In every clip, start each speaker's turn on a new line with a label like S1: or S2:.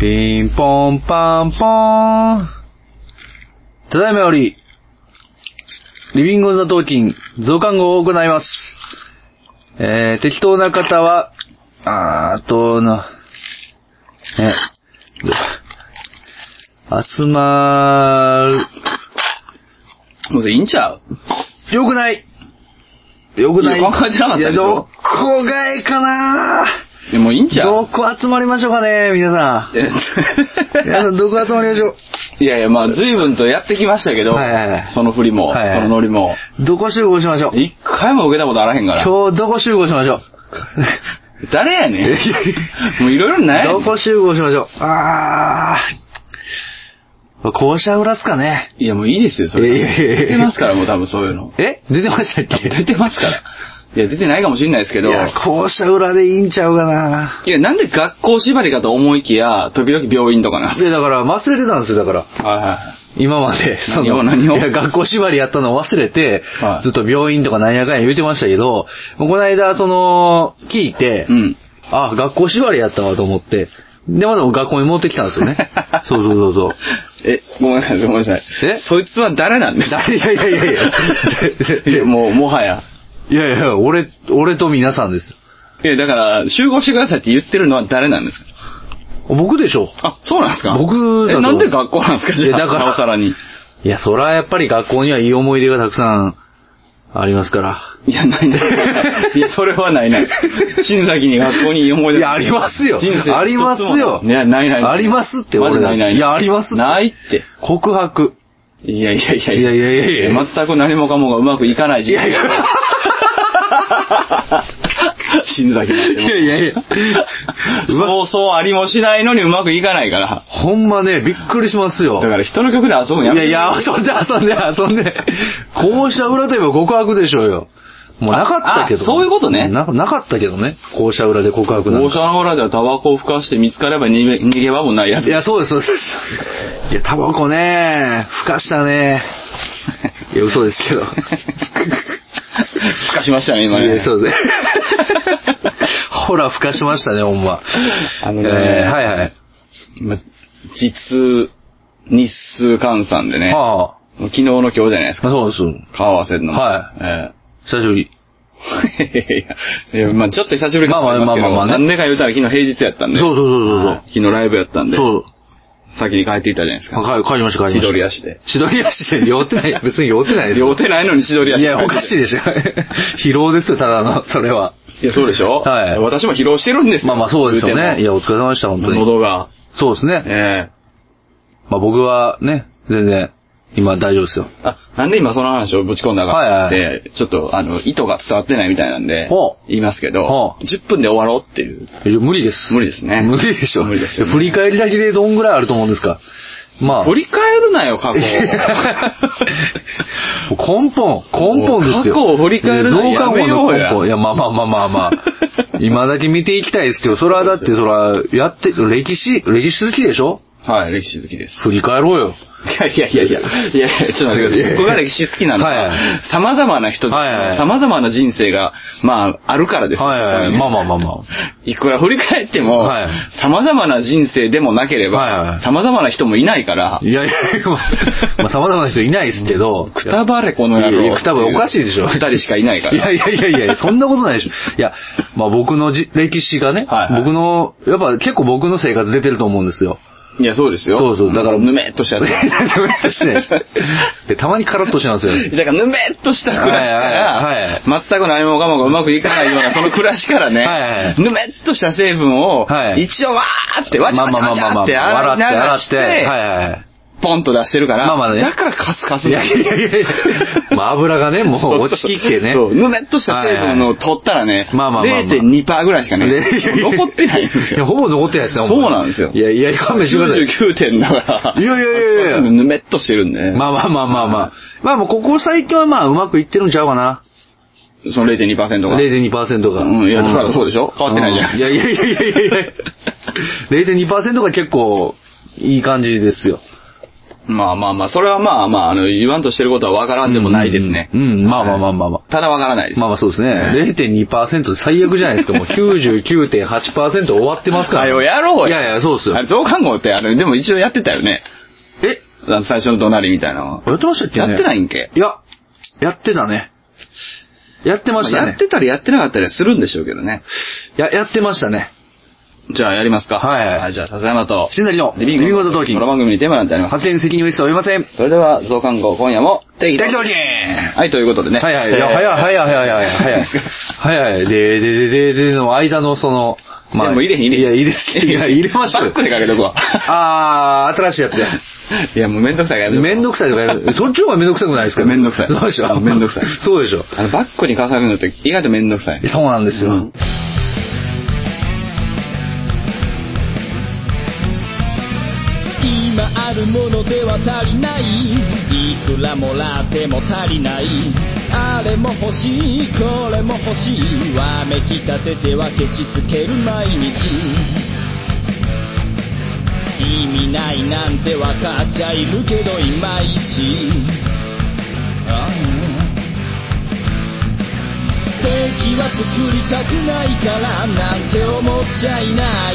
S1: ピンポンパンポーン。ただいまより、リビングオンザトーキン増刊号を行います。えー、適当な方は、あーあとの、ね、集ま
S2: もういいんちゃう
S1: る、よくないよくない
S2: いや考えてなかったでし
S1: いや、
S2: ょ
S1: どこがええかな
S2: でもいいんちゃ
S1: ど
S2: う
S1: こ集まりましょうかね、皆さん。
S2: え
S1: 皆さん、どこ集まりましょ
S2: いやいや、まあ、随分とやってきましたけど、
S1: はいはいはい
S2: その振りも、
S1: はいはい
S2: そのノリも、
S1: うどこ集合しましょう
S2: 一回も受けたことあらへんから。
S1: 今日どこ集合しましょ う
S2: 誰やね ん。もういろいろない。
S1: どこ集合しましょうあー。校舎裏っすかね
S2: いや、もういいですよ、それ。
S1: いやいやいやいや
S2: 出てますから、もう多分そういうの。
S1: え出てましたっけ
S2: 出てますから。いや、出てないかもしれないですけど、
S1: いや、校舎裏でいいんちゃうかない
S2: や、なんで学校縛りかと思いきや、時々病院とかな。はい
S1: で、だから忘れてたんですよ、だから。
S2: は
S1: 今ま で、そ
S2: 何を
S1: の、
S2: 何を
S1: いや、学校縛りやったのを忘れて、
S2: はい
S1: ずっと病院とかなんやかんや言うてましたけど、この間、その、聞いて、
S2: い。うん。。
S1: あ、学校縛りやったわと思って、で、まだ学校に戻ってきたんですよ ねそうそうそうそう。
S2: え、ごめんなさい、ごめんなさい。
S1: え
S2: そいつは誰なんですか
S1: いやいやいやいや
S2: いや、もう、もはや。
S1: いやいや、俺、俺と皆さんです。
S2: いや、だから、集合してくださいって言ってるのは誰なんですか
S1: 僕でしょ。
S2: あ、そうなんですか
S1: 僕だ
S2: え、
S1: と
S2: なんで学校なんですかじゃあ、
S1: いやだから
S2: なおさらに。
S1: いや、そらやっぱり学校にはいい思い出がたくさんありますから。
S2: いや、ないない。 いや、それはないない。新崎に学校にいい思い出。
S1: いやありますよ
S2: 人生。
S1: ありますよ
S2: いや、ないない。
S1: ありますって
S2: マジ
S1: 俺ら
S2: ないない。
S1: いやありますって
S2: ないって。
S1: 告白。
S2: いやいやいや
S1: いやいやいやいや。
S2: 全く何もかもがうまくいかない時期。
S1: いやいや
S2: 新崎なん
S1: い
S2: てもう
S1: やいやいや。
S2: そうそうありもしないのにうまくいかないから。
S1: ほんまね、びっくりしますよ。
S2: だから人の曲で遊ぶの
S1: い
S2: や
S1: や
S2: め
S1: いや、遊んで遊んで遊んで。校舎裏といえば告白でしょうよ。もうなかったけど。
S2: ああそういうことね
S1: な、なかったけどね。校舎裏で告白なん
S2: オー
S1: て
S2: シャンオーラではタバコを吹かして見つかれば逃げ逃げ場もないやつ。
S1: いや、そうです、そうです。いや、タバコね、ふかしたね。いや、嘘ですけど。
S2: ふかしましたね、今
S1: い
S2: ね
S1: や。そうです。ほら、ふかしましたね、ほんま。
S2: あのね
S1: えーはいはい。
S2: ま実、日数換算でね、
S1: ああ、
S2: 昨日の今日じゃないですか。
S1: そうです。
S2: 顔合わせるのも。
S1: は
S2: え
S1: 久しぶり。
S2: え いやいやまあちょっと久しぶりかもしれま
S1: まあ
S2: すけ
S1: まあまあま
S2: ど、
S1: あね
S2: なんでか言うたら昨日平日やったん
S1: そう
S2: で、
S1: そうそう
S2: はい昨日ライブやったん
S1: そう。
S2: で、
S1: そう。
S2: 先に帰っていったじゃないですか。
S1: はい、帰りました、帰りま
S2: 千鳥
S1: し
S2: 足で。
S1: た。千鳥足で、酔ってない。別に酔ってないです。
S2: 酔うてないのに千鳥足
S1: いや、おかしい
S2: い。
S1: でしょ。 疲労ですよ、ただの、それは。
S2: いや、そうでしょ
S1: はい
S2: 私も疲労してるんですよ
S1: まあまあ、そうですよね。い
S2: 言う
S1: や、お疲れ様でした、本
S2: て
S1: 当
S2: も
S1: に。
S2: 喉が。
S1: そうですね。
S2: ええ
S1: まあ僕はね、全然、今大丈夫ですよ。
S2: あ、なんで今その話をぶち込んだかって、
S1: はい
S2: ちょっと、あの、意図が伝わってないみたいなんで
S1: ほ、う
S2: 言いますけ
S1: ほ
S2: ど、10分で終わろうっていう。
S1: いや無理です。
S2: 無理ですね
S1: 無理でしょ。
S2: 無理ですよね
S1: 振り返りだけでどんぐらいあると思うんですか。まあ、
S2: 振り返るな よ、過去を。
S1: 根本、根本ですよ。
S2: もう過去を振り返るの
S1: 増刊
S2: やめ
S1: 号
S2: よ
S1: の
S2: う
S1: 根
S2: や
S1: 本。いや、まあまあまあまあまあ。今だけ見ていきたいですけど、それはだって、それは、やって、歴史、歴史好きでしょ
S2: はい、歴史好きです。
S1: 振り返ろうよ。
S2: いやいやいやいや、いやいや、ちょっと待ってください。僕が歴史好きなの
S1: はいは
S2: は、様々な人で
S1: はいはい、
S2: 様々な人生が、まあ、あるからですよ
S1: はいはい。まあまあまあまあ。
S2: いくら振り返っても、
S1: はい
S2: 様々な人生でもなければ、
S1: はいはい
S2: 様々な人もいないから、
S1: いやいや、まあ、まあ、様々な人いないですけど。
S2: くたばれこの野
S1: いやい
S2: 郎。
S1: やくたばれおかしいでしょ
S2: 二人しかいないか
S1: いや
S2: ら。
S1: いやいやいや、そんなことないでしょ。いや、まあ僕のじ歴史がね、
S2: はいはい
S1: 僕の、やっぱ結構僕の生活出てると思うんですよ。
S2: いや、そうですよ。
S1: そうそうだから
S2: ぬめっと したやつ。
S1: ダメだしないでしょでたまにカラッとしますよ。
S2: だから、ぬめっとした暮らしから、
S1: はいはいはい
S2: 全く何もかもがうまくいかないような、その暮らしからね、
S1: はいはいはい
S2: ぬめっとした成分を、
S1: はい
S2: 一応わーって、わちゃわちゃわちゃって洗
S1: 笑
S2: い
S1: って、
S2: 流
S1: 笑っ、
S2: して
S1: はい
S2: て、
S1: はいはい。
S2: ポンと出してるから、
S1: まあまあね
S2: だからカスカス
S1: いやいやいやいや、まあ油がね、もう落ちきってね。
S2: そう、ぬめっとした成分を取ったらね、
S1: まあまあまあまあ
S2: 0.2%ぐらいしかね、 残ってないんです
S1: いや
S2: よ。
S1: ほぼ残ってないですね、ほ
S2: そうん
S1: ま
S2: なん
S1: に
S2: ですよ。
S1: いやいや、勘弁してください。
S2: 99点だから。
S1: いやいやいやいや
S2: 100%ぬめっとしてるんでね。
S1: まあまあまあまあまあ。まあもうここ最近はまあうまくいってるんちゃうかな。
S2: その0.2%が。
S1: 0.2%が。
S2: うんいやだからそうでしょ変わってないじゃん
S1: いやいやいやいやいやいや。0.2%が結構いい感じですよ。
S2: まあまあまあ、それはまあまあ、あの、言わんとしてることはわからんでもないですね。
S1: うんうんうんまあまあまあまあまあ
S2: ただわからないです。
S1: まあまあそうですね。0.2%で最悪じゃないですか。もう99.8%終わってますから、
S2: あよやろうよ
S1: いやいや、そうですよ
S2: あ。れ、増刊号って、あの、でも一応やってたよね。
S1: え
S2: あの最初の怒鳴りみたいなのは
S1: やってましたっけ、ね、
S2: やってないんけ
S1: いや、やってたね。やってました
S2: まあ
S1: ね。
S2: やってたりやってなかったりはするんでしょうけどね。
S1: や、やってましたね。
S2: じゃあやりますか。
S1: はいはい
S2: じゃあ、笹山と、
S1: してなりの、
S2: リビング
S1: のトーキン
S2: この。番組にテーマなんてあります。
S1: 発言に責任を一切負いません。
S2: それでは、増刊号、今夜も、定
S1: 大
S2: は
S1: トーキン
S2: い、ということでね。
S1: はいはい。い
S2: え
S1: や、
S2: ー
S1: 早い早い早い早い早い。
S2: ですか
S1: 早い。で、で、で、で、での間のその、
S2: いやもう入れへん入れへん
S1: いや、入れすぎ。いや、入れましょう
S2: バ
S1: よ
S2: ッ。クでかけと くわ。
S1: あー、新しいやつじゃん。
S2: いや、もうめんどくさいからやめとこう
S1: めんどくさいとかやる。そっちの方がめんどくさくないですか
S2: めんどくさい
S1: そうでしょ
S2: あめんどくさい
S1: そうでしょ。
S2: あの、バックに重ねるのって意外とめんどくさい。
S1: そうなんですよ。
S2: うん
S3: 今あるものでは足りないいくらもらっても足りないあれも欲しいこれも欲しいわめきたててはケチつける毎日意味ないなんてわかっちゃいるけどいまいちああ敵は作りたくないからなんて思っちゃいない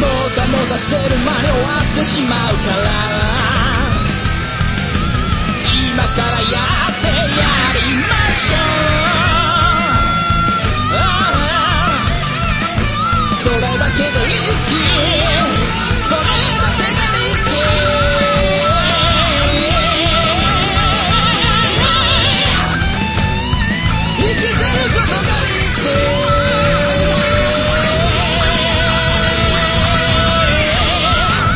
S3: もたもたしてる間に終わってしまうから今からやってやりましょうああそれだけでリスキーそれだけがリスキー生きてることがリスキー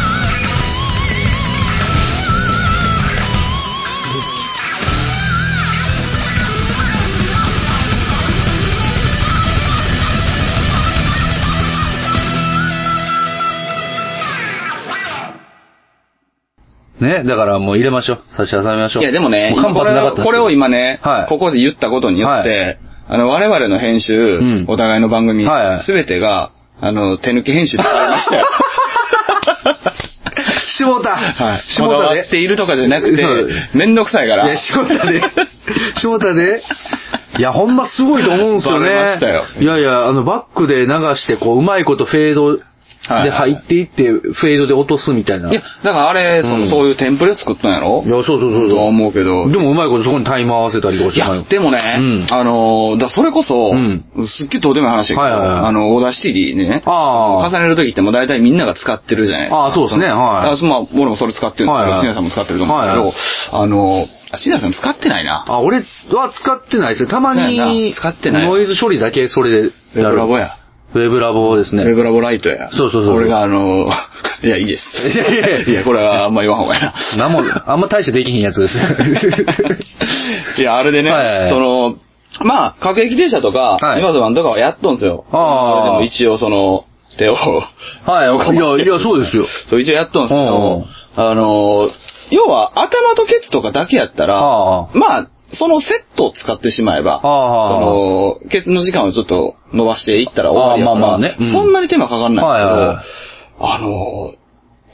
S1: ね、だからもう入れましょう。差し挟みましょう。
S2: いや、でもね、
S1: う間
S2: こ
S1: 髪
S2: れ
S1: なかった
S2: これを今ね、
S1: はい
S2: ここで言ったことによって、
S1: は
S2: あの、我々の編集、
S1: ん
S2: お互いの番組、すべ、
S1: はいはい
S2: てが、あの、手抜き編集で終わりましたよ。
S1: しもた。
S2: はい。
S1: し
S2: こ
S1: も
S2: だ
S1: た
S2: わ
S1: で
S2: っ。ているとかじゃなく
S1: そう
S2: て、めんどくさいから。
S1: いや、しもたで。しもたで。いや、ほんますごいと思うんですよね。
S2: バレましたよ
S1: いやいや、あの、バックで流して、こう、うまいことフェードで
S2: はいはい
S1: 入っていって、フェードで落とすみたいな。
S2: いや、だからあれ、その
S1: うん
S2: そういうテンプレ作ったんやろ
S1: いやそうそうそう
S2: とは
S1: そう。
S2: 思うけど。
S1: でもうまいことそこにタイム合わせたりとか
S2: い
S1: しない
S2: や
S1: の、
S2: でもね、
S1: うん
S2: あのー、だそれこそ、
S1: うん
S2: すっげえどうでもいい話だけど、
S1: はいはいはい
S2: あの、オーダーシティでね、
S1: ああ
S2: 重ねるときってもう大体みんなが使ってるじゃないですか。
S1: ああそうですねはい
S2: あまあ、俺もそれ使ってるんです
S1: は
S2: け
S1: いは
S2: ど、
S1: い
S2: シナさんも使ってると思うんですけど、
S1: はいはい
S2: あのー、あシナさん使ってないな。
S1: あ、俺は使ってないですね。たまに、
S2: 使ってないな
S1: ノイズ処理だけそれで
S2: ウェ
S1: やる。
S2: ブラボや。
S1: ウェブラボですね。
S2: ウェブラボライトや。
S1: そうそうそう
S2: 俺があの ー、いや、いいです。
S1: いやいやいや
S2: いや、これはあんま言わん方がいいな。
S1: なんも、あんま大してできひんやつ です。
S2: いや、あれでね、
S1: はいはいはい
S2: その、まあ、各駅停車とか、
S1: はい
S2: 今の番とかはやっとんすよ。
S1: あー
S2: それでも一応その、手を、
S1: はい。いや、いや、そうですよ。
S2: そう、一応やっとんすけ
S1: うんう
S2: ど
S1: ん、
S2: あの、要は頭とケツとかだけやったら、
S1: あ
S2: まあ、そのセットを使ってしまえば、
S1: あ
S2: その、ケツの時間をちょっと伸ばしていったら終わりや
S1: あ
S2: から、
S1: ーまあまあねうん
S2: そんなに手間かか
S1: はい
S2: ん
S1: はい
S2: な
S1: はい
S2: けど、あの、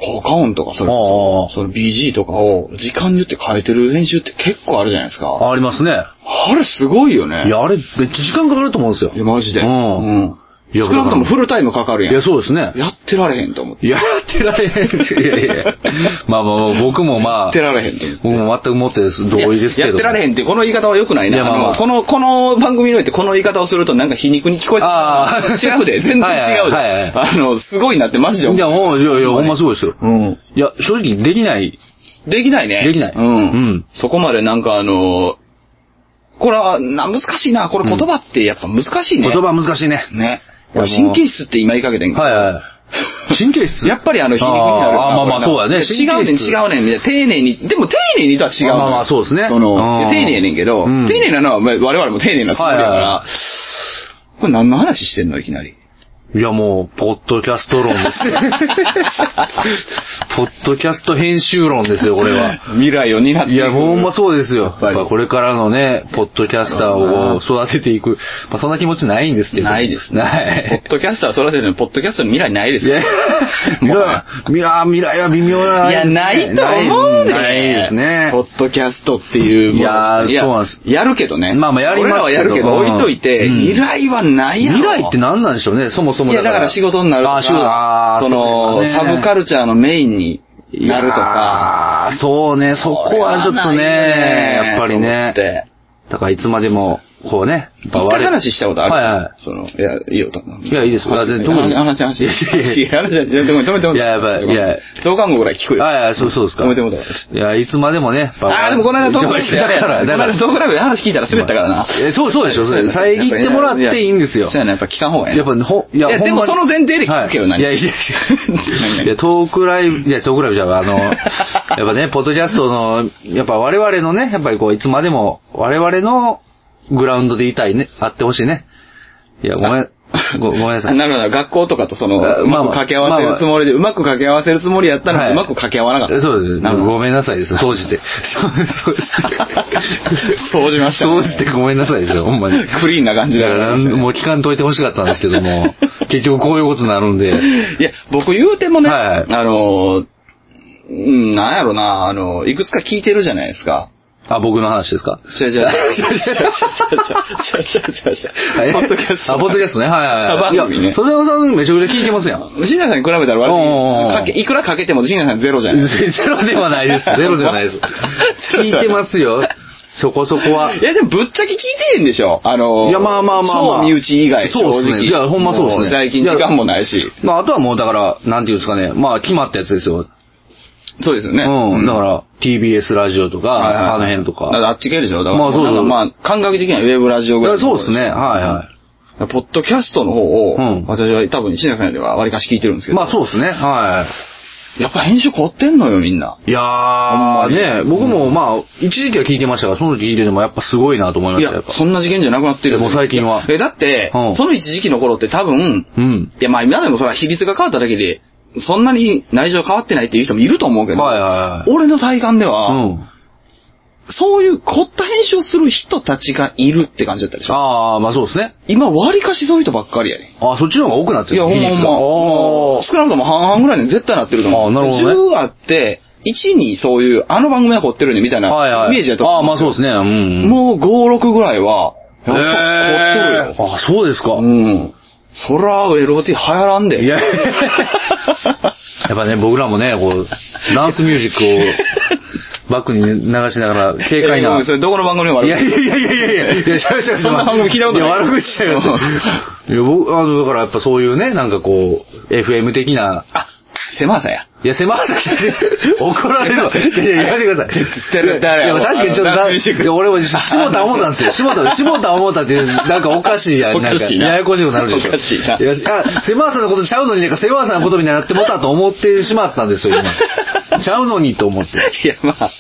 S2: 効果音とかそれ
S1: あ
S2: こ
S1: ー
S2: そ、その BG とかを時間によって変えてる編集って結構あるじゃないですか。
S1: あ。ありますね。
S2: あれすごいよね。
S1: いや、あれ、めっちゃ時間かかると思うんですよ。
S2: いや、マジで。
S1: う。
S2: うんん
S1: いや
S2: 少なくともフルタイムかかる
S1: い
S2: や
S1: や、
S2: ん。
S1: そうですね。
S2: やってられへんと思って。
S1: いや、やってられへんって。いやいやまあまあまあ、僕もま
S2: や
S1: あ
S2: って、られへんと思って。
S1: 僕も全くもってです同意ですけど。
S2: やってられ
S1: ん。
S2: へんって、この言い方は良くない
S1: い
S2: な。
S1: やまあまあ
S2: あのこの、この番組においてこの言い方をするとなんか皮肉に聞こえて
S1: ああ
S2: 違うで、全然違うじゃん。
S1: はいはいはいはい
S2: あの、すごいなってマジで
S1: いや、
S2: 思
S1: も
S2: う。
S1: う、いやいや、ほんますごいですよ。
S2: うん。
S1: いや、正直できない。
S2: できないね。
S1: できない
S2: うん。
S1: うん
S2: そこまでなんかあの、これは、な、難しいな。これ言葉ってやっぱ難しいね。
S1: 言葉難しいね。
S2: ね。
S1: いやもう
S2: 神経質って今言いかけてんけど
S1: はいはい。神経質
S2: やっぱりあの、皮肉になる。
S1: あーあーまあまあそうだね
S2: 違うねん、違うねん、みたいな。丁寧に、でも丁寧にとは違うのよ。
S1: まあまあそうですね
S2: そ
S1: うん
S2: の、丁寧やねんけど、
S1: うん
S2: 丁寧なのは、まあ我々も丁寧なつもりだ
S1: は
S2: か
S1: いはいは
S2: ら、これ何の話してんのいきなり。
S1: いやもう、ポッドキャスト論 ですよ。ポッドキャスト編集論ですよ、これは。
S2: 未来を担っていく
S1: いや、ほんまそうですよ。やっ
S2: ぱり
S1: ぱこれからのね、ポッドキャスターを育てていく。まあ、そんな気持ちないんですけど。
S2: ないですね。
S1: はい
S2: ポッ。ドキャスター育てるのポッドキャストの未来ないです
S1: いや
S2: よ。も
S1: い
S2: う
S1: や、未来は微妙ないいで
S2: や、
S1: すね。
S2: ないと思うで。
S1: ないですね
S2: ポ。ッドキャストっていうもの
S1: いやー
S2: いや
S1: そうなんです
S2: やるけどね。
S1: まあまあやりますけど
S2: 俺らはやるけど、
S1: うん
S2: 置いといて、
S1: うん
S2: 未来はないやろ。
S1: 未来って何なんでしょうね、そもそも
S2: いや、だから仕事になると
S1: あー、仕事、
S2: か
S1: あ、ー
S2: その、
S1: うだよね
S2: サブカルチャーのメインになるとか。
S1: いやー。そうね、そこはちょっとね、やっぱりね。だからいつまでも、こうね、
S2: 一回話したことある
S1: はいはい。
S2: その、いや、いいよ、多分
S1: いやいいですよ
S2: 話
S1: いや全然特に
S2: 話、話、話。
S1: いやいやいや
S2: いや話、話、止めて、止めて、止めて。
S1: いややばいいや。
S2: 増刊号ぐらい聞く よ。
S1: あいや、そうそうですか。
S2: 止めてもらっ
S1: いや、いつまでもね。
S2: ああ、でもこの間トークライブ
S1: だから、だ
S2: この
S1: か
S2: 間
S1: ら。
S2: トークライブで話聞いたら滑ったからな。
S1: え、そう、そうでしょ。それ遮ってもらっていいんですよ
S2: そう。やな、やっぱ聞かん方がええ
S1: やっぱ、ほ、いや、
S2: いや
S1: ほんまに
S2: でもその前提で聞くけど
S1: は
S2: ない
S1: いや、いや、い やいや、トークライブ、いや、トークライブじゃないあの、 やっぱね、ポッドキャストの、やっぱ我々のね、やっぱりこう、いつまでも、我々のグラウンドでいたいね、あってほしいね。いや、ごめん、ごごめんなさ
S2: あ
S1: い。
S2: なるほど。学校とかとその、
S1: あ
S2: う
S1: まあまあ
S2: まく掛け合わせるつもりで、うまく掛け合わせるつもりやったの
S1: は
S2: に、
S1: いう
S2: まく掛け合わなかった。
S1: そうです。
S2: なるほど
S1: ごめんなさいです。総じて。そう
S2: そうじましたね
S1: 総じてごめんなさいですよ、ほんまに。
S2: クリーンな感じ
S1: だ
S2: だ
S1: か、
S2: からら。
S1: もう聞かんといてほしかったんですけど も、結局こういうことになるんで。
S2: いや、僕言うてもね、
S1: はいはい
S2: あの、うんなんやろな、あの、いくつか聞いてるじゃないですか。
S1: あ、僕の話ですか
S2: 違う違う違う違う違う違う違う違う違う違う。ポッドキャスト。
S1: あ、ポッドキャストね。はいはいはい。
S2: 番組ね
S1: いや、それはさんめちゃくちゃ聞いてます やん。
S2: ジンナさんに比べたら
S1: おうおうおう
S2: 悪い。かけいくらかけてもジンナさんゼロじゃないですか。
S1: ゼロではないです。ゼロではない です。聞いてますよ。そこそこは。
S2: いや、でもぶっちゃけ聞いてへんでしょあの、
S1: いやまあまあまあまあ
S2: 超身内以外、
S1: そうっすね
S2: 正直
S1: いやほんまそうっすね
S2: も最近時間もないし。
S1: まあ、あとはもうだから、なんていうんですかね。まあ、決まったやつですよ。
S2: そうですよね。
S1: うん。だから、TBS ラジオと
S2: はいはい
S1: か、あの辺と
S2: だら
S1: か。
S2: あっち系でしょだから、
S1: まあそうそう
S2: なんかまあ、感覚的にはウェブラジオ
S1: い
S2: ぐらい
S1: や
S2: の
S1: そうですね。はいは
S2: ポッドキャストの方を、
S1: うん
S2: 私は多分、シナさんよりは割かし聞いてるんです
S1: い。
S2: けど、
S1: まあ、そうですね。はい。
S2: やっぱ編集凝ってんのよ、みんな。
S1: いや
S2: ほんまに
S1: ー、ね、僕もまあ、一時期は聞いてましたが、その時聞いててもやっぱすごいなと思いま
S2: い
S1: し
S2: や
S1: た、やっぱ。
S2: そんな事件じゃなくなってるよ
S1: もう最近はい
S2: やえ、だって、
S1: うん
S2: その一時期の頃って多分、
S1: うん。
S2: いや、まあ今でもそれは比率が変わっただけで、そんなに内情変わってないっていう人もいると思うけど、
S1: はいはい
S2: 俺の体感では、
S1: はい。うん。
S2: そういう凝った編集をする人たちがいるって感じだったでしょ
S1: ああ、まあそうですね。
S2: 今、割かしそういう人ばっかりやね
S1: あ、そっちの方が多くなって
S2: い
S1: る。
S2: や、ほんま
S1: 比
S2: ほ
S1: 率
S2: ん
S1: が
S2: ま。
S1: おー
S2: 少なくとも半々ぐらいに絶対なってると思
S1: あ
S2: う。
S1: ーなるほどね
S2: 10あって、1にそういう、あの番組は凝ってるねみたいな
S1: はいはい。
S2: イメージだと思う。
S1: ああ、まあそうですね。うんうん。
S2: もう5、6ぐらいは、
S1: へ
S2: やっぱ凝っ
S1: ー
S2: とるよ。
S1: あ、そうですか。
S2: うん。そら、LOT 流行らんで。
S1: いや、 やっぱね、僕らもね、こう、ダンスミュージックをバックに流しながら、軽快
S2: い
S1: な
S2: や。それどこの番組も
S1: い
S2: 悪い。
S1: やいやいやいやいやいや、いや、しゃべしゃべ
S2: そんな番組聞いたことない
S1: や、悪口しちゃいますよ。いや、僕、あの、だからやっぱそういうね、なんかこう、FM 的な、
S2: あ、狭さや。
S1: いや、狭さ、怒ら れるわ。いやいや、やめてください。
S2: 誰誰
S1: いや、確かにちょっと
S2: あの
S1: だ、
S2: ダンスミュージック
S1: いや、俺も、下田思ったんですよ。下田、下田思ったって、なんかおかしいやん。ん
S2: おかしいな
S1: ややこしくなるでしょ。
S2: おかしいない
S1: や、あ、狭さのことちゃうのに、なんか狭さのことみたいになってもたと思ってしまったんですよ、今。 ちゃうのにと思って。
S2: いや、まあ、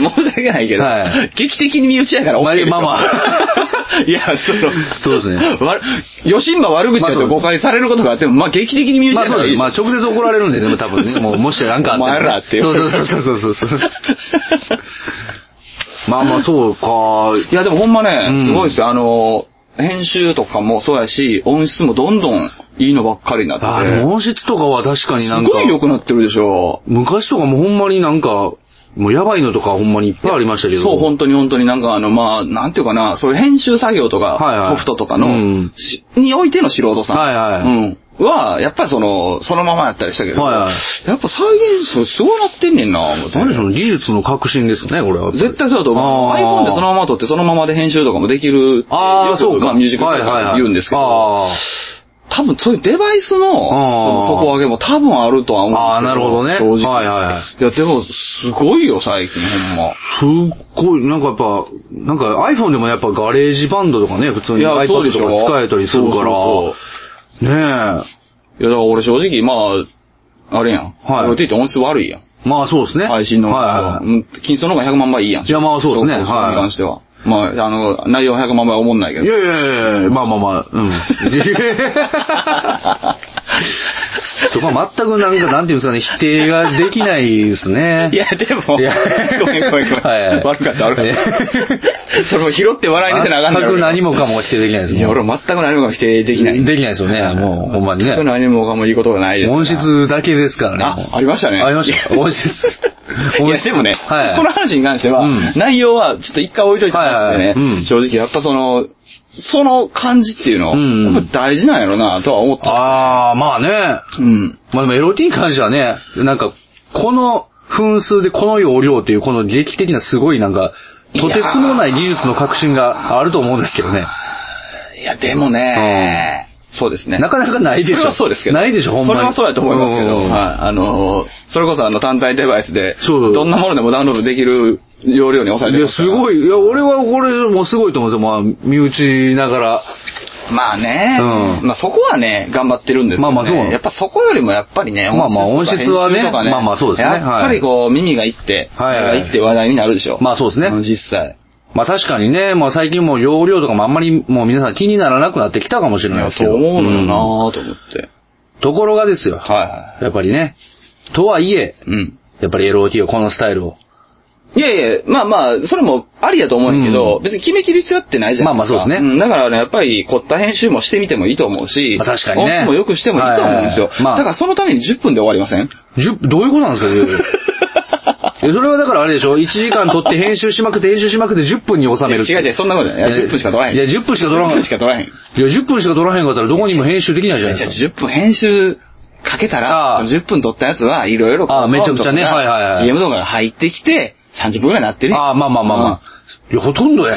S2: まあ申し訳ないけど、
S1: はい
S2: 劇的に身内やから OK でしょ
S1: まあまあ
S2: いや、その、
S1: そうですね。
S2: わよしんば悪口だと誤解されることがあっても、まあ劇的に身内
S1: ま
S2: や
S1: あ
S2: か
S1: そう
S2: らいい
S1: で。
S2: ですしょ
S1: まあ直接怒られるんで、でも多 分ね、もう、もしなんかあっても。
S2: お前らって
S1: そうそうそうそうそうそう。まあまあそう か。
S2: いや、でもほんまね、
S1: うん
S2: すごいですよ。あの、編集とかもそうやし、音質もどんどんいいのばっかりにな
S1: あ
S2: っ
S1: あ、
S2: て
S1: でも音質とかは確かになん
S2: す
S1: か。
S2: ごい良くなってるでしょ。
S1: 昔とかもほんまになんか、もうやばいのとかほんまにいっぱいありましたけど。
S2: そう、
S1: ん
S2: 本当に本当になんかあの、まあ、なんていうかな、そういう編集作業とか、
S1: はいはい
S2: ソフトとか
S1: う
S2: の
S1: ん、
S2: しにおいての素人さん。
S1: はいはい
S2: うん。は、やっぱりその、そのままやったりしたけど、
S1: はいはい
S2: やっぱ再現数すごいなってんねんな、思って
S1: 何その技術の革新ですね、これは。
S2: 絶対そうだと思う。
S1: あー
S2: iPhone でそのまま撮って、そのままで編集とかもできるって
S1: ああ、
S2: よく
S1: そう
S2: ま
S1: か。
S2: あ、ミュージック
S1: はい
S2: と
S1: はい
S2: か
S1: はい
S2: 言うんですけど、
S1: あ
S2: 多分そういうデバイスの、その底上げも多分あるとは思うんですけど。
S1: あーなるほどね
S2: 正直。。
S1: はいはいはい
S2: いや、でも、すごいよ、最近、ほんま。
S1: あ。すっごい、なんかやっぱ、なんか iPhone でもやっぱガレージバンドとかね、普通
S2: い
S1: に
S2: や、そ
S1: iPad
S2: うでし
S1: と
S2: ょ
S1: か使えたりするから、
S2: そうそうそう
S1: ね
S2: いや、だから俺正直、まあ、あれやん。
S1: はい
S2: 俺って言って音質悪いやん。
S1: まあそうですね。
S2: 配信の音質
S1: はい
S2: は。
S1: はいはい。
S2: うん金層の方が100万倍いいやん。
S1: いやまあそうですね
S2: そそ
S1: はい
S2: に関しては。まあ、あの、内容は100万倍は思んないけ
S1: い
S2: ど。
S1: やいやいやいやまあまあまあ、 うん。そこは全くなんか、なんていうんですかね、否定ができないですね。
S2: いや、でも、ご
S1: いや
S2: めんごめんごめん。
S1: はいはい
S2: 悪かった、悪かった。それを拾って笑いにせなあかんねん
S1: 全く何もかも否定できないですもん
S2: いや、俺全く何もかも否定できない。
S1: できないですよね、もう、ほんまにね
S2: 全く。何もかもいいことがないですから。
S1: 音質だけですからね。もう
S2: あ、ありましたね。
S1: ありました。音質。
S2: い
S1: 音
S2: や、
S1: 質
S2: でもね、
S1: はい。
S2: この話に関しては、
S1: うん
S2: 内容はちょっと一回置いといてましてね、
S1: はいはいはいうん
S2: 正直やっぱその、その感じっていうの、
S1: うん
S2: やっぱ大事なんやろなとは思った。
S1: ああ、まあね。
S2: うん。
S1: まあでも LOT に関してはね、なんか、この分数でこの容量っていう、この劇的なすごいなんか、とてつもない技術の革新があると思うんですけどね。
S2: いや、でもね、そうですね。
S1: なかなかないでしょ
S2: それはそうですけど。
S1: ないでしょほんまに
S2: それはそうやと思いますけど、
S1: うん
S2: はい。あのー、それこそあの単体デバイスで、
S1: そう
S2: どんなものでもダウンロードできる容量に抑え
S1: い
S2: て
S1: や、
S2: ます
S1: す
S2: から
S1: ごい。いや、俺はこれもすごいと思うんですよ。まあ、身内ながら。
S2: まあね、
S1: うん
S2: まあそこはね、頑張ってるんですけど、ね。
S1: まあまあそう
S2: やっぱそこよりもやっぱりね、
S1: まあまあ
S2: とか
S1: 音質はね
S2: 編集とか
S1: まあまあそうですね
S2: やっぱりこう、耳がいって、
S1: はい
S2: 耳がいって話題になるでしょ。
S1: まあそうですね
S2: ん実際。
S1: まあ確かにね、まあ最近もう容量とかもあんまりもう皆さん気にならなくなってきたかもしれ
S2: い
S1: ない
S2: や、
S1: ですけ
S2: そう
S1: ど。
S2: 思うのよ
S1: うん
S2: なぁと思って。
S1: ところがですよ。
S2: はいは
S1: やっぱりね。とはいえ、
S2: い。うん。
S1: やっぱり LOT をこのスタイルを。
S2: いやいや、まあまあ、それもありやと思うんやけど、
S1: うん
S2: 別に決め切る必要ってないじゃないですか。
S1: まあまあそうですね
S2: んだからね、やっぱり凝った編集もしてみてもいいと思うし、
S1: まあ確かにね
S2: 音質も良くしてもいいと思うんですよ。
S1: はいはいはいまあ
S2: だからそのために10分で終わりません
S1: 10どういうことなんですかいやそれはだからあれでしょ ?1 時間撮って編集しまくって編集しまくって10分に収めるって
S2: 違う違う、そんなことない。いや10分しか取らへん。
S1: いや、10分しか撮ら
S2: 10
S1: ん。
S2: 分しか取らへん。
S1: いや、10分しか撮らへんかったらどこにも編集できないじゃないですか。
S2: じゃあ10分編集かけたら、
S1: ああ
S2: 10分撮ったやつはいろいろ
S1: ああめちゃくちゃねはいはいはい
S2: CM とかが入ってきて、30分くらいなってるやん
S1: ああ、まあまあまあまあ。いや、ほとんどや。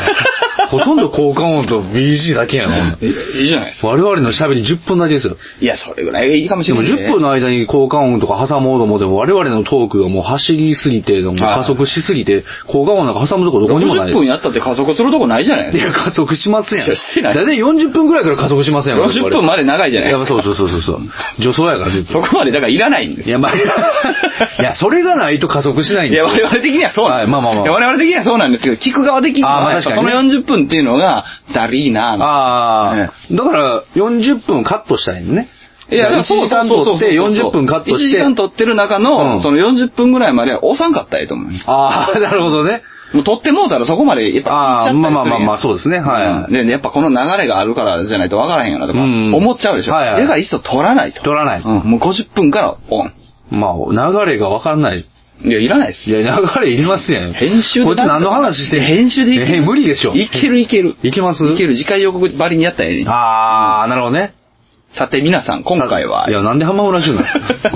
S1: ほとんど効果音と BG だけやな。
S2: いいいじゃないですか。
S1: 我々の喋り10分だけですよ。
S2: いや、それぐらいがいいかもし
S1: で
S2: れ
S1: も
S2: ない、
S1: 10分の間に効果音とか挟もうともでも我々のトークがもう走りすぎて、もう加速しすぎて、効果音なんか挟むとこどこにもない。
S2: 60分やったって加速するとこないじゃない
S1: い
S2: ですか。
S1: や、加速しますやん。
S2: いやしてない
S1: だいたい40分くらいから加速しますやん。
S2: 40分まで長いじゃない
S1: い
S2: です
S1: や、
S2: か。
S1: そうそうそうそうそう。 女装やから、ずっ
S2: そ
S1: と。
S2: こまでだからいらないんです
S1: いや、
S2: よ。
S1: まあ、 いや、それがないと加速しないん
S2: い
S1: です
S2: や、
S1: よ。
S2: 我々的にはそうなんです。
S1: はいまあまあまあ
S2: いや我々的にはそうなんですけど、聞く側的に
S1: ああま
S2: は、
S1: あ
S2: やっぱ
S1: 確
S2: そ
S1: かに
S2: の
S1: ね
S2: 40分っていうのが、だりーなぁ。
S1: ああ、だから、40分カットしたいのね。
S2: いや、だから
S1: 1時間撮って、40分カットして。
S2: 1時間撮ってる中の、
S1: うん
S2: その40分ぐらいまでは押さんかったらいいと思う。
S1: あ あ、なるほどね。
S2: もう撮ってもうたらそこまでやっぱ聞いちゃったりするんや
S1: あーまあまあまあまあそうですねはい
S2: うんで、やっぱこの流れがあるからじゃないとわからへんよなとか、
S1: うん
S2: 思っちゃうでしょ。
S1: はいはい
S2: だからいっそ撮らないと。
S1: 撮らない
S2: うん、もう50分からオン。
S1: まあ、流れがわかんない。
S2: いや、いらないです。
S1: いや、流れいりますやん。
S2: 編集で
S1: こいつ何の話してん
S2: 編集でいける
S1: え無理でしょ。
S2: いけるいける。
S1: いけます
S2: いける。次回予告ばりにやったらええね
S1: ああ、なるほどね。
S2: さて皆さん、今回は。
S1: いや、なんで浜村中なんです か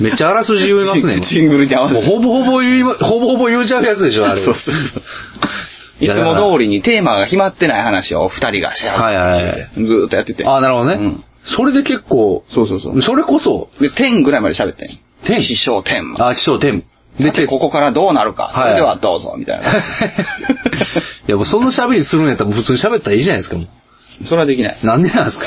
S1: めっちゃあらすじ言いますね。
S2: シングルに合わ
S1: も
S2: せ
S1: う
S2: て。
S1: ほぼほぼ言いま、ほぼほぼ言うちゃうやつでし ょ、あれ。
S2: そうそうそう。いつも通りにテーマが決まってない話を二人がし合う。
S1: はいはいはい。
S2: ずーっとやってて。
S1: ああ、なるほどね。
S2: うん
S1: それで結構、
S2: そうそうそう。
S1: それこそ、
S2: で、天ぐらいまで喋ってん。
S1: 天
S2: 師匠天。
S1: あ、師匠、天。
S2: さて、ここからどうなるか。そ
S1: はい
S2: れではどうぞ、みたいな。
S1: いや、もうその喋りするんやったらもう普通に喋ったらいいじゃないですか、も
S2: それはできない。
S1: う。なんでなん です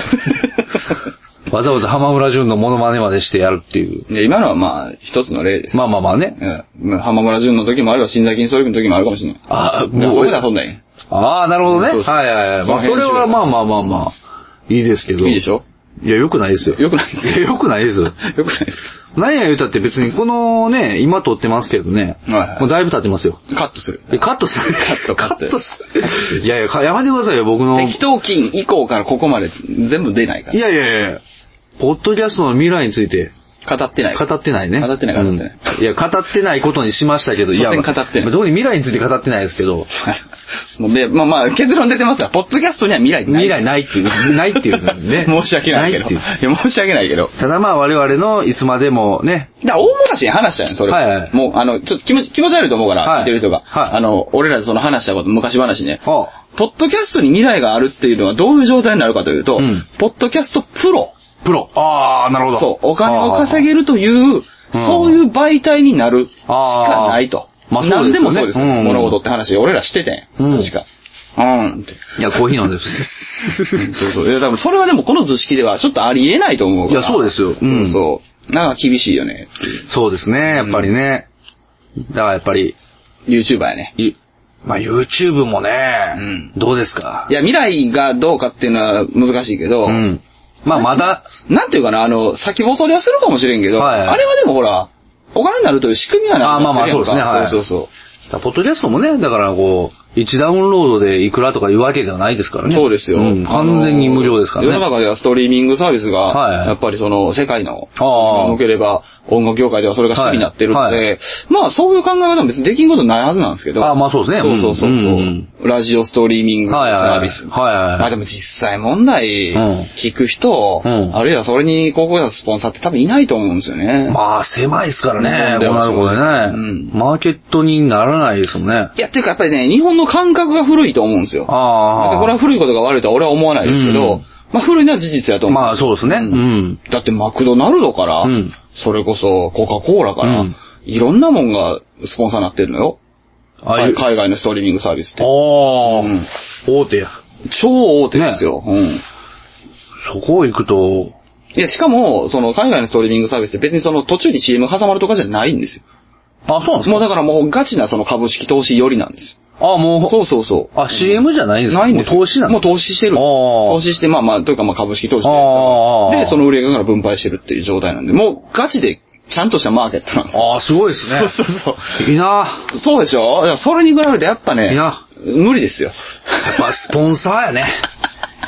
S1: かわざわざ浜村淳のモノマネまでしてやるっていう。
S2: いや、今のはまあ、一つの例です。
S1: まあまあまあね。
S2: うんまあ浜村淳の時もあれば、新崎金総力の時もあるかもしれない。
S1: あ
S2: だから
S1: も
S2: そうこで遊んだらい
S1: ああ、なるほどね。
S2: そうそう
S1: はいはいはい。まあ、そ
S2: その
S1: れ
S2: 辺
S1: はまあまあまあまあ、いいですけど。
S2: い。いいでしょ
S1: いや、良くないですよ。
S2: 良くないです
S1: いや、良くないですよ。
S2: よくないです
S1: 何や言うたって別にこのね、今撮ってますけどね、
S2: はいはい
S1: もうだいぶ経ってますよ。
S2: かカットする。
S1: えカットする。
S2: カットカット
S1: する。いやいや、かやめてくださいよ、僕の。い
S2: 適当金以降からここまで全部出ないか
S1: やいやいや、ポッドキャストの未来について
S2: ら。語ってない。
S1: 語ってないね。
S2: 語ってない語ってない
S1: うんいや、語ってないことにしましたけど、いや、
S2: 所詮語ってない
S1: まあ特に未来について語ってないですけど、
S2: はいもうで、まあまあ、結論出てますが、ポッドキャストには未来ない。。
S1: 未来ないっていう、ないっていうね
S2: 申し訳ないけど。
S1: ってう
S2: や、申し訳ないけど。
S1: ただまあ我々のいつまでもね、
S2: だから大昔に話したよね、それ。
S1: はいはい
S2: もう、あの、ちょっと気持ち気持ち悪いと思うから、
S1: はい
S2: 聞いてる人が。
S1: はい
S2: あの、俺らでその話したこと、昔話ね。
S1: あ
S2: ポッドキャストに未来があるっていうのはどういう状態になるかというと、
S1: うん
S2: ポッドキャストプロ。
S1: プロ。ああ、なるほど。
S2: そう、お金を稼
S1: げ
S2: げるという、
S1: あ
S2: そういう媒体になるし
S1: あー
S2: かないと。
S1: まあそうですよね
S2: 何でもそうですよ、
S1: うん
S2: 物事って話、俺らしててん。
S1: うん
S2: 確か。うん って。
S1: いや、コーヒー飲んでる。
S2: そうそう。いや、多分それはでもこの図式ではちょっとありえないと思うから。
S1: いやそうですようん
S2: そうそう。なんか厳しいよねっていう。
S1: そうですね、やっぱりね。だからやっぱり、
S2: YouTuber やね。
S1: いまあ YouTube もね、
S2: うん
S1: どうですか
S2: いや、未来がどうかっていうのは難しいけど、
S1: うん。まあまだ、
S2: なんていうかな、あの、先細りはするかもしれんけど、
S1: はい
S2: あれはでもほら、お金になるという仕組みはな
S1: あまあまあ
S2: なってるやんか
S1: そうですねはい
S2: そうそうそ
S1: だ
S2: う。
S1: からポッドキャストもね、だからこう、1ダウンロードでいくらとかいうわけではないですからね。
S2: そうですよ。
S1: ん完全に無料ですから
S2: 世の
S1: ね。
S2: 中ではストリーミングサービス
S1: は
S2: が
S1: い、
S2: やっぱりその、世界の、
S1: ああ
S2: 向ければ、音楽業界ではそれが主になってるの
S1: はいは
S2: で、まあそういう考え方も別にできんことないはずなんですけど。
S1: ああまあそうですね
S2: そうそうそう
S1: うんう
S2: そう。ラジオストリーミングサ
S1: はいはい
S2: ービス。
S1: はいはいはい
S2: まあでも実際問題
S1: うん、
S2: 聞く人、
S1: うん
S2: あるいはそれに広告やスポンサーって多分いないと思うんですよね。
S1: まあ狭いですからね、
S2: 日
S1: こうなること
S2: 本で
S1: で
S2: はそう
S1: ね
S2: ね。
S1: マーケットにならないですもんね。あ
S2: いや、っていうかやっぱりね、日本の感覚が古いと思うんですよ。別
S1: あ。
S2: にこれは古いことが悪いとは俺は思わないですけ
S1: う
S2: ど
S1: ん、
S2: まあ古いのは事実やと思う。
S1: まあそうですね。うん。
S2: だってマクドナルドから、
S1: うん
S2: それこそコカ・コーラから、
S1: うん
S2: いろんなもんがスポンサーになってるのよ。
S1: ああいう。
S2: 海外のストリーミングサービスって。
S1: ああ、
S2: うん
S1: 大手や。
S2: 超大手ですよ。うん。
S1: そこを行くと、
S2: いや、しかも、その海外のストリーミングサービスって別にその途中に CM 挟まるとかじゃないんですよ。
S1: あ、そうなんです
S2: も
S1: か
S2: うだからもうガチなその株式投資寄りなんです
S1: あ、も
S2: よ。
S1: う、
S2: そうそうそう。
S1: あ、CM じゃないんですか
S2: ないんですよ
S1: もう投資なん
S2: もう
S1: ですか
S2: 投資してる。
S1: あー
S2: 投資して、まあまあ、というかまあ株式投資
S1: あーあー
S2: で、その売り上げから分配してるっていう状態なんで、もうガチでちゃんとしたマーケットなんですよ。
S1: ああ、すごいですね。
S2: そうそう。
S1: いいな
S2: そうでしょいやそれに比べてやっぱね
S1: いや、
S2: 無理ですよ。
S1: やっぱスポンサーやね。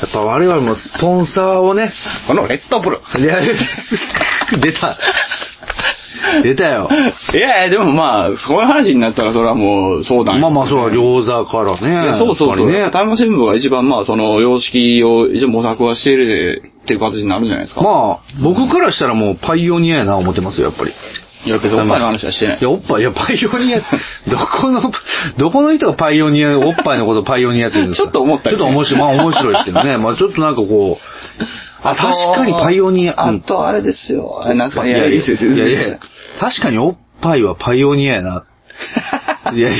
S1: やっぱ我々もスポンサーをね、
S2: このレッドブル。
S1: いや出た。出たよ。
S2: いやいや、でもまあ、そういう話になったらそれはもう相談。
S1: まあまあ、そうだ、
S2: い
S1: 餃子から
S2: や
S1: ね。
S2: そうそうそう。
S1: やっぱ
S2: タイム新聞が一番まあ、その様式を一応模索はしてるっていう形になるんじゃないですか。
S1: りねまあ、僕からしたらもうパイオニアやな思ってますよ、やっぱり。
S2: いや、別におっぱいの話はしてない
S1: い。や、おっぱい、いや、パイオニア、ど この、どこの人がパイオニア、おっぱいのことをパイオニアって言うんですか
S2: ちょっと思った
S1: ちょ
S2: よ
S1: っ
S2: ね
S1: と面白い、まあ面白いですけどね。まあちょっとなんかこう、あ、確かにパイオニア。う
S2: あ
S1: ん
S2: と、あれですよ。えなんすか
S1: い
S2: いや、
S1: や
S2: い
S1: い
S2: い
S1: や、
S2: ですよ、いいですよ。
S1: いやいや確かにおっぱいはパイオニアやな。いやいや、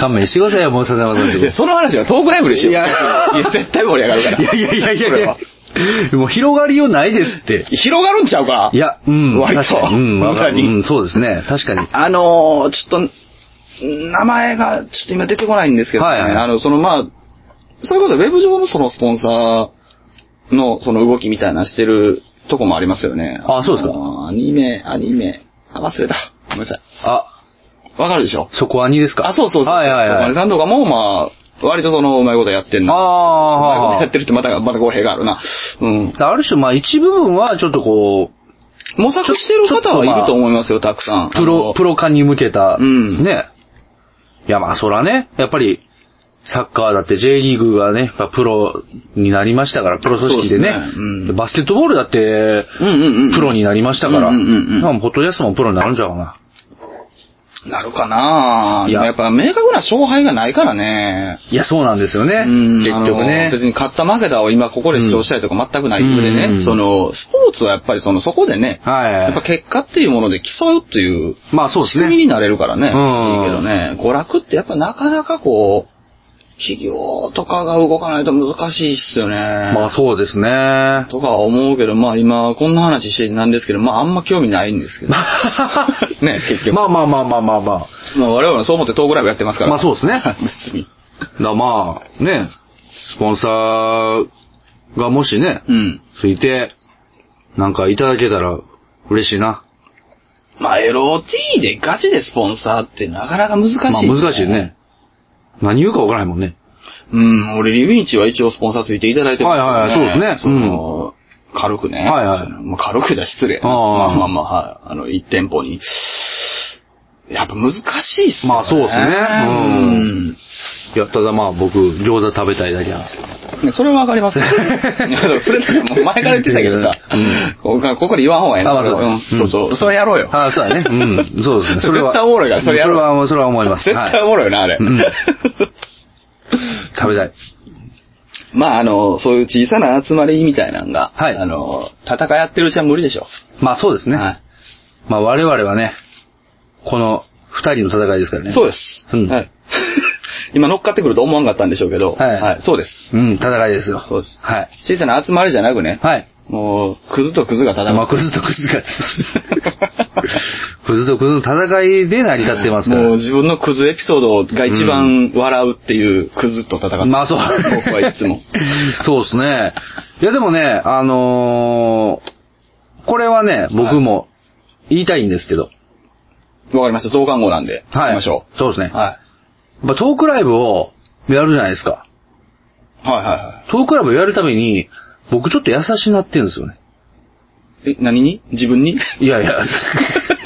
S1: 勘弁してくださいよ、もう笹山さん
S2: いやその話はトークライブでしよ
S1: い
S2: う。い
S1: や
S2: や、絶対盛り上がるから。
S1: いやいやいやい
S2: そ
S1: や
S2: れ
S1: い
S2: は
S1: や。もう広がりようないですって。
S2: 広がるんちゃうか
S1: いや、うん、
S2: 割と
S1: 確かに。うん、わかる。
S2: 無駄に
S1: うん、そうですね。確かに。
S2: あのー、ちょっと、名前がちょっと今出てこないんですけど、ね
S1: はいはい
S2: あの、そのまあ、そういうことでウェブ上のそのスポンサーのその動きみたいなしてるとこもありますよね。
S1: あそうですか
S2: か。アニメ、アニメ。あ、忘れた。ごめんなさい。
S1: あ、
S2: わかるでしょ
S1: そこは2ですか
S2: あ、そうそうそう。
S1: はいはい
S2: そうお
S1: は
S2: 金
S1: い。
S2: さんとかも、まあ、割とその、うまいことやってんの。うまいこ
S1: あ
S2: とや
S1: あ
S2: ってるってまた、また語弊があるな。うん。
S1: ある種、まあ一部分はちょっとこう、
S2: 模索してる方はいると思いますよ、たくさん。
S1: プロ、プ
S2: ロ。
S1: ロ化に向けた、
S2: うん
S1: ね。いや、まあ、そらね、やっぱり、サッカーだって J リーグがね、やっぱプロになりましたから、プロ組織でね。
S2: そうですねうん
S1: でバスケットボールだって、
S2: うんうんうん。
S1: プロになりましたから、
S2: うんうんうんうん
S1: まあポッドキャストもプロになるんじゃうかな。
S2: なるかないい
S1: や
S2: や、やっぱ明確な勝敗がないからね。
S1: いや、そうなんですよね。
S2: うん
S1: 結局
S2: あの
S1: ね。
S2: 別に勝った負けたを今ここで主張したりとか全くないので
S1: うんうんうん
S2: ね、その、スポーツはやっぱりその、そこでね、
S1: はい。
S2: やっぱ結果っていうもので競うっていう、
S1: まあそうです
S2: 仕
S1: ね
S2: 組みになれるからね。
S1: うん
S2: いいけどね、娯楽ってやっぱなかなかこう、企業とかが動かないと難しいっすよね。
S1: まあそうですね。
S2: とかは思うけど、まあ今、こんな話してなんですけど、まああんま興味ないんですけど。 ね、結局。ま
S1: まあまあまあまあまあまあ。
S2: あ、我々はそう思ってトークライブやってますから。
S1: まあそうですね。
S2: 別に。
S1: だまあ、ね、スポンサーがもしね、
S2: うん。
S1: ついて、なんかいただけたら嬉しいな。
S2: まあ LOT でガチでスポンサーってなかなか難しい、
S1: まあ難しい。ね。何言うかわからないもんね。
S2: うん、俺リビンチは一応スポンサーついていただいてますから
S1: はいはいはいそうですね
S2: の軽くね。
S1: はいはい
S2: まあ軽くだ失礼な。
S1: ああ
S2: まあまあまあ、はい。あの、一店舗に。やっぱ難しいっすね。
S1: まあそうですね
S2: うん。
S1: いや、ただまあ僕、餃子食べたいだけなんですけど。
S2: ねそれはわかりますよ。いや それだってもう前から言ってたけどさ、ここここで言わん方がいいな。
S1: あまあそうだ
S2: んそうそう、それやろうよ。
S1: ああ、そうだね。うん。そうですね。それは。
S2: 絶対おもろいからそれやろう
S1: それは、それは思います。
S2: 絶対
S1: は
S2: おもろいよな、あれ。
S1: うんい、食べたい。
S2: まあ、あの、そういう小さな集まりみたいなのが、
S1: はい
S2: あの、戦い合ってるうちは無理でしょ。
S1: まあそうですね。
S2: は
S1: まあ我々はね、この二人の戦いですから
S2: い
S1: ね。
S2: そうです。
S1: うん
S2: はい 今乗っかってくると思わんかったんでしょうけど、
S1: はい
S2: そうです。
S1: うん、戦いですよ。
S2: そうです
S1: はい。
S2: 小さな集まりじゃなくね、
S1: はい。
S2: もう、クズとクズが戦う。
S1: まあ、クズとクズが、 クズとクズの戦いで成り立ってますか
S2: もう
S1: ら。
S2: 自分のクズエピソードが一番笑うっていうクズと戦って、
S1: まあ、そう。
S2: 僕はいつも。。
S1: そうですね。いや、でもね、あのーこれはね、僕も言いたいんですけど。
S2: わかりました。増刊号なんで。
S1: はい。
S2: 行きましょ
S1: そうですね。
S2: う。は
S1: やっぱトークライブをやるじゃないですか。
S2: い。はいはいは
S1: トークライブをやるために、僕ちょっと優しくなってるんですよね。
S2: い。え、何に自 分に
S1: いやい や。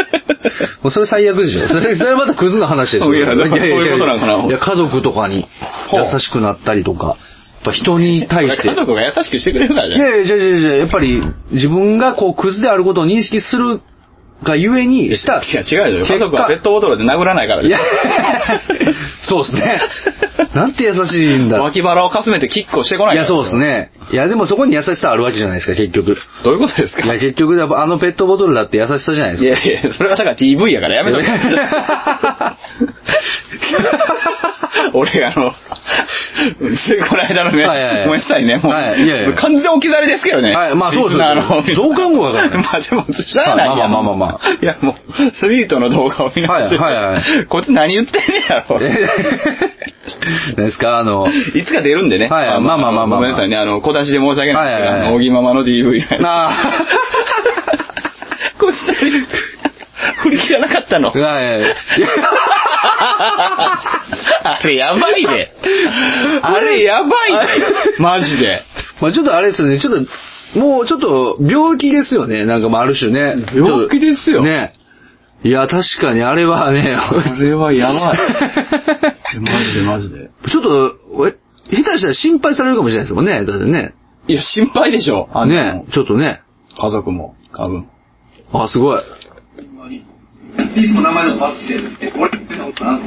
S1: もうそれ最悪でしょ。それ、それまたクズの話ですよ。
S2: いやだからそういうことなのかない
S1: や、家族とかに
S2: ほう
S1: 優しくなったりとか、やっぱ人に対して。
S2: 家族が優しくしてくれるから
S1: い
S2: ね。
S1: やいや、じゃあじゃあじゃあやっぱり自分がこうクズであることを認識するがゆえにした。
S2: いや、違うよ。
S1: 結果
S2: 家族はペットボトルで殴らないから
S1: いや
S2: ね。、
S1: そうです ね。なんて優しいんだ。
S2: 脇腹をかすめてキックをしてこない
S1: い
S2: から
S1: や、そうです。ね。いや、でもそこに優しさあるわけじゃないですか、結 局。
S2: どういうことですか
S1: いや、結局、やっぱあのペットボトルだって優しさじゃないです
S2: い
S1: か。
S2: やいや、それはだから TV やからやめと け。俺、あの、ついこの間のね、
S1: はいはいはい
S2: ごめんなさいね、もう、
S1: はいいやいや
S2: 完全置き去りですけどね。
S1: はいまあそうですよ
S2: あの、
S1: 増刊号だからね
S2: まあでも、知らないやん
S1: まあまあまあまあまあ
S2: いや、もう、スイートの動画を見直して、
S1: はいはいはい
S2: こいつ何言ってんねやろ。
S1: 何ですか、あ の、
S2: いつか出るんでね。
S1: はいはい
S2: の
S1: まあまあまあまあ
S2: ごめんなさいね、あの、小出しで申し訳ないですけど、
S1: はいはいはい
S2: あの、おぎままの DV が
S1: なあ、
S2: こっそり振り切らなかったの
S1: い。やいや
S2: あれやばいね。あれやばいね。マジで。
S1: まあちょっとあれですよね、ちょっと、もうちょっと病気ですよね、なんかまあある種ね。
S2: 病気ですよ
S1: ね。いや、確かにあれはね、
S2: れはやばい。 マジでマジで。
S1: ちょっと、え下手したら心配されるかもしれないですもんね、だってね。
S2: いや、心配でしょ。あんたも
S1: ね、ちょっとね。
S2: 家族も、多分。
S1: あ、すごい。
S4: いつも名前のバツしてる。え、 俺ってなんか、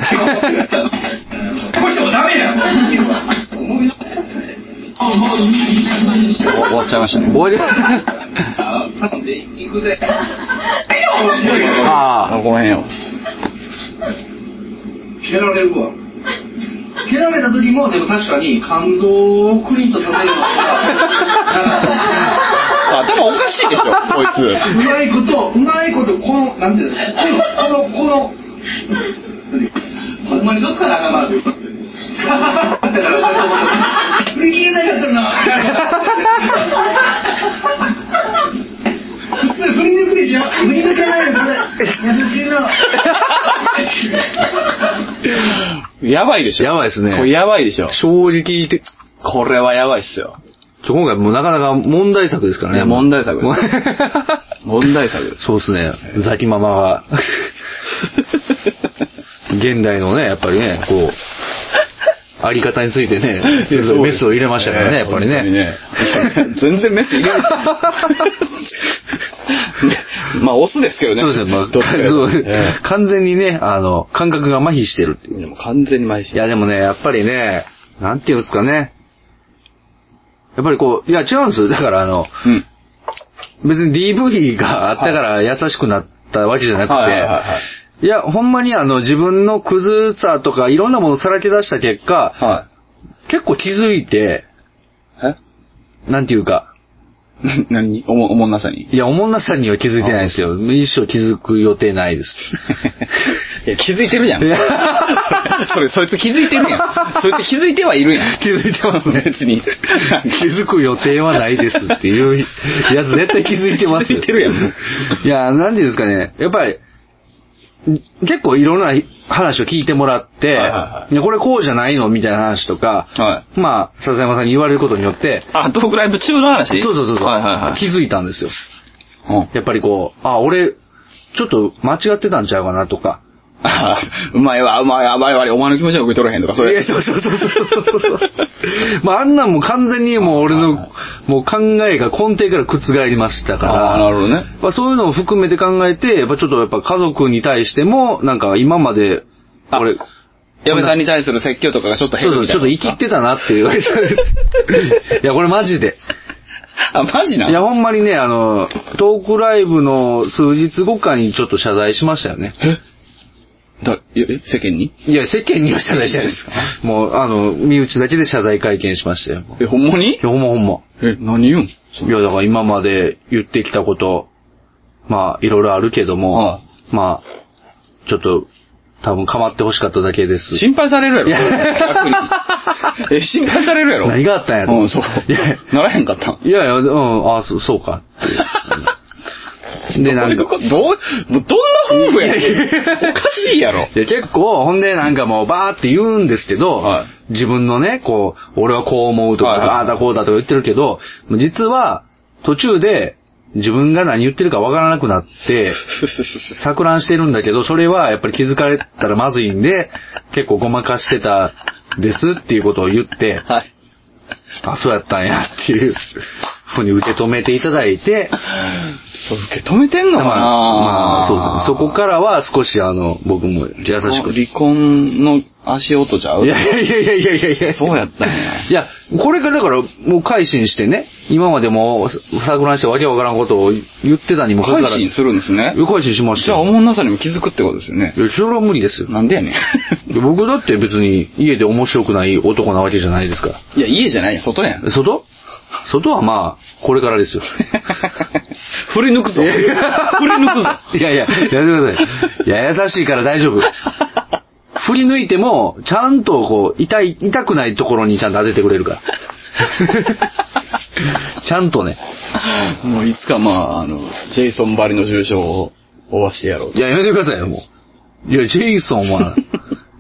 S4: こいつもダメ やん。
S2: 終わっちゃいましたね。
S1: 終わり
S4: あ、頼んで行くぜ。
S1: ああ、
S2: ごめんよ。
S4: 蹴られるわ。蹴られた時も、でも確かに肝臓をクリンとさせるのが、
S2: 頭おかしいでしょ、こいつ。
S4: うまいこと、うまいこと、この、なんていうの、この、この、この、ほんまにどっから仲間だから、振り切れなかったな。普通振り抜くでしょ振り抜かないです。優しいな。
S2: やばいでしょ。
S1: やばいですね
S2: これやばいでしょ。
S1: 正直で、
S2: これはやばいっすよ。
S1: ちょ今回もうなかなか問題作ですから
S2: い
S1: ね。
S2: や問題作です
S1: もう
S2: 問題作です。
S1: そうですね。ザキママが。現代のね、やっぱりね、こう、あり方についてね、メスを入れましたからね、やっぱりね。
S2: 本当にね全然メス入れ ない。まあ、オスですけどね。
S1: そうですね、まあ、
S2: どっち
S1: そ
S2: かと
S1: う
S2: いうとえ
S1: 完全にね、あの、感覚が麻痺してるっていう。
S2: えでも完全に毎
S1: い
S2: 週。
S1: や、でもね、やっぱりね、なんていうんですかね。やっぱりこう、いや、違うんですよ。だからあの、
S2: うん。
S1: 別に DV があったから優しくなったわけじゃなくて、
S2: はいはいはいはい
S1: や、ほんまにあの、自分のクズさとかいろんなものをさらけ出した結果、
S2: は
S1: 結構気づいて、
S2: い。え
S1: なんていうか、
S2: な何におも、おもんな さに。
S1: いや、おもんなさには気づいてないですよ。一生気づく予定ないです。
S2: いや、気づいてるやん。
S1: いや
S2: それ、そいつ気づいてるやん。そいつ気づいてはいるやん。
S1: 気づいてますね
S2: 別に。
S1: 気づく予定はないですっていうやつ絶対気づいてますよ。
S2: 気づいてるやんもう
S1: いや、なんていうんですかね。やっぱり、結構いろんな話を聞いてもらって、
S2: はいはい
S1: やこれこうじゃないのみたいな話とか、
S2: は
S1: まあ、笹山さんに言われることによって、
S2: あ、トークライブ中の話
S1: そうそうそうそう、
S2: はいはいはい。
S1: 気づいたんですよ。
S2: うん
S1: やっぱりこう、あ、俺、ちょっと間違ってたんちゃうかなとか。
S2: あうまいわ、うまいわ、わりわり、お前の気持ちは受け取れへんとか、そう
S1: い
S2: い
S1: や
S2: う。
S1: そうそうそうそうそう そう。まあ、あんなんもう完全にもう俺の、もう考えが根底から覆りましたから。
S2: あーなるほどね。
S1: まあ、そういうのを含めて考えて、やっぱちょっとやっぱ家族に対しても、なんか今まで、
S2: あ
S1: 俺、
S2: 嫁さんに対する説教とかがちょっと
S1: ち
S2: 減
S1: ょ
S2: る
S1: っと、
S2: み
S1: ち
S2: たい
S1: ょっ
S2: な
S1: と生きてたなって言われたん です。いや、これマジで。
S2: あ、マジない
S1: や、ほんまにね、あの、トークライブの数日後かにちょっと謝罪しましたよね。
S2: えだ、え、え世間に
S1: いや、世間には謝罪してないです。もう、あの、身内だけで謝罪会見しましたよ。い
S2: え、ほんまに
S1: や、ほんまほんま。
S2: え、何言うん
S1: いや、だから今まで言ってきたこと、まあ、いろいろあるけども、まあ、ちょっと、多分構ってほしかっただけです。
S2: 心配されるやろ逆に。え、心配されるやろ
S1: 何があったんやと。
S2: うん、そう。
S1: いや
S2: ならへんかったん
S1: いやいや、うん、あ、そうそうかって。で、なんか
S2: ど、ういうことどう、もうどんな夫婦やねんおかしいやろ。
S1: いや結構、ほんでなんかもうバーって言うんですけど、
S2: は
S1: 自分のね、こう、俺はこう思うとか、
S2: はいはい
S1: ああだこうだとか言ってるけど、実は、途中で、自分が何言ってるかわからなくなって、錯乱してるんだけど、それはやっぱり気づかれたらまずいんで、結構ごまかしてたですっていうことを言って、
S2: はい。
S1: あ、そうやったんやっていうふうに受け止めていただい て、
S2: そう、受け止めてんの
S1: ま
S2: か
S1: あ
S2: な、
S1: まあ、そうですね。そこからは少しあの、僕も優しく。
S2: 離婚の足音ちゃう
S1: いやいやいやいやいやいやいや
S2: そうやったんや。
S1: いや、これがだから、もう改心してね、今までも、錯乱してわけわからんことを言ってたにもかかわ
S2: 改
S1: らず。
S2: 心するんですね。
S1: 改心しまし
S2: じ
S1: た
S2: ゃあ、お
S1: よ。
S2: もんなさにも気づくってことですよね
S1: い。や、それは無理ですよ。
S2: なんでや ねん。
S1: 僕だって別に家で面白くない男なわけじゃないですか
S2: いや、家じゃないやん、外やん
S1: ら。。外外はまあ、これからですよ。
S2: 振り抜くぞ。 振り抜くぞ。
S1: いやいや、やめてください。いや、優しいから大丈 夫。振り抜いても、ちゃんとこう、痛い、痛くないところにちゃんと当ててくれるから。 ちゃんとね。
S2: もういつかまあ、あの、ジェイソンばりの重傷を負わしてやろう
S1: い。や、やめてくださいよ、もう。いや、ジェイソンは、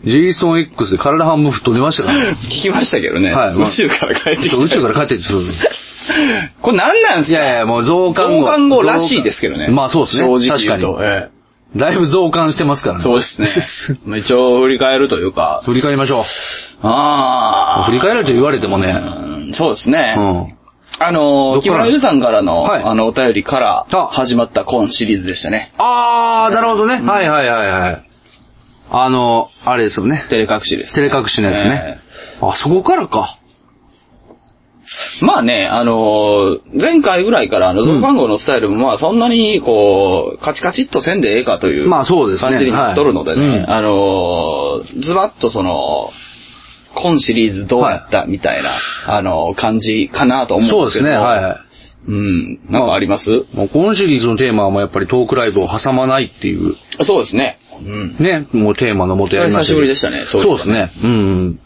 S1: ジェイソン X で体半分吹っ飛んでましたから ね。
S2: 聞きましたけどね。
S1: はい
S2: 宇宙から帰ってき
S1: そ
S2: た。
S1: う宇宙から帰ってきて、そう
S2: これ何なんす
S1: い
S2: か
S1: やいや、もう増刊号。
S2: 増刊号らしいですけどね。
S1: まあそうですね。
S2: 正直
S1: 確か
S2: 言うと。
S1: に。
S2: え
S1: だいぶ増刊してますから
S2: え
S1: ね。
S2: そうですね。 まあ一応振り返るというか、
S1: 振り返りましょう。
S2: ああ。
S1: 振り返ると言われてもね。
S2: うんそうですね
S1: う。ん。
S2: あの
S1: ど
S2: ー、
S1: っか
S2: 木
S1: ら
S2: 村優さんからの、
S1: はい
S2: あの、お便りから
S1: あ
S2: 始まった今シリーズでしたね。
S1: あー、なるほどね。はいはいはいはい。あの、あれですよね。
S2: 照れ隠しです、
S1: 照れ隠しのやつね。あ、そこからか。
S2: まあね、あのー前回ぐらいから、あの、増刊号のスタイルも、まあそんなに、こう、カチカチっとせんでええかという、
S1: まあそうですね
S2: 感じになっとるのでね、
S1: はいうん
S2: あのーズバッとその、今シリーズどうやったみたいな、あのー感じかなと思
S1: そううんで
S2: で
S1: すす
S2: けど。
S1: ね、は
S2: うん。なんかあります、
S1: い。もう今シリーズのテーマはもうやっぱりトークライブを挟まないっていう。
S2: そうですね。うん。
S1: ね、もうテーマのもとやりましたけど
S2: それ久しぶりでしたねそ
S1: そうう
S2: いえば
S1: ですね。うんうん。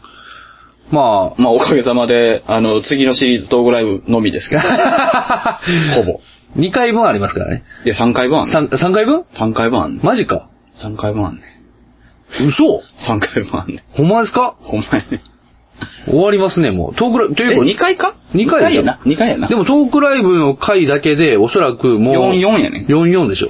S1: ま
S2: まあおかげさまで、あの、次のシリーズトークライブの みですけど、
S1: あ、
S2: ほぼ。
S1: 2回分ありますからね。
S2: いや、3回分あんね。
S1: 3, 三回分
S2: 3回分あんね。
S1: マジか。
S2: 3回分あんね。
S1: 嘘
S2: 3回分あ んね。
S1: ほんまですか
S2: ほんまやね。
S1: 終わりますね、もう。トークライブ、と
S2: え、
S1: い
S2: 2
S1: うか、
S2: 回か
S1: 二回でし
S2: や
S1: ょ
S2: な。2回やな。
S1: でもトークライブの回だけで、おそらくもう、
S2: 44やね
S1: 44でしょ。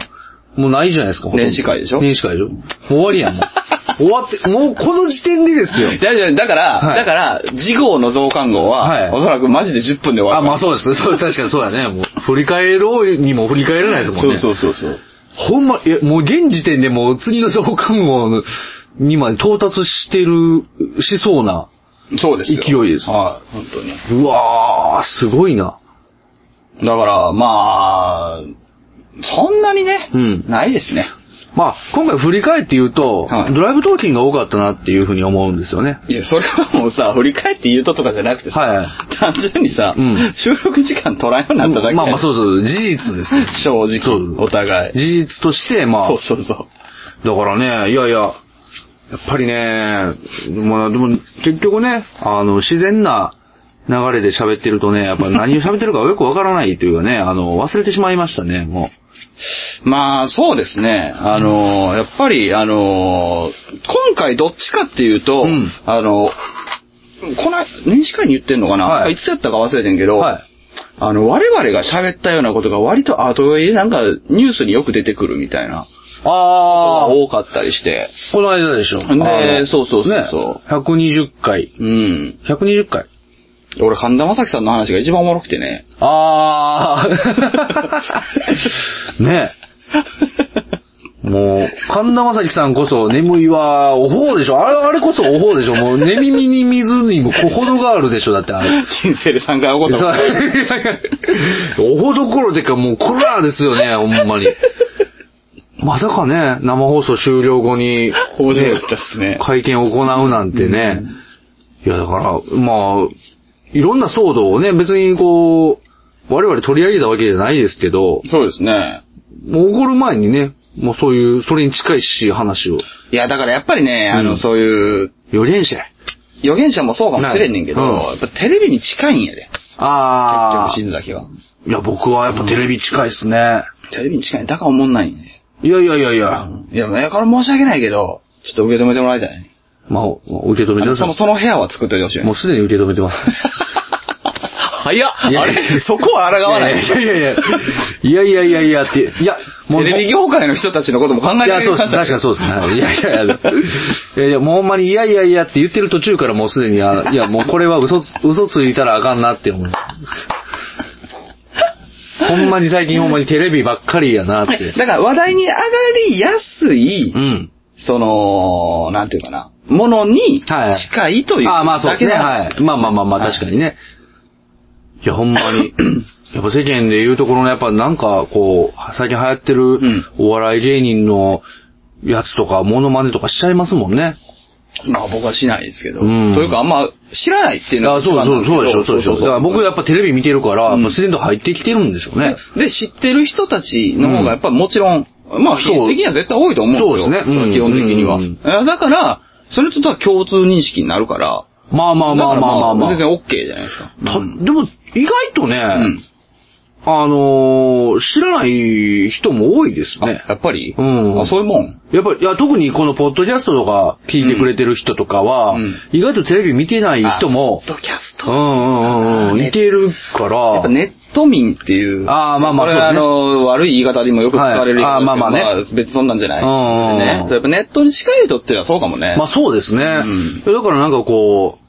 S1: もうないじゃないですか、ほとんど
S2: 年始会でしょ
S1: 年始会でしょ。もう終わりやん、もう。 終わって、もうこの時点でですよ。
S2: 大丈夫、だから、
S1: はい
S2: だから、次号の増刊号は、
S1: はい
S2: おそらくマジで10分で終わ
S1: あ、
S2: る。
S1: まあそうですね。そう確かにそうだね。もう、振り返ろうにも振り返れないですもんね。
S2: そうそうそうそう。
S1: ほんま、いや、もう現時点でもう次の増刊号のにまで到達してる、しそうな。
S2: そうですよ。
S1: 勢いです
S2: はい、本当に。
S1: うわー、すごいな。
S2: だから、まあ、そんなにね、
S1: うん
S2: ないですね。
S1: まあ、今回振り返って言うと、
S2: はい
S1: ドライブトーキングが多かったなっていうふうに思うんですよね。
S2: いや、それはもうさ、振り返って言うととかじゃなくてさ、
S1: はい
S2: 単純にさ、
S1: うん
S2: 収録時間取らんようになっただけ。
S1: まあまあそううそう、事実ですよ。
S2: 正直
S1: そう
S2: お互い
S1: 事実として、まあ、
S2: そうそうそう。
S1: だからね、いやいや、やっぱりね、まあでも結局ね、あの、自然な流れで喋ってるとね、やっぱ何を喋ってるかよくわからないというかね、あの、忘れてしまいましたね、も
S2: まあ、そうですね。あのーやっぱり、あのー今回どっちかっていうと、
S1: うん
S2: あのこの、年始会に言ってんのかな、
S1: はい
S2: い、つやったか忘れてんけど、
S1: う。はい。
S2: あの、我々が喋ったようなことが割と後追いでなんかニュースによく出てくるみたいな、
S1: ああ、
S2: 多かったりして、
S1: この間でしょ。
S2: で
S1: あの
S2: そうそうそうそ
S1: ね、120回。
S2: うん。
S1: 120回。
S2: 俺、神田正輝さんの話が一番おもろくてね。
S1: ああ。 ねもう、神田正輝さんこそ眠いは、おほうでしょあれ、あれこそおほうでしょもう、寝耳に水にも小ほどがあるでしょだってあれ。
S2: 人生で3回起こったことない
S1: そうおほどころでか、もう、こらーですよね、ほんまに。まさかね、生放送終了後に、
S2: 面白かったっすね
S1: 会見を行うなんてね。いや、だから、まあ、いろんな騒動をね、別にこう、我々取り上げたわけじゃないですけど、
S2: そうですね。
S1: もう起こる前にね、もうそういう、それに近いし、話を。
S2: いや、だからやっぱりね、あ
S1: う
S2: の、
S1: ん
S2: そういう、
S1: 予言者や。
S2: 予言者もそうかもしれんねんけど、
S1: は
S2: やっぱテレビに近いんやで。
S1: あ
S2: 死んだ日は。
S1: いや、僕はやっぱテレビ近いっすね。
S2: テレビに近い。だから思んないんやで。
S1: いやいやいやいや。
S2: いや、だから申し訳ないけど、ちょっと受け止めてもらいたい。
S1: まあ、受け止め
S2: あ
S1: てく
S2: の
S1: ださ
S2: そ
S1: い
S2: の、。その部屋は作っといてほしい。
S1: もうすでに受け止めてます。
S2: 早っ あ
S1: いや
S2: れそこは抗わない。
S1: いやいやいや。いやいやいやいやって、いや、もう。
S2: テレビ業界の人たちのことも考え
S1: い
S2: て
S1: や、
S2: あげ
S1: そう
S2: てく
S1: です。
S2: だ
S1: 確
S2: さ
S1: かにそうですね。はいいやいや いや。いやいや、もうほんまに、いやいやいやって言ってる途中からもうすでに、あいや、もうこれは嘘つ、嘘ついたらあかんなって思う。ほんまに最近ほんまにテレビばっかりやなって
S2: い。。だから話題に上がりやすい、
S1: うん。
S2: その、なんていうかな、ものに
S1: はい
S2: 近いという
S1: ああ、まあそうです
S2: だけ
S1: ね。
S2: の
S1: は
S2: 話です
S1: い。まあまあまあまあ、
S2: はい
S1: 確かにね。いや、ほんま に。やっぱ世間で言うところの、やっぱなんか、こう、最近流行って
S2: ん
S1: るお笑い芸人のやつとか、モノマネとかしちゃいますもんね。
S2: まあ僕はしないですけど。
S1: うん
S2: というかあんま知らないっていうの
S1: あ
S2: が
S1: そうそうそうでしょ、そうでしょ。だから僕やっぱテレビ見てるから、
S2: うん
S1: もう自然と入ってきてるんでしょうね。
S2: でで、知ってる人たちの方がやっぱもちろん、まあ、比
S1: そう
S2: 率的には絶対多いと思うんですよ。
S1: そうですねうん
S2: 基本的には。
S1: うんうん
S2: えだから、それとは共通認識になるから。
S1: まあまあまあまあまあまあ。
S2: だから全然 OK じゃないですか。
S1: た
S2: うん
S1: でも、意外とね、
S2: うん
S1: あのー知らない人も多いです
S2: あ
S1: ね。
S2: やっぱり
S1: うん
S2: あ、そういうもん。
S1: やっぱり、いや、特にこのポッドキャストとか聞いてくれてる人とかは、
S2: うん
S1: 意外とテレビ見てない人も、
S2: ポッドキャス
S1: うん
S2: ト。
S1: うんうんうん、
S2: ネ
S1: いてるから、
S2: やっぱネット民っていう。
S1: あーまあまあ
S2: これはあ
S1: そう
S2: の、悪い言い方でもよく使われる言い
S1: はいあ
S2: 方
S1: ーまあまあね
S2: ですけど別にそんなんじゃない。
S1: うんうんうん
S2: ね。やっぱネットに近い人っていうのはそうかもね。
S1: まあそうですね、
S2: ん
S1: いやだからなんかこう、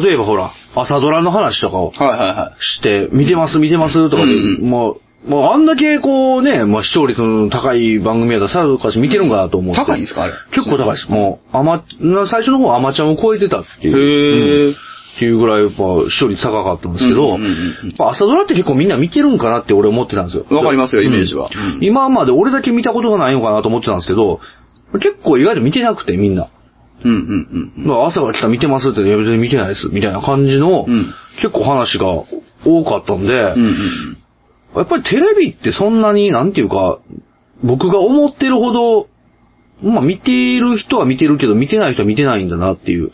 S1: 例えばほら、朝ドラの話とかを
S2: はいはいはい。
S1: して、見てます見てますとかで、
S2: うんうん
S1: もう、もうあんだけこうね、まあ視聴率の高い番組やったらさぞかし見てるんかなと思う。
S2: 高いんですかあれ。
S1: 結構高いです。もう、アマ、最初の方はアマちゃんを超えてたっていう。
S2: へー。
S1: っていうぐらいやっぱ視聴率高かったんですけ
S2: うん
S1: ど、
S2: うんうんうん
S1: やっぱ朝ドラって結構みんな見てるんかなって俺思ってたんですよ。
S2: わかりますよ
S1: うん
S2: イメージはうん
S1: 今まで俺だけ見たことがないのかなと思ってたんですけど、結構意外と見てなくてみんな。
S2: うんうんうん。
S1: まあ朝が来たら見てますって言っていや別に見てないですみたいな感じの、
S2: うん
S1: 結構話が多かったんで、
S2: うんうん。
S1: やっぱりテレビってそんなになんていうか、僕が思ってるほど、まあ見てる人は見てるけど見てない人は見てないんだなっていう。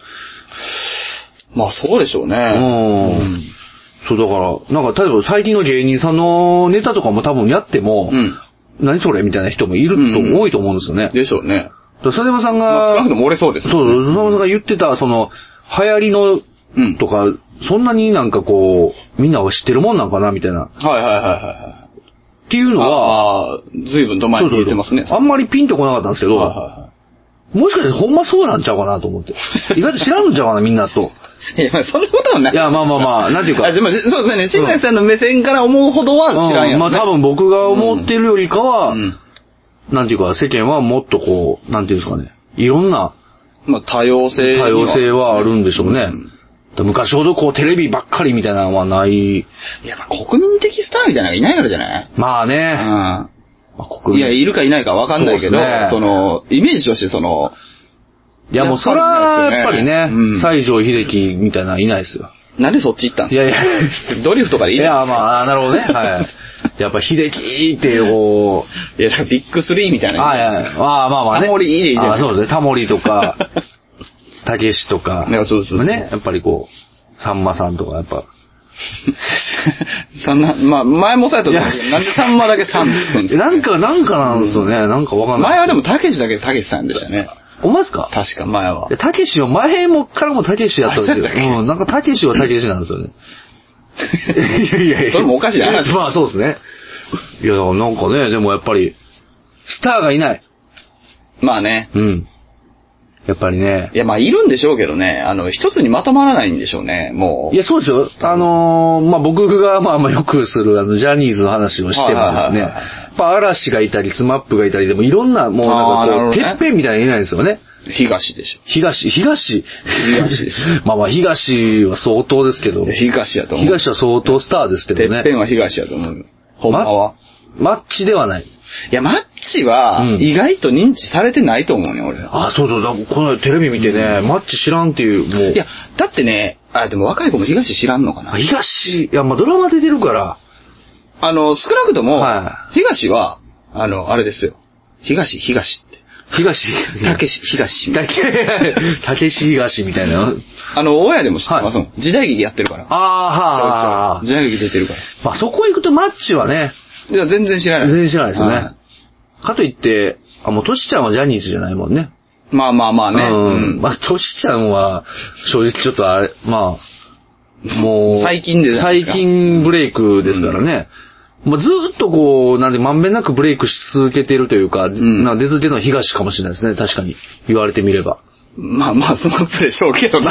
S2: まあそうでしょうね。
S1: うんそう、だから、なんか、例えば最近の芸人さんのネタとかも多分やっても、
S2: うん。
S1: 何それみたいな人もいると、
S2: うん
S1: 多いと思うんですよね。
S2: でしょうね。
S1: だから、佐山さん
S2: まあ少
S1: が、
S2: なくとも折れそうで
S1: そ
S2: す
S1: う、佐山さんが言ってた、その、流行りの
S2: うん。
S1: とか、そんなになんかこう、みんなは知ってるもんなんかなみたいな。
S2: はいはいはいはいはい。
S1: っていうのは、
S2: ああ、随分と前
S1: そう
S2: に
S1: そ
S2: 言
S1: う
S2: ってますね。
S1: そうあんまりピンとこなかったんですけど、
S2: はいはいは
S1: もしかしてほんまそうなんちゃうかなと思って。意外と知らんのちゃうかな、みんなと。
S2: い。いや、まあそんなことはない。
S1: いや、まあまあま あ、なんていうか。
S2: あでも、そうですね。新海さんの目線から思うほどは知らんや
S1: うんま
S2: ろ
S1: あ
S2: ね
S1: 多分僕が思ってるよりかは、
S2: うん。
S1: なんていうか、世間はもっとこう、なんていうんですかね、いろんな
S2: まあ、多様性には。
S1: 多様性はあるんでしょうね。
S2: ん
S1: 昔ほどこうテレビばっかりみたいなのはない。
S2: いや、まあ、国民的スターみたいなのがいないからじゃない
S1: まあね。まあ
S2: うん。
S1: 国
S2: い
S1: 民
S2: や、いるかいないかわかんないけど、
S1: そう
S2: そ,、
S1: ですね
S2: の、イメージとしてその、
S1: いやもうそれはやっぱり
S2: やっぱりないですよねう
S1: ね
S2: ん、
S1: 西城秀樹みたいなのいないですよ。
S2: なんでそっち行ったん
S1: い
S2: です
S1: やいや。
S2: かドリフとかでい
S1: い
S2: いじゃ
S1: や、
S2: ん。
S1: まあ、なるほどね。 はい。やっぱ秀樹ってこう、
S2: いや、だからビッグスリーみたいな。
S1: あいやああ、まあまあね。
S2: タモリいいでいいじゃん
S1: あそうですね。タモリと か、たけしとか。
S2: いやそうそうそう
S1: ね。やっぱりこう、さんまさんとか、やっぱ。
S2: そんな、まあ、前もそうやったと思うけ
S1: い
S2: ど、
S1: や
S2: なんでさんまだけさんつくんですか
S1: なんか、なんかなんですよね。なんかわかんない。
S2: 前はでも、たけしだけたけしさんでしたね。
S1: お前っすか
S2: 確か、前はい
S1: や。たけしは前もからもたけしやったんです
S2: あそうやったっけ
S1: よ。うん。なんかたけしはたけしなんですよね。いやいやいや。
S2: それもおかしい話
S1: まあそうですね。いや、だからなんかね、でもやっぱり、スターがいない。
S2: まあね。
S1: うん。やっぱりね
S2: い。や、まあ、いるんでしょうけどね。あの、一つにまとまらないんでしょうね、もう。
S1: いや、そうですよ。あのーまあ、僕が、まあ、まあ、よくする、あの、ジャニーズの話をしてもです
S2: はいはいはい
S1: ね、
S2: は
S1: や
S2: い
S1: っぱ嵐がいたり、スマップがいたりでも、いろんな、もう
S2: あーなる
S1: なん
S2: ほ
S1: かこう、
S2: ど
S1: て
S2: ね
S1: っぺんみたいにいないですよね。
S2: 東でしょ。
S1: 東、東。
S2: 東です
S1: まあまあ、東は相当ですけど、
S2: 東やと思う。
S1: 東は相当スターですけ
S2: て
S1: ど
S2: っぺ
S1: ね。
S2: んは東やと思う。ほんまは。
S1: マッチではない。
S2: いや、マッチは
S1: うん
S2: 意外と認知されてないと思うね、俺。
S1: あ、そうそう、だからこの間テレビ見てね、マッチ知らんっていう、もう。
S2: いや、だってね、あ、でも若い子も東知らんのか
S1: あ、
S2: な。
S1: 東、いや、まあ、ドラマ出てるから、
S2: あの、少なくとも
S1: は、
S2: 東は、あの、あれですよ。東、東って。
S1: 東、
S2: たけし、東。
S1: たけ、たけし東みたいな。
S2: あの、大家でも知ってますもん。時代劇やってるから。
S1: ああ、はあ
S2: ちょいちょい時代劇出てるから。。
S1: まあ、そこ行くとマッチはね、
S2: いや、全然知らない。
S1: 全然知らないですよ
S2: は
S1: ね。かといって、あ、もう、としちゃんはジャニーズじゃないもんね。
S2: まあまあまあね。
S1: うん。まあ、としちゃんは、正直ちょっとあれ、まあ、もう、
S2: 最近でじゃないです
S1: 最
S2: か
S1: 近ブレイクですからね。まあ、ずーっとこう、なんで、まんべんなくブレイクし続けてるというか、
S2: ん
S1: なんか出続けるのは東かもしれないですね、確かに。言われてみれば。
S2: まあまあ、スマップでしょうけ どね。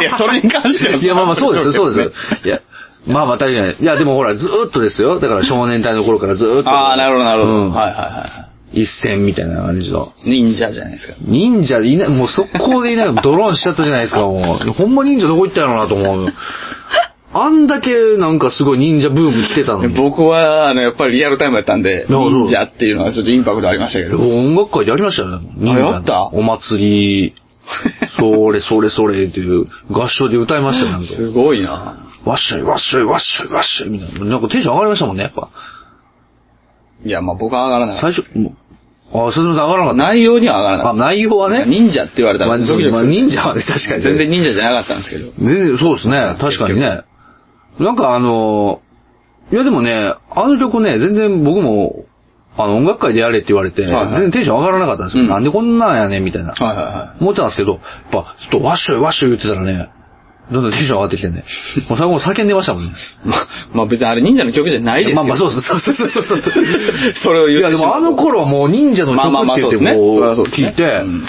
S2: いや、それに関しては。
S1: いや、まあまあ、 そうですよ、そうですよ。いや、まあまあ、確かに。いや、でもほら、ずーっとですよ。だから少年隊の頃からずーっと。
S2: ああ、なるほど、なるほど。
S1: うん
S2: はいはいは
S1: 一戦みたいな感じの。
S2: い。忍者じゃないですか。
S1: 忍者いない、も う速攻でいない、ドローンしちゃったじゃないですか、もう。ほんま忍者どこ行ったのなと思う。あんだけなんかすごい忍者ブーム来てたのに。
S2: 僕は、あの、やっぱりリアルタイムやったんで、
S1: なるほど
S2: 忍者っていうのはちょっとインパクトありましたけど。
S1: 音楽会でやりましたよ、忍者の
S2: あやった
S1: お祭り、それそれそれっていう合唱で歌いましたよ、なんか。
S2: すごいな
S1: わっしょいわっしょいわっしょいわっしょいみたいな。なんかテンション上がりましたもんね、やっぱ。
S2: いや、まあ僕は上がらなか
S1: 最
S2: っ
S1: 初、もうあ、それでも上がらなか
S2: た。
S1: った。
S2: 内容には上がらなか
S1: あ、
S2: っ
S1: 内容は
S2: た。
S1: ね。
S2: 忍者って言われた
S1: まあ
S2: らドキドキ
S1: まあ
S2: する。
S1: 忍者はね確かに
S2: 全然忍者じゃなかったんですけど。
S1: ねそうですね。確かにね。なんかあの、いやでもね、あの曲ね、全然僕も、あの、音楽会でやれって言われて、
S2: はいはい
S1: 全然テンション上がらなかったんですよ。
S2: うん
S1: なんでこんなんやねんみたいな。
S2: はいはいは
S1: 思ってたんですけど、やっぱ、ちょっとワッショイワッショイ言ってたらね、どんどんテンション上がってき てね。もう最後も叫んでましたもんね。
S2: い。まあ、まあ別にあれ忍者の曲じゃないですけ
S1: まあ
S2: ど。
S1: まあそうです。そうそうそうそう。
S2: それを言
S1: い
S2: って
S1: やで
S2: しまう
S1: もあの頃はもう忍者の
S2: まあまあま
S1: 曲
S2: あ
S1: って言っても
S2: そうですねそれはそうです
S1: 聞
S2: ね
S1: いて
S2: うん、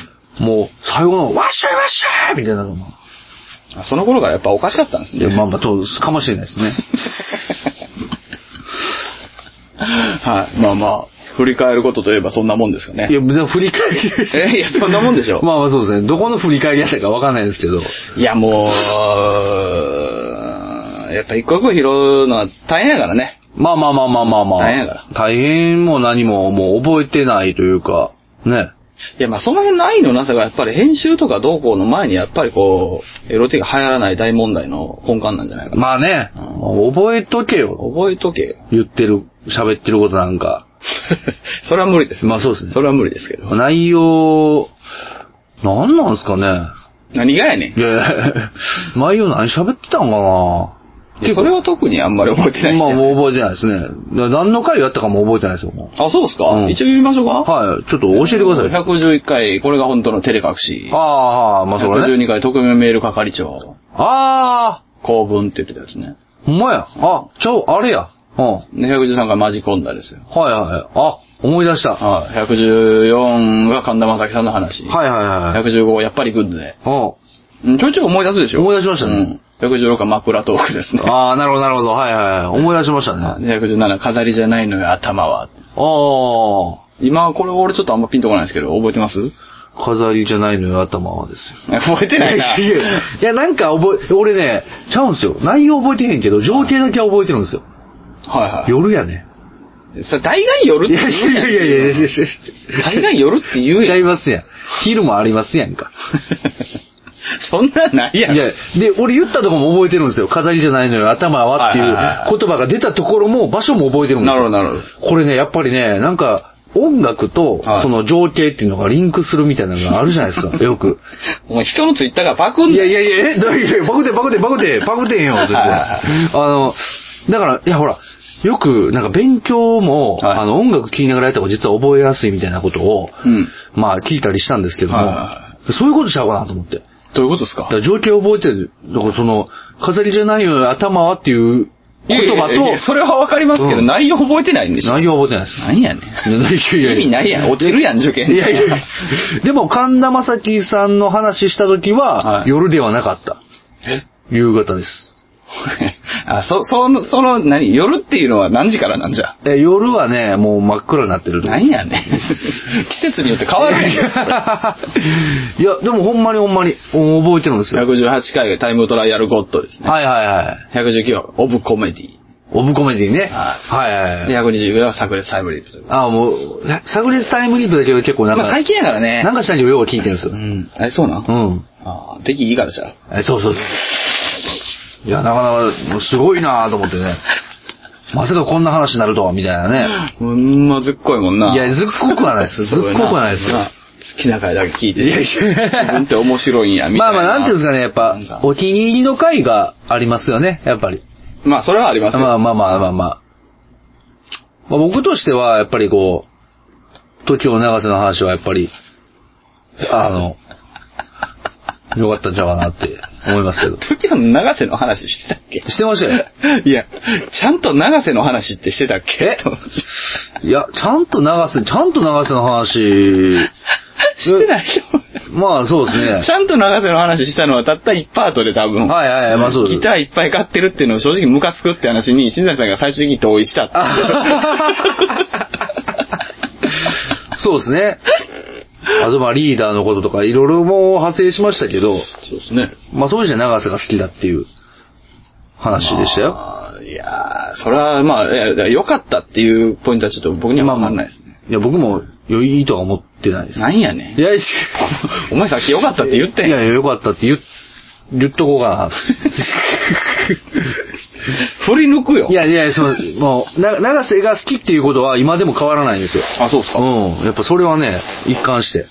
S1: もう最後のワッショイワッショイみたいなのも。
S2: あその頃からやっぱおかしかったんです
S1: い
S2: ね。
S1: や、まあまあ、そうかもしれないですね。
S2: はい。まあまあ、振り返ることといえばそんなもんですかね。
S1: いや、でも振り返りです。
S2: えいや、そんなもんでしょ。
S1: まあまあそうですね。どこの振り返りだったかわかんないですけど。
S2: いや、もう、やっぱ一個一個拾うのは大変やからね。
S1: まあまあまあまあまあまあ。
S2: 大変やか
S1: 大変も何ももう覚えてないというか、ね。
S2: いや、まあその辺の愛のなさがやっぱり編集とかどうこうの前にやっぱりこう、エロティが流行らない大問題の根幹なんじゃないかな。
S1: まあね、覚えとけよ。
S2: 覚えとけよ。
S1: 言ってる、喋ってることなんか。
S2: それは無理です。
S1: まあそうですね
S2: それは無理ですけど。
S1: 内容、何なんすかね。
S2: 何がやねん。
S1: いや、 内容何喋ってたんかない
S2: やそれは特にあんまり覚えてないんじ
S1: ま
S2: ゃ
S1: あ
S2: ん
S1: もう覚えてないですね。だから何の回やったかも覚えてないですよ、も
S2: あ、そうですか、
S1: うん
S2: 一応見ましょう
S1: う
S2: か
S1: はい。ちょっと教えてください。
S2: 111回、これが本当の照れ隠し。
S1: ああ、まあそれね。
S2: 112回、匿名メール係長。
S1: ああ、
S2: 公文って言ってたやつね。
S1: ほんまや。あ、ちょ、あれや。うん。はい
S2: で113回マジコンダですよ。
S1: はいはい。あ、思い出した。は
S2: はい。114が神田正輝さんの話。
S1: いはいはい。
S2: 115、やっぱりグッズで。
S1: うん。
S2: うんちょいちょい思い出すでしょ
S1: 思い出しましたね。
S2: うん。116が枕トークですね。
S1: ああ、なるほどなるほど。はいはい。思い出しましたね。あ
S2: 117、飾りじゃないのよ、頭
S1: あ
S2: は。今、これ俺ちょっとあんまピンとこないんですけど、覚えてます
S1: ー、飾りじゃないのよ、頭はですよ。
S2: 覚えて ない
S1: い
S2: な。
S1: やいや、なんか覚え、俺ね、ちゃうんすよ。内容覚えてへんけど、情景だけは覚えてるんですよ。
S2: はいはい。
S1: 夜やね。
S2: それ大概夜っ
S1: い
S2: て
S1: やい
S2: 言うや
S1: や
S2: ん
S1: いやいやいやいや。
S2: 大概夜って言 う
S1: ちゃ
S2: や
S1: い
S2: ん。
S1: ますやん。昼もありますやんか。
S2: そんなんないやん。
S1: いや、で、俺言ったとこも覚えてるんですよ。飾りじゃないのよ、頭はっていう
S2: はいはいはい
S1: 言葉が出たところも場所も覚えてるんです
S2: なるほ
S1: よ。
S2: ど、なるほど。
S1: これね、やっぱりね、なんか、音楽と
S2: はい、
S1: その情景っていうのがリンクするみたいなのがあるじゃない ですか、よく。
S2: お前人のツイッターがパクん
S1: いや
S2: だ
S1: いやいや、え、だいやいや、パクってパクってパクって、パクってん よ、絶対。あの、だから、いやほら、よく、なんか勉強も、
S2: はい
S1: あの、音楽聴きながらやった方が実は覚えやすいみたいなことを、
S2: うん
S1: まあ聞いたりしたんですけども、
S2: はいは
S1: そういうことちゃうかなと思って。
S2: どういうことですか
S1: だから情景を覚えてる。だからその、飾りじゃないよ、頭はっていう
S2: い
S1: 言
S2: やい
S1: 葉
S2: やいやいや
S1: と、
S2: それはわかりますけど、
S1: うん
S2: 内容覚えてないんでしょ
S1: 内容は覚えてないです。
S2: 何やね
S1: い
S2: ん。意味ないやん。落ちるやん、受験。
S1: いやいや。でも、神田正輝さんの話した時は、
S2: はい
S1: 夜ではなかった。夕方です。
S2: あ、そ、その、その、何夜っていうのは何時からなんじゃ。
S1: え夜はね、もう真っ暗になってると思う
S2: 何やねん。 季節によって変わるやん。
S1: いや、でもほんまにほんまに、お覚えてるんですよ。
S2: 118回がタイムトライアルゴッドですね。
S1: はいはいはい。
S2: 119はオブコメディ。
S1: オブコメディね。
S2: は
S1: はいはいはい。
S2: 220秒は炸裂タイムリープという。
S1: ああ、もう、サグレスタイムリープだけど結構なんか、
S2: まあ最近やからね。
S1: なんかしたによう聞いてるんですよ
S2: う。ん。え、そうなん
S1: うん。
S2: ああ、出来いいからじゃあ。
S1: えそうそうそう。いや、なかなか、もうすごいなぁと思ってね。まさかこんな話になるとは、みたいなね。
S2: ほんまずっこいもんな。
S1: いや、ずっこくはない ですよ。ずっこくはないですよ。
S2: まあ好きな回だけ聞いて。
S1: いやいや
S2: 自分って面白いんや、み
S1: ま
S2: た
S1: あ
S2: いな。
S1: まあ、なんていうんですかね、やっ
S2: なん
S1: ぱ、
S2: か
S1: お気に入りの回がありますよね、やっぱり。
S2: まあ、それはありますよ。
S1: まあまあまあまあまあ。まあ、僕としては、やっぱりこう、時を流せの話はやっぱり、あの、よかったんちゃうかなって思いますけど。
S2: 時の長瀬の話してたっけ
S1: してましたよ。
S2: いや、ちゃんと長瀬の話ってしてたっけ
S1: え
S2: と思って
S1: いや、ちゃんと流す、ちゃんと流すの話、
S2: してないと思う
S1: まあそうですね
S2: ち。ゃんと長瀬の話したのはたった1パートで多分。
S1: はいはいまあそうです
S2: ギターいっぱい買ってるっていうのを正直ムカつくって話に、新崎さんが最終的に同意したっていう
S1: そうですね。あとまあリーダーのこととかいろいろもう派生しましたけど、
S2: そうですね。
S1: まあそうじゃ長瀬が好きだっていう話でしたよ。
S2: あーいやー、それはまあ、いやいや良かったっていうポイントはちょっと僕には分かんないですね。
S1: いや僕も良いとは思ってないです。
S2: なんやね
S1: い
S2: ん。
S1: や、 い
S2: お前さっき良かったって言って
S1: や
S2: ん
S1: い
S2: やん
S1: や、よかったって言っ、言っとこう か
S2: 振り抜くよ。
S1: な。いやいや、その、もう、な長瀬が好きっていうことは今でも変わらないんですよ。
S2: あ、そうっすか。
S1: うん。やっぱそれはね、一貫して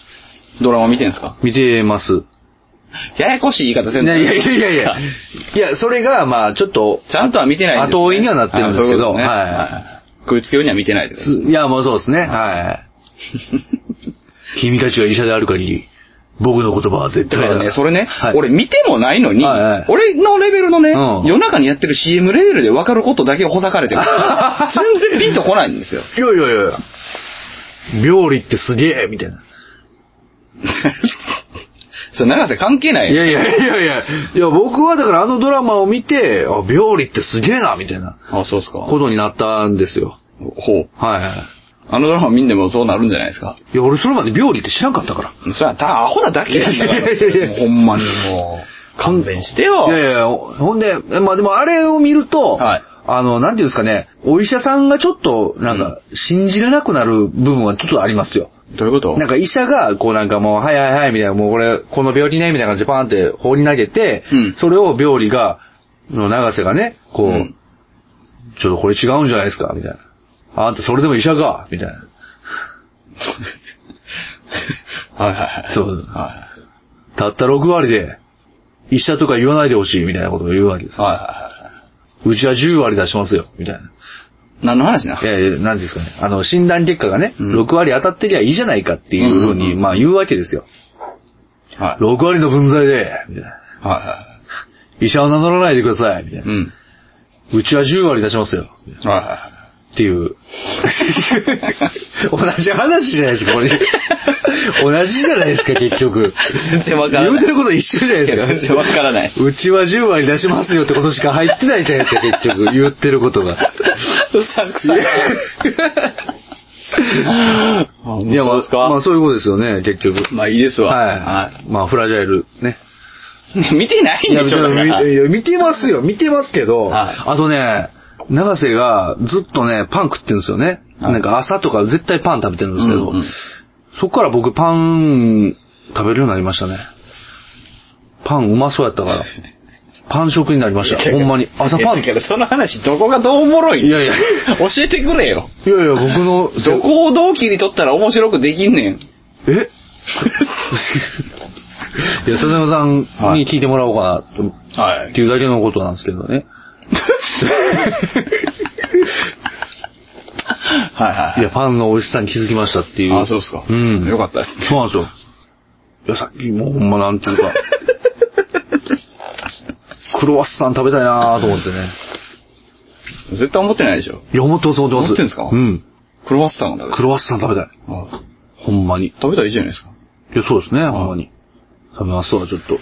S2: ドラマ見てんすか
S1: 見てます。
S2: ややこしい言い方せん
S1: い
S2: と
S1: やいやいやいやいや。いや、それが、まあ、ちょっと、
S2: ちゃんとは見てないですね
S1: 後追いにはなってるんですけど
S2: あそういうことね
S1: はい
S2: はい。食いつけようには見てないです。
S1: すいや、もうそうですね。はい。 君たちが医者である限り、僕の言葉は絶
S2: だ
S1: 対
S2: から
S1: だ。
S2: ね、それね、
S1: はい、
S2: 俺見てもないのに、
S1: はいはい
S2: 俺のレベルのね、
S1: うん
S2: 夜中にやってる CM レベルで分かることだけをほざかれ てる。全然ピンとこないんですよ。
S1: いやいやいやいや病理ってすげえみたいな。
S2: それ長瀬関係ない
S1: いやいやいやいや、いや、僕はだからあのドラマを見て、あ、病理ってすげえな、みたいな
S2: あ、そうっすか。
S1: ことになったんですよ。
S2: ほう。
S1: はいはい。
S2: あのドラマ見んでもそうなるんじゃないですか。
S1: いや、俺それまで病理って知らんかったから。
S2: そりゃ、たアホなだけやんだから
S1: いやいやいや
S2: ほんまにもう。勘弁してよ。
S1: いやいやいや、ほんで、えまあでもあれを見ると、
S2: はい
S1: あの、なんていうんですかね、お医者さんがちょっと、なんか、信じれなくなる部分はちょっとありますよ。
S2: どういうこと
S1: なんか医者が、こうなんかもう、はいはいはい、みたいな、もうこれ、この病気ね、みたいな感じでパーンって放り投げて、
S2: うん
S1: それを病理が、の長瀬がね、こう、
S2: うん
S1: ちょっとこれ違うんじゃないですか、みたいな。あんたそれでも医者か、みたいな。
S2: はいはいはい。
S1: そう
S2: は
S1: たった6割で、医者とか言わないでほしい、みたいなことを言うわけです
S2: い。。はいはいは
S1: うちは10割出しますよ、みたいな。
S2: い。何の話ない
S1: やいや、なんていうんですかね。あの、診断結果がね、
S2: うん
S1: 6割当たってりゃいいじゃないかっていうふう
S2: うんうん
S1: に、
S2: うん
S1: まあ言うわけですよ。
S2: はい。
S1: 6割の分際で、みたいな。
S2: はいは
S1: 医者を名乗らないでください、みたい
S2: い。う
S1: な。
S2: ん。
S1: うちは10割出しますよ、
S2: はいはい。
S1: って いう。同じ話じゃないですか、これ。同じじゃないですか、結局。
S2: 全然わから
S1: 言う
S2: ない。
S1: てること一緒じゃないですか。
S2: いや全然わからない。
S1: うちは10割出しますよってことしか入ってないじゃないですか、結局。言ってることが。
S2: うさんくさいな。
S1: いや、ま
S2: ま
S1: あ、まあ
S2: あ、
S1: そういうことですよね、結局。
S2: まあいいですわ。
S1: はい。まあ、フラジャイル、ね。
S2: い。見てないんでしょ、だから
S1: いや見てますよ、見てますけど、
S2: はい
S1: あとね、長瀬がずっとね、パン食ってるんですよね。
S2: はい
S1: なんか朝とか絶対パン食べてるんですけど、
S2: うんうん
S1: そっから僕パン食べるようになりましたね。パンうまそうやったから。パン食になりました。ほんまに。朝パン。
S2: いやだ
S1: い
S2: からその話、どこがどうおもろいの
S1: やいや、い
S2: 教えてくれよ。
S1: やいや、僕の、
S2: どこをどう切り取ったら面白くできんねん。
S1: え いや、笹山さんに聞いてもらおうかなと、
S2: は
S1: っ。ていうだけのことなんですけどね。
S2: はいはい。
S1: いや、パンの美味しさに気づきましたっていう。
S2: あ、そうですか。
S1: うん。
S2: よかったですね。
S1: そうなんですよ。いや、さっきもうほんまなんていう か。クロワッサン食べたいなと思ってね。
S2: 絶対思ってないでしょ。
S1: いや、思ってます、思ってます。
S2: 思ってんすか
S1: うん。
S2: クロワッサンが食
S1: ク
S2: べ
S1: ロワッサン食べたい。
S2: あ
S1: ほんまに。い
S2: 食べたらいいじゃないですか。
S1: や、そうですね、ほんまに。食べますわ、ちょっと。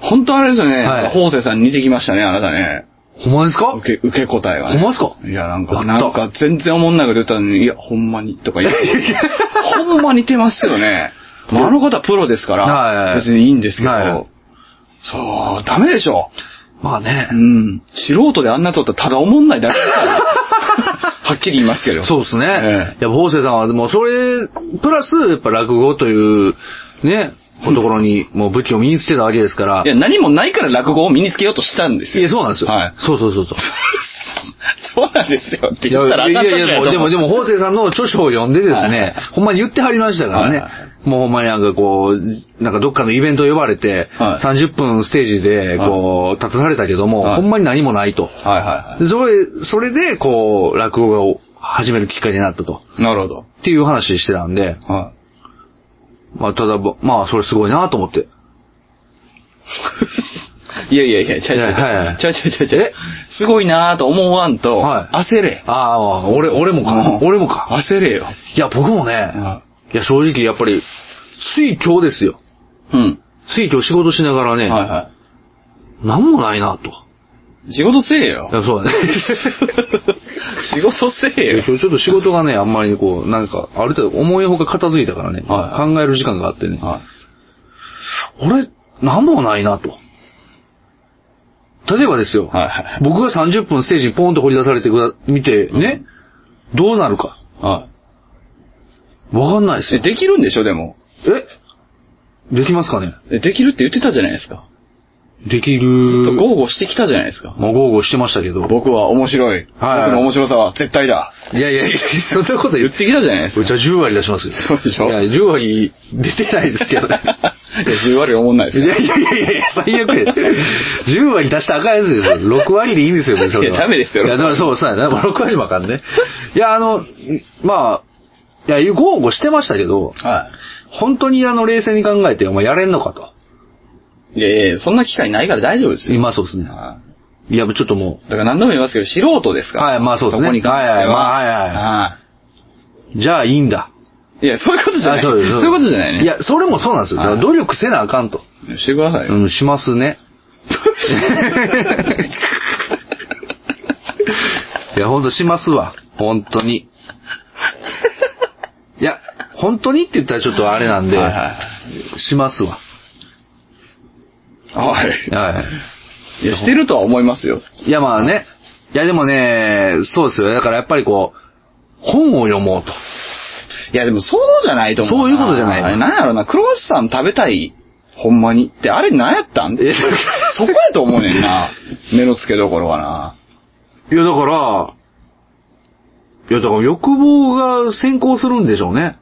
S2: 本当あれですよね。
S1: はい
S2: 法政さんに似てきましたね、あなたね。
S1: ほんまですか
S2: 受け、受け答えが、ね。
S1: ほんまっすか
S2: いや、なん
S1: や
S2: か、
S1: った
S2: なんか、全然思んないこと言ったのに、いや、ほんまに、とか言って。ほんま似てますよね。まあ、あの方はプロですか
S1: はいはい
S2: ら、別にいいんですけ
S1: はい
S2: ど、そう、ダメでしょ。
S1: まあね
S2: う。ん。素人であんなとったらただ思んないだけで すからねはっきり言いますけど。
S1: そう
S2: う。
S1: ですね。
S2: ええ
S1: いや、法政さんは、もうそれ、プラス、やっぱ落語という、ね、ところに、もう武器を身につけたわけですから。
S2: いや、何もないから落語を身につけようとしたんです
S1: い
S2: よ。
S1: やそうなんですよ。
S2: はい。
S1: そうそうそうそう。
S2: そうなんですよって
S1: い
S2: 言
S1: や
S2: ったらあ
S1: い
S2: かん
S1: やいや、もうでも、でも、
S2: も、
S1: 法政さんの著書を読んでです
S2: はい
S1: ね、ほんまに言ってはりましたから
S2: はい
S1: ね
S2: は。
S1: もうほんまになんかこう、なんかどっかのイベント呼ばれて、
S2: はい
S1: 30分ステージで、こう、立たされたけども、
S2: はい
S1: ほんまに何もないと。
S2: はいは
S1: でそれ、それで、こう、落語を始めるきっかけになったと。
S2: い。なるほど。
S1: っていう話してたんで、
S2: は
S1: まあ、ただ、まあ、それすごいなと思って。
S2: い。いやいやいや、ちゃいちゃい
S1: いやはいはい
S2: ちゃいちゃいちゃいちゃいすごいなぁと思わんと、
S1: は
S2: 焦れ。
S1: ああ、俺、俺もか。
S2: うん
S1: 俺もか。
S2: 焦れよ。
S1: いや、僕もね、いや、正直、やっぱり、つい今日ですよ。
S2: うん。
S1: つい今日仕事しながら
S2: は
S1: ね、
S2: いは
S1: なんもないなと。
S2: い。仕事せえよ
S1: い。や、そうだね。
S2: 仕事せえ
S1: いや
S2: よ。
S1: 今日ちょっと仕事がね、あんまりこう、なんか、ある程度思いのほか片付いたからね、
S2: は
S1: 考える時間があってね、
S2: は
S1: 俺、なんもないなと。例えばですよ、
S2: いはいはい。
S1: 僕が30分ステージにポンと掘り出されてくだ、見て、ね、どうなるか、
S2: は
S1: わかんないです
S2: い。え、
S1: よ。
S2: できるんでしょ、でも。
S1: えできますかね
S2: えできるって言ってたじゃないですか。
S1: でき
S2: ずっと
S1: る。
S2: 豪語してきたじゃないですか。
S1: もう豪語してましたけど。
S2: 僕は面白い。僕
S1: はい
S2: の面白さは絶対だ。
S1: いやいやいや、そんなこと言
S2: 言
S1: っ。
S2: っててきたじゃないです
S1: う
S2: か。
S1: ちは10割出しますよ。
S2: そうでしょ
S1: いや、10割出てないですけどね。
S2: いや、10割思んない
S1: い
S2: です
S1: やいやいやいやいや、最悪や。10割出したらあかんやつですよ。6割でいいんですよ、別に
S2: いやダメですよ
S1: いや、だからそう、そうやな。6割もあかんね。いや、あの、まあ、いや、豪語してましたけど、
S2: は
S1: 本当にあの、冷静に考えて、お前やれんのかと。
S2: い。いやいや、そんな機会ないから大丈夫ですよ。
S1: まあそうですね。
S2: はい
S1: や、ちょっとも
S2: いだから何度も言いますけど、素人ですから。
S1: はいまあそうですね
S2: そこに関しては。
S1: はいはいまあはい
S2: は
S1: う、じゃあいいんだ。
S2: い。いや、そういうことじゃない。
S1: あ
S2: そう
S1: です
S2: いうことじゃないね。
S1: い、や、それもそうなんですよ。だから
S2: はい
S1: 努力せなあかんと。
S2: してくださいよ。
S1: うん、します ね。いや、ほんとしますわ。本当に。いや、本当にって言ったらちょっとあれなんで、
S2: はいはい
S1: しますわ。
S2: はい。はい。
S1: はい
S2: や、してるとは思いますよ。
S1: い。いや、まあね。いや、でもね、そうですよ。だからやっぱりこう、本を読もうと。
S2: いや、でもそうじゃないと思うな。
S1: そういうことじゃない
S2: あれなんやろな、クロワッサン食べたい、ほんまに。って、あれなんやったん
S1: え
S2: そこやと思うねん な。目の付けどころはな。
S1: いや、だから、いや、だから欲望が先行するんでしょうね。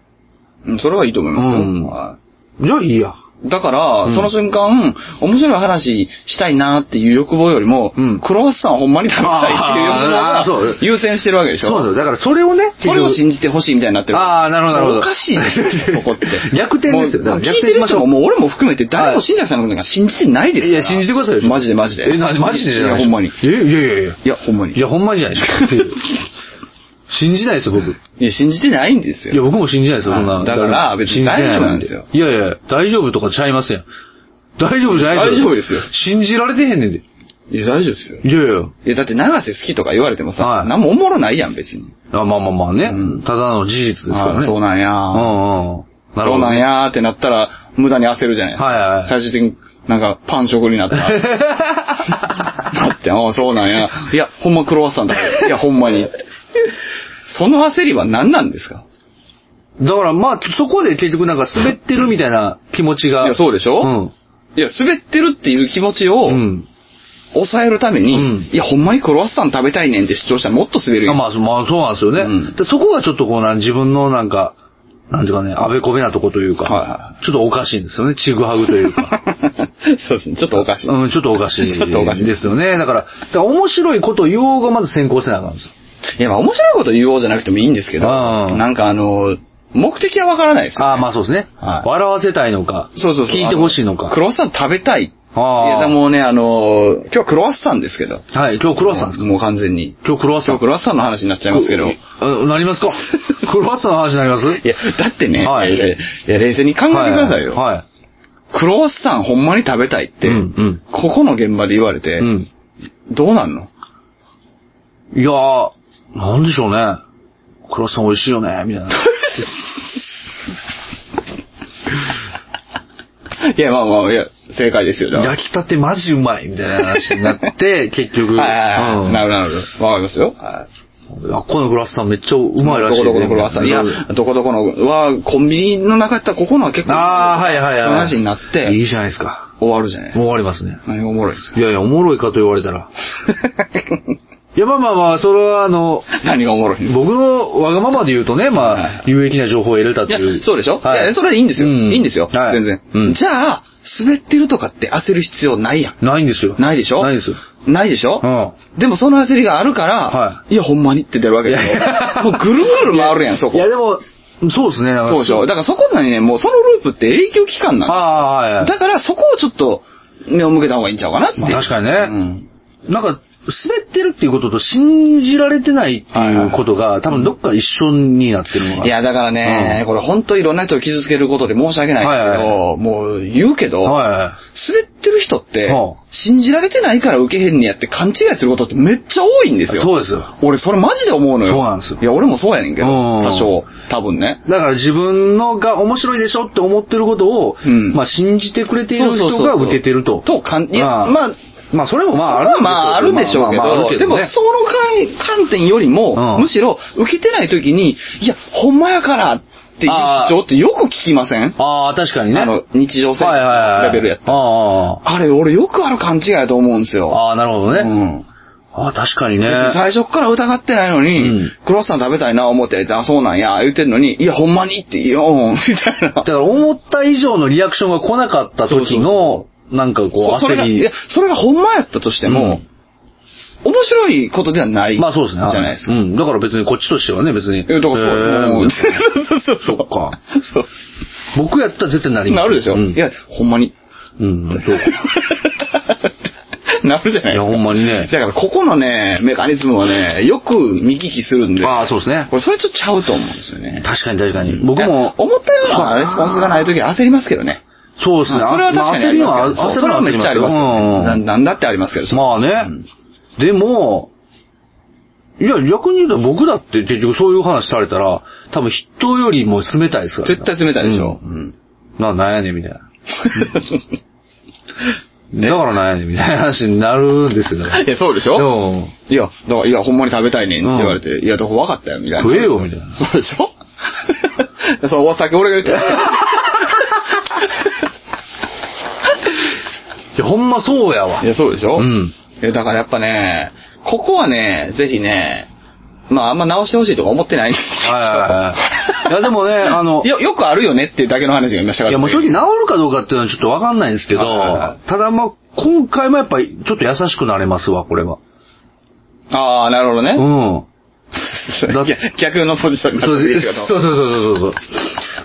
S2: うん、それはいいと思いますよ。
S1: うん
S2: は
S1: じゃあいいや。
S2: いだから、
S1: うん
S2: その瞬間、面白い話したいなっていう欲望よりも、
S1: うん
S2: クロワッサンをほんまに食べたいっていう欲
S1: あーあーそう
S2: 望が優先してるわけでし
S1: そ
S2: ょ
S1: うなんですよ。だからそれをね、
S2: それを信じてほしいみたいになってる。
S1: あーなるほどなるほど。
S2: おかしいですよ、そこって
S1: 逆転ですよ
S2: も
S1: だ
S2: う
S1: から
S2: 聞
S1: 逆
S2: い
S1: 転
S2: て
S1: し
S2: る
S1: ましょう
S2: 人も、もう俺も含めて、誰も信者さんのことなんか信じてないです
S1: いや、信じてくださいよ。
S2: マジでマジで。
S1: え、な、マジでじゃない
S2: いや、ほんまに。
S1: え、いやいやいや。
S2: いや、ほんまに。
S1: い
S2: い
S1: や、ほんまにじゃないですか。信じないですよ、僕。い
S2: や、信じてないんです
S1: や、
S2: よ。
S1: 僕も信じないですよ、そんな。
S2: あだから別に大丈夫なんですよ
S1: 信じてないんでいやいや、大丈夫とかちゃいません。大丈夫じゃないですよ。
S2: 大丈夫ですよ
S1: 信じられてへんねんで。い
S2: いや、大丈夫ですよ。
S1: やいや。
S2: いや、だって長瀬好きとか言われても
S1: は
S2: さ、
S1: い
S2: なんもおもろないやん、別に。
S1: あまあまあまあね。
S2: うん
S1: ただの事実ですから
S2: あ
S1: ね。
S2: ーそう
S1: なん
S2: なんや
S1: うんうん。なる
S2: そ
S1: ほ
S2: う
S1: ど
S2: なん
S1: ね。
S2: やーってなったら、無駄に焦るじゃないですか。
S1: はいはい
S2: 最終的に、なんか、パン食 になったら。だって、ああ、そうなんや。いや、ほんまクロワッサンだから。いや、ほんまに。その焦りは何なんですか
S1: だからまあ、そこで結局なんか滑ってるみたいな気持ちが。
S2: いや、そうでしょ
S1: うん。
S2: いや、滑ってるっていう気持ちを
S1: う、ん。
S2: 抑えるために、
S1: うん
S2: いや、ほんまにクロワッサン食べたいねんって主張したらもっと滑るよ。
S1: あまあ、そまあ、そうなんですよね。
S2: うん
S1: でそこがちょっとこうなん、自分のなんか、なんていうかね、あべこべなとこというか、
S2: はいは
S1: ちょっとおかしいんですよね、ちぐはぐというか。
S2: そうですね。ちょっとおかしい。
S1: うん、ちょっとおかしい。
S2: ちょっとおかしい
S1: ですよね。だから、だから面白いことを言おうがまず先行せなあかんですよ。
S2: いや、まあ面白いこと言おうじゃなくてもいいんですけど、
S1: あー
S2: なんかあの、目的はわからないです。
S1: ああ、まあそうですね、
S2: はい
S1: 笑わせたいのか、
S2: そうそうそう。
S1: 聞いてほしいの
S2: あ
S1: か。
S2: クロワッサン食べたい。
S1: あ
S2: い
S1: あ
S2: や、でもね、あの、今日はクロワッサンですけど。
S1: はい、今日クロワッサンですか
S2: もう完全に。
S1: 今日クロワッサ
S2: 今
S1: ン。
S2: 日クロワッサンの話になっちゃいますけど。い
S1: あなります かクロワッサンの話になります
S2: や、だってね、
S1: はい
S2: いや、いや冷静に考えてくださいよ。
S1: はい。はい
S2: クロワッサンほんまに食べたいって、
S1: うんうん
S2: ここの現場で言われて、
S1: うん。
S2: どうなんの
S1: いやー、なんでしょうね。クロワッサン美味しいよね、みたいな。
S2: いや、まあまあ、いや、正解ですよ、じゃ あ
S1: 焼きたてマジうまいみたいな話になって、 結局。
S2: はいはいはい。
S1: うん
S2: なるほどなるほど。わかりますよ。はい
S1: あ、このグラスさんめっちゃうまいらしい、ね。
S2: どこどこのクロワッサン。いや、どこどこのは、コンビニの中やったらここのは結構、
S1: ああ、はいはいはい。
S2: その話になって
S1: いいじゃないですか。
S2: 終わるじゃないです
S1: もう終
S2: か。
S1: わりますね。
S2: 何がおもろいんですか
S1: いやいや、おもろいかと言われたら。いや、まあまあまあ、それはあの、
S2: 何がおもろいんですか
S1: 僕のわがままで言うとね、まあ、有益な情報を得れた
S2: い
S1: と
S2: や
S1: いう。、
S2: そうでしょ、、
S1: はい
S2: や、それはいいんですよ。
S1: う
S2: いいんですよ。
S1: はい
S2: 全然、
S1: うん
S2: じゃあ、滑ってるとかって焦る必要ないやん。
S1: ないんですよ。
S2: ないでしょ
S1: ないですよ。
S2: ないでしょ、
S1: うん。
S2: でもその焦りがあるから、、
S1: はい
S2: や、ほんまにって出るわけだよ。もうぐるぐる回るやん、そこ。
S1: いや、でも、そうですね。だから
S2: そうでしょ。だからそこなにね、もうそのループって影響期間なんだ。
S1: ああ、はいはい。
S2: だからそこをちょっと目を向けた方がいいんちゃうかなって。
S1: まあ確かにね
S2: うん
S1: なんか、滑ってるっていうことと信じられてないっていうことが、多分どっか一緒になってるのが。
S2: いや、だからね、
S1: うん
S2: これ本当いろんな人を傷つけることで申し訳ないけど、
S1: はいは
S2: もう言うけど、
S1: はいはい。
S2: 滑ってる人って
S1: うん、
S2: 信じられてないから受けへんねやって勘違いすることってめっちゃ多いんですよ。
S1: そうですよ。
S2: 俺それマジで思うのよ。
S1: そうなんですよ
S2: いや、俺もそうやねんけど、
S1: うん
S2: 多少、多分ね。
S1: だから自分のが面白いでしょって思ってることを、
S2: うん
S1: まあ信じてくれている人が受けてると。
S2: と、かん、いや、
S1: ああ
S2: まあ、
S1: まあそれもまあ
S2: まあまああ
S1: あ
S2: る
S1: る
S2: んでしょうけ
S1: まあまあある
S2: ど、でも
S1: ね
S2: その観観点よりも、
S1: うん
S2: むしろ受けてない時に、いや、ほんまやからっていう主張ってよく聞きません
S1: ああ、確かにね。
S2: あの、日常生活
S1: はいはいは
S2: の
S1: い
S2: レベルやった。
S1: あ
S2: あれ、俺よくある勘違いだと思うんです
S1: あ、
S2: よ。
S1: ああ、なるほどね。
S2: うん
S1: ああ、確かにね。
S2: 別に最初から疑ってないのに、
S1: うん
S2: クロワッサン食べたいな思って、あ、そうなんや、言ってんのに、いや、ほんまにって、よーん、みたいな
S1: だ。から思った以上のリアクションが来なかった時の、なんかこう
S2: そそれ
S1: 焦
S2: が、い
S1: り
S2: や。、それがほんまやったとしても、面白いことではない。
S1: まあそうですね。
S2: じゃないですか。
S1: うん。だから別にこっちとしてはね、別に。
S2: え、だからそう
S1: えー
S2: うん。そうそうそう。
S1: そっか。
S2: そ
S1: 僕やったら絶対なり
S2: う。
S1: ます
S2: なるでしょ、
S1: うん
S2: いや、ほんまに。
S1: うん、どう
S2: なるじゃない
S1: い
S2: で
S1: や、
S2: す
S1: ほ
S2: か。
S1: んまにね
S2: だ。から、ここのね、メカニズムはね、よく見聞きするんで。
S1: ああ、そうですね
S2: こ。れ、それちょっとちゃうと思うんですよね。
S1: 確かに確かに。僕も、
S2: 思ったようなレスポンスがないときは焦りますけどね。
S1: そうですね。
S2: それは確かにありますけど
S1: まあ焦りは、
S2: それはめっちゃありますよねな
S1: うんうん
S2: なんだってありますけど。そ
S1: まあね。でも、いや、逆に言うと僕だって結局そういう話されたら、多分人よりも冷たいですからね。
S2: 絶対冷たいでしょ。
S1: う
S2: うん ん。
S1: な、なんやねんみたいな。だからなんやねんみたいな話になるんです よ。だから
S2: いや、そうでしょ
S1: うん
S2: いや、だから、いや、ほんまに食べたいねんって
S1: うん
S2: 言われて、いや、だから分かったよ、みたいな。
S1: 食えよみたいな
S2: そうでしょ そう、お酒俺が言って
S1: いや、ほんまそうやわ
S2: い。や、そうでしょ
S1: うん。
S2: いや、だからやっぱね、ここはね、ぜひね、まあ、あんま直してほしいとか思ってないんですけど
S1: はい はいはい。いや、でもね、あの、
S2: よ、よくあるよねっていうだけの話が今したかった。
S1: いや、もう正直治るかどうかっていうのはちょっとわかんないんですけど、
S2: はいはいは
S1: ただまあ、今回もやっぱりちょっと優しくなれますわ、これは。
S2: ああ、なるほど ね。
S1: うん。だ
S2: いや逆のポジションにな
S1: そう
S2: ってる
S1: で
S2: んですすけ
S1: そ
S2: ど。
S1: うそうそうそうそう。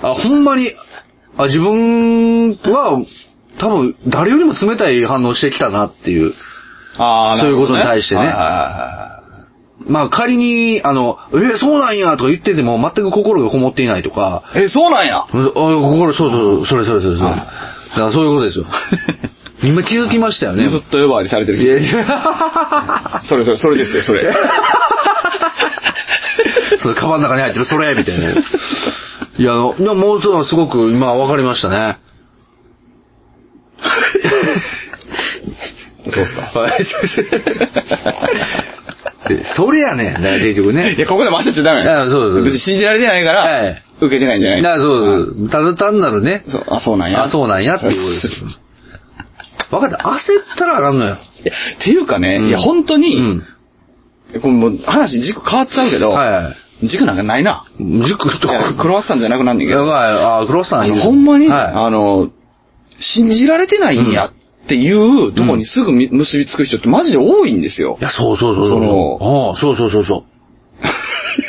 S1: あ、ほんまに、あ、自分は、多分、誰よりも冷たい反応してきたなっていう。
S2: ああ、なるほど
S1: そういうことに対してね
S2: はいはいはいはい
S1: まあ仮に、あの、え、そうなんやとか言ってても全く心がこもっていないとか、
S2: え、そうなんや。
S1: あ、心、そうそう、それそれそれそれ。だからそういうことですよ。今気づきましたよね。
S2: ずっと呼ばわりされてる
S1: い
S2: 気
S1: や
S2: が
S1: いや
S2: それそれ、それですよ、それ。
S1: それ、カバンの中に入ってる、それみたいな。いや、あのいやもうちょっとすごく今分かりましたね。
S2: そうっすか。
S1: はい。 えそれやねん、だから結局
S2: い
S1: ね。
S2: や、ここでも焦っちゃダメ
S1: あそうそう
S2: 別に信じられてないか
S1: は
S2: ら
S1: い、
S2: 受けてないんじゃない
S1: だからそうそうただ単なるね、
S2: そう、あ、そうなんや。
S1: あ、そうなんやっていうことですよ。分かった、焦ったらあかんのよ。
S2: いやっていうかね、
S1: うん
S2: いや、本当
S1: う
S2: に
S1: ん、。
S2: これもう話軸変わっちゃうけど、
S1: はいはい。
S2: 軸なんかないな。
S1: 塾
S2: い
S1: と
S2: やク
S1: か。
S2: ロワッサンじゃなくなんねんけ
S1: や
S2: ど、
S1: ばい、あ、クロスさ
S2: あ
S1: んい
S2: の
S1: る
S2: ほんまに、
S1: は
S2: あの、信じられてないんやっていうとこにすぐみ結びつく人ってマジで多いんですよ
S1: い。い。や、そうそうそう。
S2: そ
S1: の、あそうそうそうそう。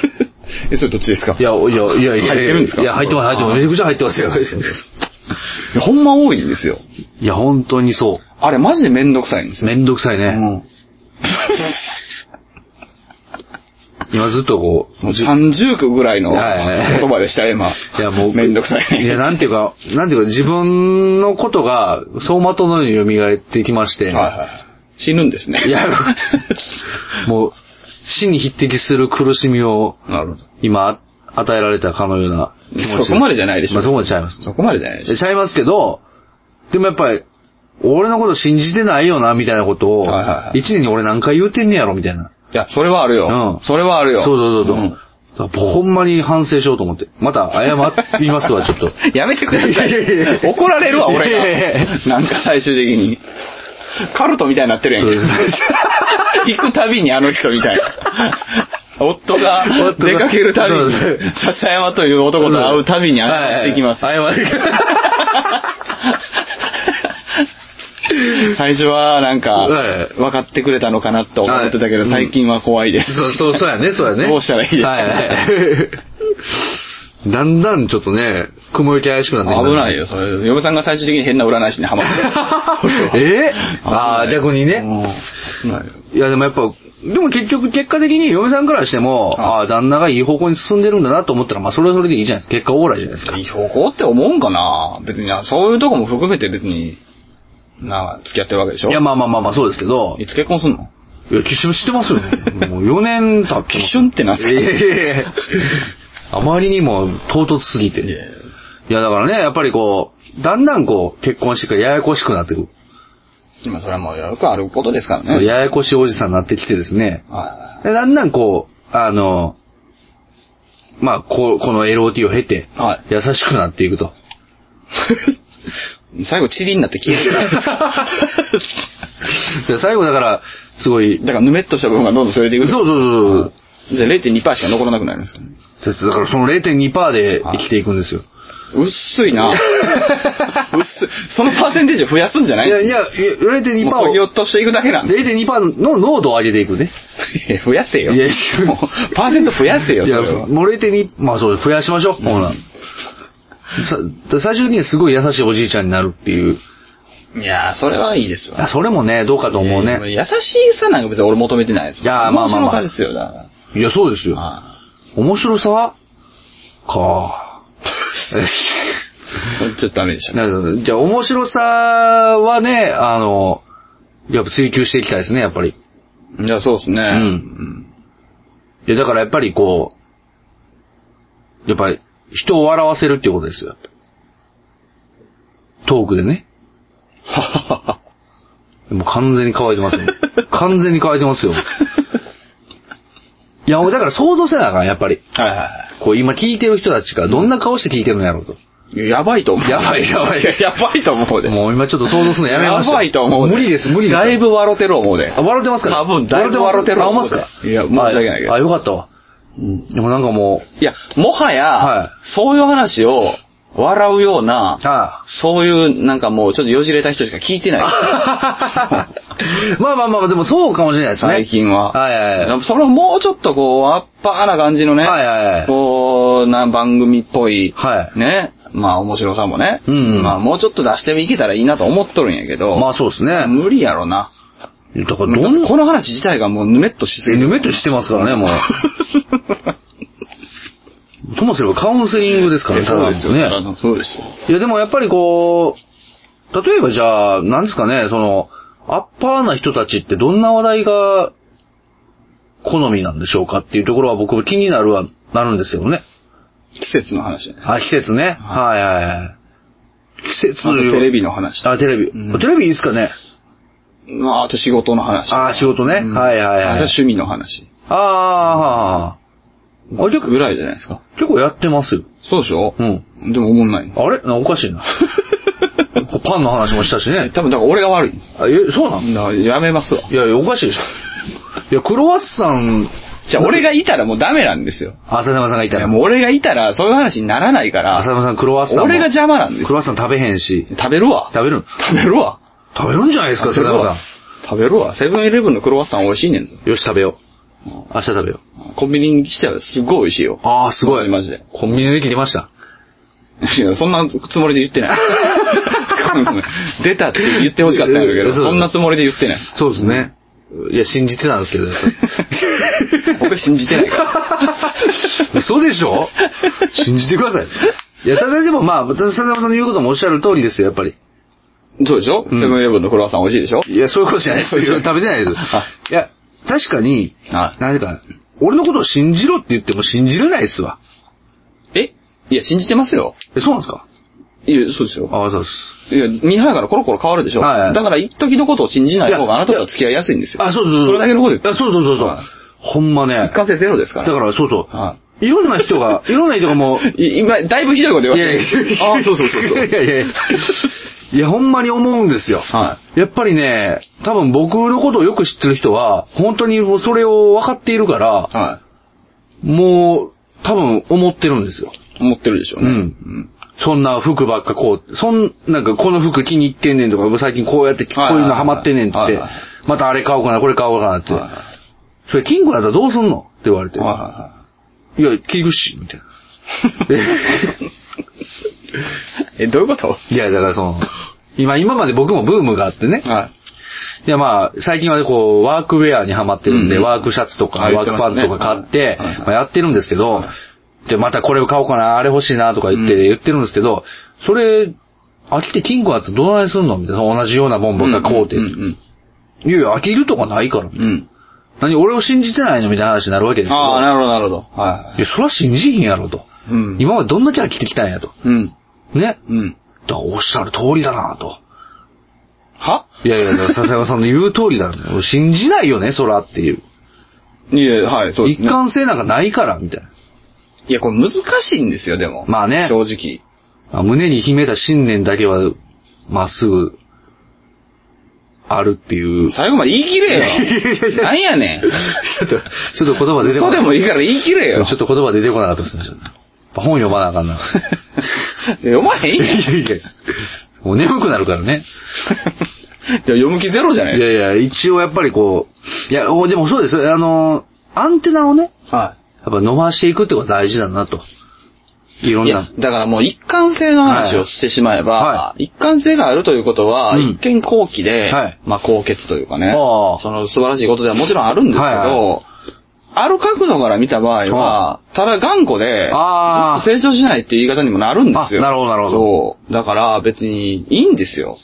S2: え、それどっちですか
S1: いや、いや、いや、いや、
S2: 入ってるんですか
S1: いや、入ってます、入ってます。めちゃくちゃ入ってますよ。
S2: いやほんま多いんですよ。
S1: いや、本当にそ
S2: あれマジでめんどくさいんです
S1: う。
S2: よ。
S1: めんどくさいね。
S2: うん
S1: 今ずっとこう、
S2: もう30区ぐらいの言
S1: はいはい
S2: 葉でした、今。
S1: いや、もう、
S2: めんどくさい。
S1: いや、なんていうか、なんていうか、自分のことが、走馬灯のように蘇ってきまして、
S2: はいはい死ぬんですね。
S1: い やもう、死に匹敵する苦しみを、
S2: なるほど。
S1: 今、与えられたかのような気持ちす
S2: そこまでじゃないでしょ
S1: まあそこまでちゃいます。
S2: そこまでじゃないでしょ。
S1: ちゃいますけど、でもやっぱり、俺のこと信じてないよな、みたいなことを
S2: はいはいは、い
S1: 一年に俺何回言うてんねやろ、みたいな。
S2: いや、それはあるよ。
S1: うん
S2: それはあるよ。
S1: そうそうそうそう。
S2: ん
S1: だからほんまに反省しようと思って。また謝り ますわ、ちょっと。
S2: やめてくださ
S1: いやいやい
S2: い。
S1: や
S2: 怒られるわ、俺
S1: いやいやい
S2: が。なんか最終的に。カルトみたいになってるやんけ
S1: そうで。
S2: 行くたびにあの人みたいな。夫が
S1: 夫が
S2: 出かけるたび
S1: そう
S2: に
S1: そう、
S2: 笹山という男と会うたびに謝ってきます。
S1: はいはい謝ってきます
S2: 最初はなんか
S1: はい、
S2: 分かってくれたのかなって思ってたけど、
S1: はい
S2: 最近は怖いです。
S1: そう、そう、そうやね、そうやね。
S2: どうしたらいいですか
S1: はいはい。だんだんちょっとね、雲行き怪しくなってきた
S2: 危ないよ、それ。嫁さんが最終的に変な占い師にハマ ってる。
S1: えああ、逆にね。
S2: うん。危ないよ
S1: いや、でもやっぱ、でも結局、結果的に嫁さんからしても、ああー、旦那がいい方向に進んでるんだなと思ったら、まあ、それはそれでいいじゃないですか。結果オーライじゃないですか。
S2: いい方向って思うんかな別にな、そういうとこも含めて別に、な、付き合ってるわけでしょ
S1: いや、まあまあまあまあ、そうですけど、
S2: いつ結婚すんの
S1: いや、基準してますよ。 もう4年経ってます。
S2: 基準ってなんすか
S1: いやいやいやあまりにも唐突すぎて。いや、だからね、やっぱりこう、だんだんこう、結婚してからややこしくなってくる。
S2: 今それはもうよくあることですからね。
S1: ややこしいおじさんになってきてですね。
S2: は
S1: でだんだんこう、あの、まあ、こう、この LOT を経て、
S2: は
S1: 優しくなっていくと。
S2: い 最後、チリになっ て消えてる。
S1: で最後だから、すごい、
S2: だから、ぬめっとした部分がどんどんそれてい
S1: そう
S2: く。
S1: そうそう
S2: じゃあ0.2%しか残らなくなるんですかね。
S1: そう。だからその0.2%で生きていくんですよ。
S2: 薄いな 薄い。そのパーセンテージを増やすんじゃない
S1: いやいや、いや0.2%を
S2: もうそぎ。落としていくだけなんで。
S1: 0.2%の濃度を上げていくね。
S2: いや増やせよ。
S1: いや
S2: もうパーセント増やせよ、
S1: い
S2: そ
S1: や
S2: れは、。
S1: もう0.2、まあそう、増やしましょう。ほら。さ最終的にはすごい優しいおじいちゃんになるっていう。
S2: いやー、それはいいですわ
S1: あ。それもね、どうかと思うね。
S2: 優しさなんか別に俺求めてないです。
S1: いやーまあまあまあ
S2: 面白さですよ、だか
S1: いや、そうです
S2: ら。
S1: よ。
S2: あ
S1: 面白さはか ぁ。
S2: あちょっとダメでしたね。
S1: なるほどじゃあ、面白さはね、あの、やっぱ追求していきたいですね、やっぱり。。
S2: いや、そうですね。うん
S1: いや、だからやっぱりこう、やっぱり人を笑わせるっていうことですよ。トークでね。
S2: はははは。
S1: もう完全に乾いてます よ。完全に乾いてますよ。いや、俺だから想像せなあかん、やっぱり。
S2: はいはいは
S1: こう今聞いてる人たちがどんな顔して聞いてるんやろうと。
S2: いいや。やばいと思う。
S1: やばいやばい
S2: や、やばいと思うで。
S1: もう今ちょっと想像するのやめました。
S2: やばいと思うで。
S1: 無理です、無理です。
S2: だいぶ笑てる思うで。
S1: あ。笑ってますか
S2: 多分だいぶ笑ってる
S1: 笑ってますか
S2: いや申し訳ないけど
S1: あ、よかったわ。
S2: うん
S1: でもなんかもう、
S2: いや、もはや、
S1: はい
S2: そういう話を笑うような、
S1: ああ
S2: そういうなんかもうちょっとよじれた人しか聞い て な
S1: まあまあまあ、でもそうかもしれないで
S2: い。
S1: すね。
S2: 最近は。
S1: はいはいはい。
S2: それをもうちょっとこう、アッパーな感じのね、
S1: はいはいはい
S2: こう、な、番組っぽい、
S1: はい
S2: ね、まあ面白さもね、
S1: うん
S2: まあもうちょっと出していけたらいいなと思っとるんやけど、
S1: まあそうですね。
S2: 無理やろな。
S1: だからど
S2: だ
S1: ん
S2: ってこの話自体がもうぬめっとしすぎ
S1: ぬ
S2: る。
S1: めっとしてますからね、もう。ともすればカウンセリングですからね、
S2: そうですよ
S1: た
S2: ね
S1: だのね。。
S2: そうですよ。
S1: いや、でもやっぱりこう、例えばじゃあ、なんですかね、その、アッパーな人たちってどんな話題が好みなんでしょうかっていうところは僕も気になるは、なるんですけどね。
S2: 季節の話ね。
S1: あ、季節ね。はいはいはい。季
S2: あ
S1: 節
S2: とテレビの話。
S1: あ、テレビ。
S2: うん
S1: テレビいいですかね。
S2: まあ、あと仕事の話。
S1: あ仕事ねはいはいはい
S2: あと趣味の話。
S1: あー。あ、結構
S2: ぐらいじゃないですか。
S1: 結構やってますよ。
S2: そうでしょ
S1: うん。
S2: ん。でも思ん ないの。
S1: あれなおかしい な。パンの話もしたしね。
S2: 多分、だから俺が悪いんです。
S1: あえ、そうなのい
S2: だからやめますわ。
S1: やいや、おかしいでしょ。いや、クロワッサン、
S2: じゃあ俺がいたらもうダメなんですよ。
S1: 浅沼さんがい
S2: い
S1: た
S2: や、
S1: ら。
S2: もう俺がいたらそういう話にならないか
S1: 浅
S2: ら、
S1: 沼さん、クロワッサンも。
S2: 俺が邪魔なんです
S1: クロワッサン食べへんし。
S2: 食べるわ。
S1: 食べるん
S2: 食べるわ。
S1: 食べるんじゃないですか、浅沼さ
S2: 食べるわ。セブンイレブンのクロワッサン美味しいねん。
S1: ん。よし、食べよう。明日食べよう。
S2: コンビニにしてはすごい美味しいよ。
S1: あー、すごい。
S2: マジで。
S1: コンビニで切りました。
S2: いや、そんなつもりで言っ てない。出たって言ってほしかったんだけ
S1: ええ
S2: ど、
S1: そう
S2: そんなつもりで言っ てない。
S1: そうですね。いや、信じてたんですけど。
S2: 僕信じてな いから。
S1: 嘘でしょ信じてください。いや、ただでもまあ、浅沼さんの言うこともおっしゃる通りですよ、やっぱり。
S2: そうでしょ、
S1: うん
S2: セブンイレブンのクロワッサン美味しいでしょ
S1: い や、そういうことじゃないです。食べてないです
S2: あ。
S1: いや、確かに、
S2: はい
S1: なんていうか、俺のことを信じろって言っても信じれないっすわ。
S2: えいや、信じてますよ。
S1: え、そうなんですか
S2: いや、そうですよ。
S1: ああ、そうです。
S2: いや、2杯からコロコロ変わるでしょ。
S1: はいはい
S2: だから、一時のことを信じない方があなたとは付き合いやすいんですよ。
S1: あ、そうそうそう。
S2: それだけのこと言って
S1: あ、そうそうそうそう、
S2: はい
S1: ほんまね
S2: 一。貫性ゼロですか
S1: だ
S2: ら。
S1: から、そうそう。
S2: はい
S1: ろんな人 が、いろんな人がもう、
S2: い今、だいぶひどいこと言わ
S1: い
S2: れ
S1: や
S2: て
S1: い
S2: る
S1: や、
S2: あそうそうそうそ う。
S1: いやいやいや。いや、ほんまに思うんですよ。
S2: は
S1: やっぱりね、多分僕のことをよく知ってる人は、本当にもうそれを分かっているから、
S2: い。は
S1: もう、多分思ってるんですよ。
S2: い。思ってるでしょうね。
S1: うんそんな服ばっかこう、そん、なんかこの服気に入ってんねんとか、最近こうやってこういうのハマってんねんって
S2: はいはいはいはい、
S1: またあれ買おうかな、これ買おうかなって。
S2: はい
S1: それ、キングだったらどうすんのって言われて。
S2: はいはい
S1: や、キングシみたいな。
S2: いはい。え、どういうこと
S1: いや、だからその、 今、今まで僕もブームがあってね。
S2: はい
S1: やまあ、最近はこう、ワークウェアにハマってるんで、
S2: うん
S1: ワークシャツとか、
S2: あ言
S1: ワ
S2: っ
S1: ー
S2: て
S1: ク
S2: ま
S1: パン
S2: し
S1: ツ
S2: た
S1: と
S2: ね
S1: か買って、
S2: はいはい
S1: まあ、やってるんですけど、で、またこれを買おうかな、あれ欲しいなとか言って、
S2: うん
S1: 言ってるんですけど、それ、飽きて金庫だったらどないすんのみたいな、同じようなボンボンが買うて。
S2: うんうん
S1: いやいや、飽きるとかないから。
S2: うん。うん。
S1: 何、俺を信じてないのみたいな話になるわけですけど、
S2: ああ、なるほど、なるほど。はい
S1: や、そら信じひんやろと。
S2: い。うん。
S1: 今までどんだけ飽きてきたんやと。
S2: うん。
S1: ね。
S2: うん。
S1: だからおっしゃる通りだなと。
S2: はい
S1: やいや、だから笹山さんの言う通りだね。信じないよね、そらっていう。
S2: いや、はい、そうです
S1: 一
S2: ね。
S1: 貫性なんかないから、みたいな。
S2: いや、これ難しいんですよ、でも。
S1: まあね
S2: 正直。
S1: まあ胸に秘めた信念だけは、まっすぐ、あるっていう。
S2: 最後まで言い切れよ。なんやね
S1: ち
S2: ん。
S1: ょっと、ちょっと言葉出てこな
S2: 嘘で
S1: い。
S2: もいいから言い切れよ。
S1: ちょっと言葉出てこなかったですね。ちょっと本読まなあかんな。
S2: 読まへん
S1: いや
S2: やん。じゃ
S1: いやもう眠くなるからね。
S2: あ読む気ゼロじゃ
S1: い
S2: ない
S1: やいや、一応やっぱりこう、いや、おでもそうですよ。あの、アンテナをね、
S2: は
S1: やっぱ伸ばしていくってことが大事だなと。いろん
S2: いや
S1: な。、
S2: だからもう一貫性の話をしてしまえば、
S1: は
S2: 一貫性があるということは、
S1: うん
S2: 一見高貴で、
S1: はい
S2: まあ高潔というかね、
S1: ああ
S2: その素晴らしいことではもちろんあるんですけど、
S1: はいは
S2: ある角度から見た場合は、ただ頑固で、ずっ
S1: ああ
S2: と成長しないっていう言い方にもなるんですよ。
S1: あなるほどなるほど
S2: そう。だから別にいいんですよ。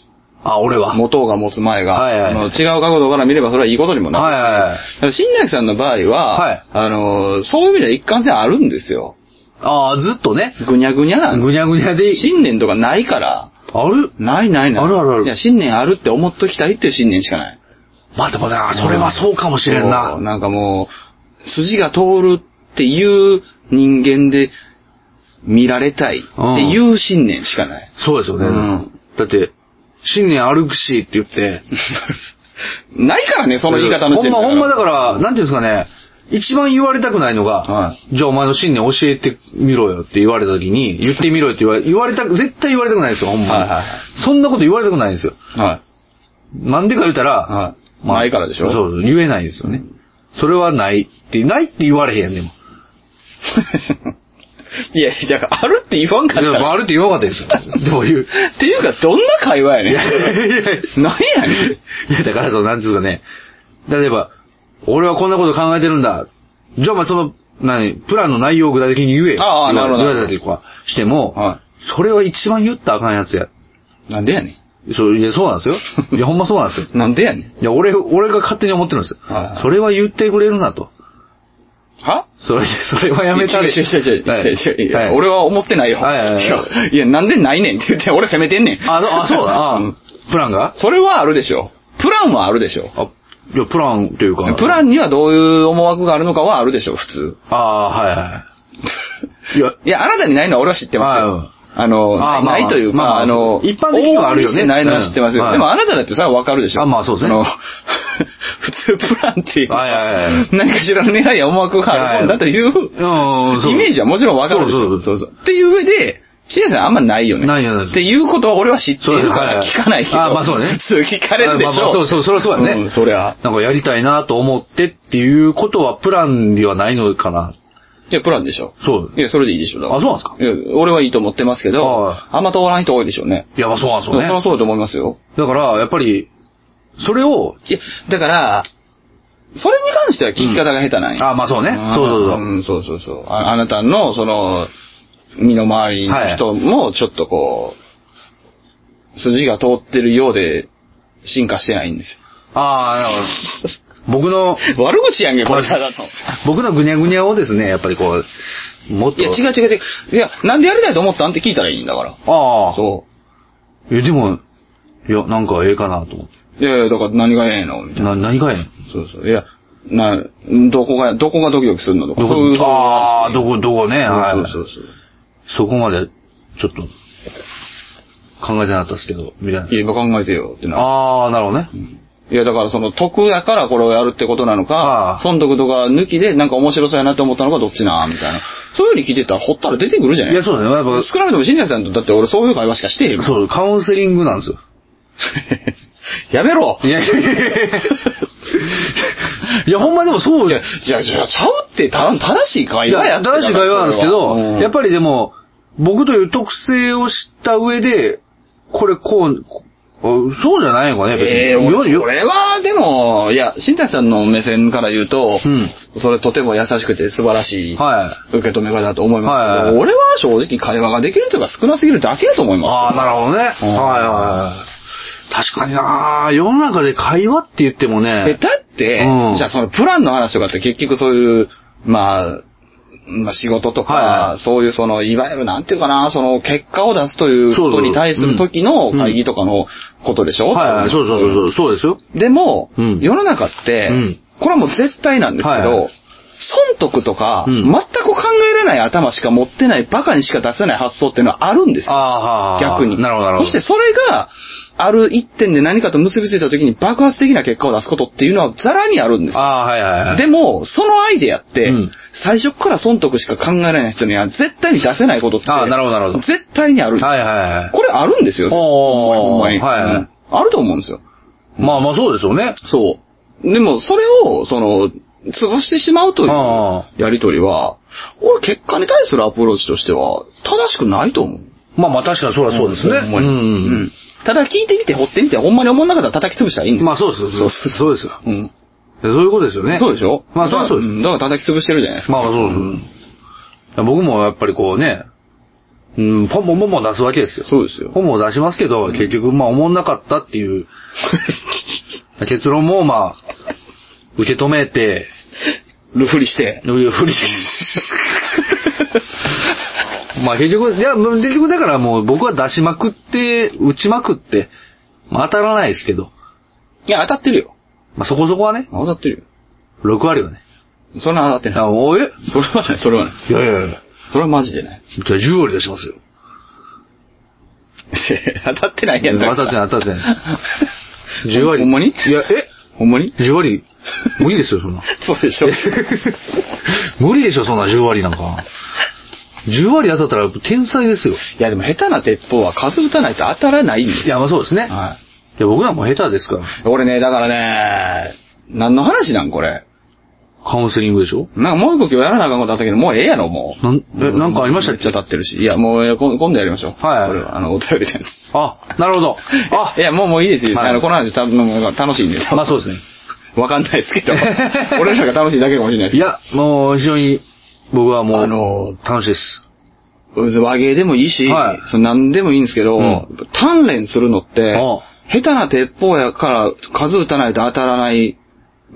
S1: あ、俺は。
S2: 持とうが持つ前が、
S1: はいはい
S2: その違う角度から見ればそれはいいことにもなる
S1: は
S2: し。
S1: いはいはい
S2: だから新崎さんの場合は、
S1: はい
S2: あの、そういう意味では一貫性あるんですよ。
S1: ああ、ずっとね、
S2: ぐにゃぐにゃなんで
S1: ぐにゃぐにゃで、
S2: す。信念とかないから。
S1: ある
S2: ないないない。
S1: あるあるある
S2: いや、信念あるって思っときたいっていう信念しかない。
S1: ま、でもな、それはそうかもしれん
S2: そ
S1: な
S2: う。なんかもう、筋が通るっていう人間で見られたいっていう信念しかない。
S1: そうですよね。
S2: うん
S1: だって、新年歩くしって言って、
S2: ないからね、その言い方の
S1: ほ
S2: 時
S1: ん
S2: 点
S1: ま、ほんまだから、なんていうんですかね、一番言われたくないのが、
S2: は
S1: じゃあお前の信念教えてみろよって言われた時に、言ってみろよって言われ、言われたく、絶対言われたくないですよ、ほんまに。
S2: はいはいはい
S1: そんなこと言われたくないんですよ。
S2: は
S1: なんでか言うたら、
S2: い。はい。ないからでしょ
S1: そうそう、言えないですよね。それはないって、ないって言われへんやん、でも。
S2: いや、だから、あるって言わんかった
S1: で
S2: ら。
S1: もあるって言わなかった ですよ。どういう。
S2: っていうか、どんな会話やねん。何やね
S1: いや、だからそう、なんつうかね。例えば、俺はこんなこと考えてるんだ。じゃあお前その、何、プランの内容を具体的に言えよ。
S2: ああなるほど
S1: 言われたりとかしても、
S2: は
S1: それは一番言ったらあかんやつや。
S2: ん。なんでやね
S1: そう、いや、そうなんですよ。いや、ほんまそうなんですよ。
S2: ん。なんでやねん。
S1: いや、俺、俺が勝手に思ってるんですよ。
S2: はいはい
S1: それは言ってくれるなと。
S2: は
S1: それ、それはやめた
S2: 違う
S1: り。
S2: 違う違う違う
S1: はい
S2: 違う違う
S1: はい
S2: 俺は思ってないよ。
S1: はいはいはい
S2: やいや、なんでないねんって言って、俺責めてんねん。
S1: あ、そあそうだ。
S2: う
S1: あ
S2: ん
S1: プランが
S2: それはあるでしょ。プランはあるでしょ。
S1: あ、いや、プランというか。
S2: プランにはどういう思惑があるのかはあるでしょ、普通。
S1: ああ、はいはい。いや、
S2: いや、あなたにないのは俺は知ってます
S1: はい
S2: よ。あの、
S1: あーまあ
S2: ないないという
S1: まあま
S2: か、
S1: あ
S2: あの、
S1: 一般的にはあるよね
S2: 大盛りしてないのは知ってま
S1: う
S2: す
S1: ん
S2: よ。
S1: はい
S2: でもあなただってそれはわかるでしょ。
S1: あまあそうですね
S2: の 普通プランっていう、
S1: はいはいはい
S2: 何かしらの狙いや思惑があるもんだという、
S1: うん、そう
S2: イメージはもちろんわかるでしょ。
S1: そうそうそう
S2: っていう上で、シエさんあんまないよね。
S1: ないよない
S2: っていうことは俺は知って
S1: そう
S2: る
S1: です
S2: か
S1: はいは
S2: ら
S1: い
S2: 聞かないけど。
S1: あまあそうね
S2: 普通聞かれるでしょ。
S1: まあまあそうそうそりゃそうやね
S2: んそりゃ。
S1: なんかやりたいなと思ってっていうことはプランではないのかな。
S2: いや、プランでしょ。
S1: そう
S2: い。や、それでいいでしょ。だから
S1: あそうなんですか
S2: いや、俺はいいと思ってますけど
S1: はい、
S2: あんま通らない人多いでしょうね。
S1: いや、まあそうなんです
S2: そり
S1: よ
S2: ゃ
S1: ね。
S2: そうだと思いますよ。
S1: だから、やっぱり、それを、
S2: いや、だから、それに関しては聞き方が下手なんや。
S1: あまあそうね。そうそうそう。
S2: ん、そうそうそう。ああなたの、その、身の回りの人も、ちょっとこう、筋が通ってるようで、進化してないんです
S1: ああ、なるほど。僕の、
S2: よ。悪口やんけ、こ
S1: こ
S2: れ
S1: れ
S2: ただの。
S1: 僕のぐにゃぐにゃをですね、やっぱりこう、もっと。
S2: いや、違う違う違う。いや、なんでやりたいと思ったんって聞いたらいいんだから。
S1: ああ。
S2: そ
S1: え、でも、いや、なんかええかなと思って。
S2: う。いやいや、だから何がええのみたいな。
S1: な、何がええ
S2: そうそう。いや、な、どこが、どこがドキドキするのとか、
S1: の
S2: そういうところ
S1: ああ、
S2: なんです
S1: どこ、どこね、
S2: よ
S1: はい。
S2: そうそうそ
S1: そこまで、ちょっと、考えてなかったですけど、みたいな
S2: う。。いや、今考えてよってな。
S1: ああ、なるほどね。
S2: いや、だからその、得やからこれをやるってことなの
S1: あ
S2: か
S1: あ、
S2: 損得とか抜きでなんか面白そうやなって思ったのかどっちなみたいな。そういうふうに聞いてたら、ほったら出てくるじゃない
S1: いや、そうだね。やっぱ、
S2: 少なくとも、新谷さんと、だって俺そういう会話しかしてへんもん。
S1: そう、 カウンセリングなんですよ。
S2: やめろ
S1: いや、いやいやいやいや、ほんまでもそう
S2: い
S1: じゃ
S2: や、
S1: ん。
S2: じゃあ、じゃあ、ちゃうって、た正しい
S1: い
S2: 会話や
S1: や、
S2: ってたから
S1: 男子会話なんですけど、やっ
S2: り、
S1: ぱりでも、僕という特性を知った上で、これこう、こあそうじゃないのかね、
S2: ええ
S1: に
S2: 俺
S1: よ
S2: それは、でも、いや、新谷さんの目線から言うと、
S1: うん
S2: それとても優しくて素晴らしい
S1: は
S2: 受け止め方だと思いますけど、
S1: はい
S2: 俺は正直会話ができるというか少なすぎるだけだと思い
S1: い。
S2: ます。
S1: ああ、なるほどね。はい
S2: うん
S1: はい。確かにな世の中で会話って言っても
S2: え、
S1: ね、
S2: だって、
S1: うん
S2: じゃあそのプランの話とかって結局そういう、まあ、まあ仕事とか、
S1: はい
S2: そういうその、いわゆるなんていうかな、その結果を出すという
S1: そう
S2: こ
S1: そう
S2: とに対する時の会議とかのことでしょ、
S1: はいはい、そうそうそうそう、そうですよ。
S2: でも、
S1: うん
S2: 世の中って、
S1: うん
S2: これはもう絶対なんですけど、
S1: はいはい
S2: 損得とか、
S1: うん
S2: 全く考えれない頭しか持ってない、バカにしか出せない発想っていうのはあるんですよ。
S1: ああ、
S2: 逆に。
S1: なるほど、なるほど。
S2: そしてそれが、ある一点で何かと結びついた時に爆発的な結果を出すことっていうのはザラにあるんですよ。
S1: ああ、はいはいはい。
S2: でも、そのアイデアって、
S1: うん
S2: 最初から損得しか考えられない人には絶対に出せないことって、
S1: ああなるほどなるほど
S2: 絶対にある。
S1: はいはいはい。
S2: これあるんですよ。
S1: おー
S2: ほんまにほんまに
S1: はいはい
S2: うんあると思うんですよ。
S1: まあまあそうですよね。
S2: そう。でも、それを、その、潰してしまうとい
S1: あ
S2: うやりとりは、俺結果に対するアプローチとしては、正しくないと思う。
S1: まあまあ確かにそりゃそうですね。
S2: ほんま
S1: う
S2: に
S1: ん。
S2: ただ聞いてみて、掘ってみて、ほんまに思んなかったら叩き潰したらいいんですよ。
S1: まあそうですよ。そうですそうですよ。
S2: うん。
S1: そういうことですよね。
S2: そうでしょ
S1: まあそりゃそうで
S2: んだから叩き潰してるじゃないです
S1: す。
S2: か。
S1: まあまあそうですいや。僕もやっぱりこうね、うん、ポンポンポンポン出すわけですよ。
S2: そうですよ。
S1: ポンポン出しますけど、結局まあ思んなかったって いう結論もまあ、受け止めて、
S2: ルフリして。
S1: ふりふ りまあ結局、いや、もう結局だからもう僕は出しまくって、打ちまくって、まあ当たらないですけど、
S2: いや、当たってるよ。
S1: まあそこそこはね、
S2: 当たってる
S1: 6割はね。
S2: よ。それは当たってない。
S1: あ、おえ
S2: それはね、それはね。
S1: いやいやいや。
S2: それはマジでね。
S1: じゃあ10割出しますよ。
S2: 当たってないやん
S1: 当たってない当たってない。10割。
S2: ほんまに
S1: いや、え
S2: ほんまに
S1: ?10 割無理ですよ、そんな。
S2: そうで しょ。
S1: 無理でしょ、そんな10割なんか。10割当たったら天才ですよ。
S2: いや、でも下手な鉄砲は数打たないと当たらないんです
S1: い
S2: よ。
S1: や、まあそうですね。い
S2: は
S1: や、僕らも下手ですから。
S2: い。俺ね、だからね、何の話なんこれ。
S1: カウンセリングでしょ
S2: なんかもう一個今日やらなあかんことあったけど、もうええやろ、もう。
S1: なんえ
S2: う
S1: なんかありましたっ
S2: め
S1: け
S2: っちゃ立ってるし。いや、もうえこん今度やりましょう。
S1: はい
S2: これは、あの、お便りです。
S1: あ、なるほど。あ
S2: あ、い、や、もうもういいです よ。
S1: はい
S2: あの、この話たなんか楽しいんで。
S1: まあそうですね。
S2: わかんないです けど。俺らが楽しいだけかもしれないです
S1: いや、もう非常に僕はもう、
S2: あの
S1: 楽しいです。
S2: 和芸でもいいし、
S1: はい
S2: その何でもいいんですけど、
S1: うん
S2: 鍛錬するのって
S1: ああ、
S2: 下手な鉄砲やから数打たないと当たらない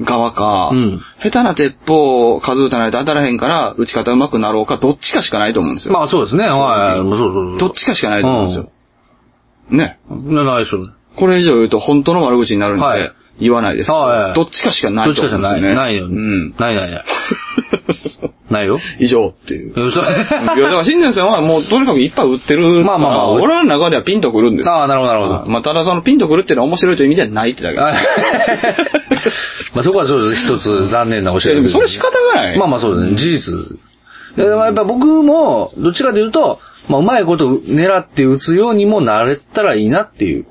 S2: 側か、
S1: うん
S2: 下手な鉄砲数打たないと当たらへんから打ち方上手くなろうか、どっちかしかないと思うんですよ。
S1: まあそうですね。はい。そうそうそ
S2: ど
S1: う。
S2: っちかしかないと思うんですよ。ね。
S1: なないですよね。
S2: これ以上言うと本当の悪口になるんで、
S1: はい
S2: 言わないですけど、
S1: はい
S2: どっちかしかない
S1: どっち
S2: と
S1: か
S2: 思
S1: じゃ
S2: うんです
S1: な
S2: よ、
S1: い。ないよ。
S2: ね。うん。
S1: ないないない。ないよ。
S2: 以上っていう。
S1: 嘘
S2: いや、だから、新年さんはもう、とにかくいっぱい売ってる。
S1: まあまあまあ
S2: 俺らの中ではピンとくるんですよ
S1: ああ、なるほど、なるほど。
S2: まあ、ただそのピンとくるっていうのは面白いという意味ではないってだけ。
S1: まあそこはそうです。一つ残念なお知ら
S2: いや
S1: せ
S2: で
S1: で
S2: も
S1: す。
S2: それ仕方がない
S1: まあまあそうですね。事実。いやでもやっぱ僕も、どっちかというと、まあうまいこと狙って打つようにもなれたらいいなっていう。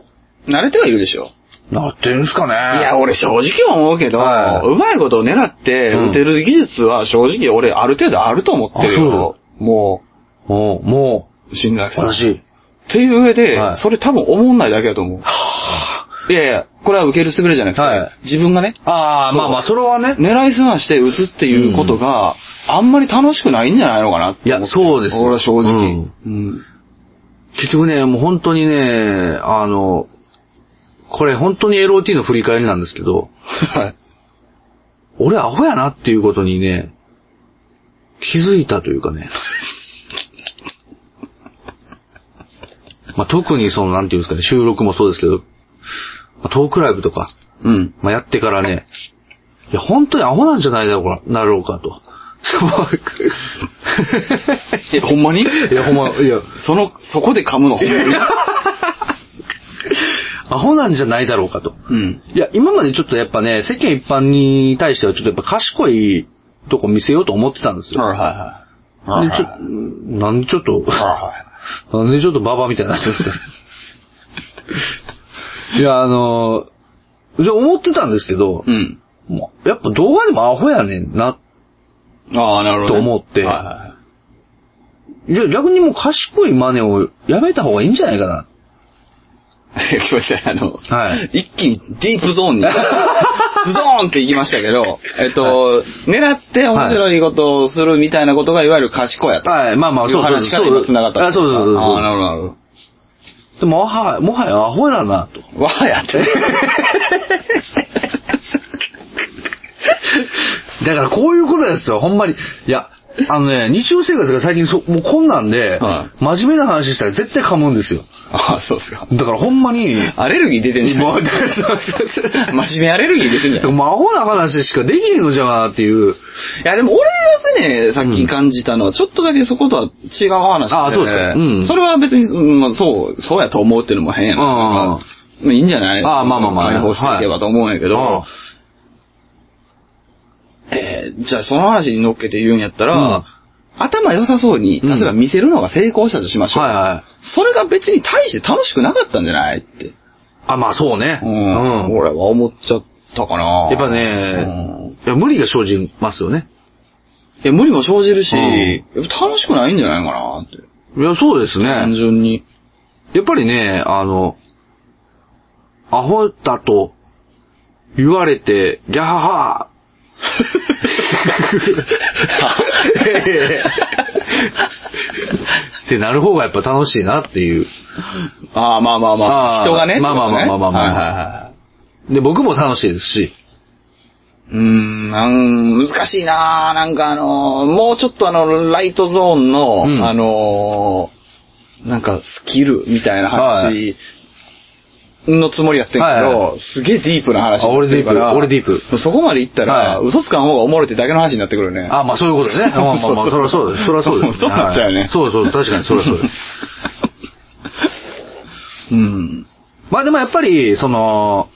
S2: 慣れてはいるでしょ。
S1: なってるんすかね
S2: いや、俺正直思うけど、
S1: はいう
S2: まいことを狙って打てる技術は正直俺ある程度あると思ってるよ。も
S1: もう、も
S2: う、新崎
S1: う、
S2: さん。っ
S1: 私、
S2: ていう上で、
S1: はい
S2: それ多分思んないだけだと思う。いやいや、これは受けるすべるじゃなくて、
S1: はい
S2: 自分がね、
S1: ああ、
S2: そう
S1: まあまあ、それはね。
S2: 狙いすまして打つっていうことが、あんまり楽しくないんじゃないのかなって思ってる
S1: いやそうです
S2: 俺は正
S1: う
S2: 直。
S1: ん
S2: うん
S1: 結局ね、もう本当にね、あの、これ本当に LOT の振り返りなんですけど、
S2: はい。
S1: 俺アホやなっていうことにね、気づいたというかね。 まあ、特にその、なんていうんですかね、収録もそうですけど、まあ、トークライブとか、
S2: うん。
S1: まあ、やってからね、いや、本当にアホなんじゃないだろうか、なろうかと。
S2: え、ほんまに
S1: いや、ほんま、いや、
S2: その、そこで噛むのほんまに
S1: アホなんじゃないだろうかと。
S2: うん。
S1: いや、今までちょっとやっぱね、世間一般に対してはちょっとやっぱ賢いとこ見せようと思ってたんですよ。
S2: はいはいは
S1: で
S2: い。はい
S1: ちょ
S2: はい
S1: なんでちょっと、なんでちょっとババアみたいになってるんですか いや、あの、じゃ思ってたんですけど、
S2: うん。
S1: もうやっぱ動画でもアホやねんな。
S2: ああ、なるほど
S1: と
S2: ね。
S1: 思って
S2: はいはいは
S1: や
S2: い
S1: 逆にもう賢い真似をやめた方がいいんじゃないかな。
S2: い。ごめんなさい、あの、
S1: はい
S2: 一気にディープゾーンに、 ズドーンって行きましたけど、えっと、狙って面白いことをするみたいなことが、いわゆる賢いやと。
S1: はい、まあまあ、
S2: い
S1: そううそう
S2: 話から今繋がった
S1: あそうそうそうそう
S2: ああ、なるほどなるほど。
S1: でも、もはもはやアホだ な、と。
S2: わあやって。
S1: だからこういうことですよ、ほんまに。いや、あのね、日常生活が最近そ、もうこんなんで、
S2: は
S1: 真面目な話したら絶対噛むんですよ。
S2: ああ、そうっすか。
S1: だからほんまに、
S2: アレルギー出てんじゃ
S1: も
S2: な
S1: うだか
S2: い
S1: らそうそうそう
S2: 真面目アレルギー出てんじゃない
S1: 魔法な話しかできへんのじゃなっていう。
S2: いや、でも俺がね、さっき感じたのは、ちょっとだけそことは違う話で。
S1: あそうですかうん
S2: それは別に、うんまあ、そう、そうやと思うっていうのも変やな。
S1: うん
S2: まあいいんじゃない
S1: あまあまあまあ
S2: 解放していけばと思うんやけど、
S1: は
S2: えーじゃあその話に乗っけて言うんやったら、
S1: うん
S2: 頭良さそうに、
S1: うん
S2: 例えば見せるのが成功したとしまし
S1: い
S2: ょう。
S1: はい。
S2: それが別に大して楽しくなかったんじゃないって。
S1: あ、まあそうね。
S2: うん
S1: うん
S2: 俺は思っちゃったかな。
S1: やっぱ
S2: うん
S1: ね、いや無理が生じますよね。
S2: いや、無理も生じるし、
S1: うん
S2: やっぱ楽しくないんじゃないかなって。
S1: いや、そうです
S2: 単
S1: ね。
S2: 純に。
S1: やっぱりね、あの、アホだと言われて、ギャハハ ってなる方がやっぱ楽しいなっていう。
S2: ああ、まあまあまあ。
S1: ああ
S2: 人がね。
S1: まあまあまあまあまあまあ
S2: はいはいはい。
S1: で、僕も楽しいですし。
S2: うーん、なん難しいなあなんかあのー、もうちょっとあの、ライトゾーンの、
S1: うん
S2: あのー、なんかスキルみたいな
S1: は
S2: 話のつもりやってんけど、
S1: はいは
S2: すげえディープな話
S1: あ
S2: にな
S1: 俺
S2: って
S1: ディ
S2: る
S1: ープ
S2: から。
S1: 俺ディープ
S2: もうそこまで行ったら、
S1: はい
S2: 嘘つかん方がおもろいってだけの話になってくるね。
S1: あ、まあそういうことですね。 まあまあまあ、そりゃそうです。そりゃそうです。
S2: そうなっちゃうよね
S1: はいそうそう、確かにそりゃそうです。
S2: うん。
S1: まあでもやっぱり、その、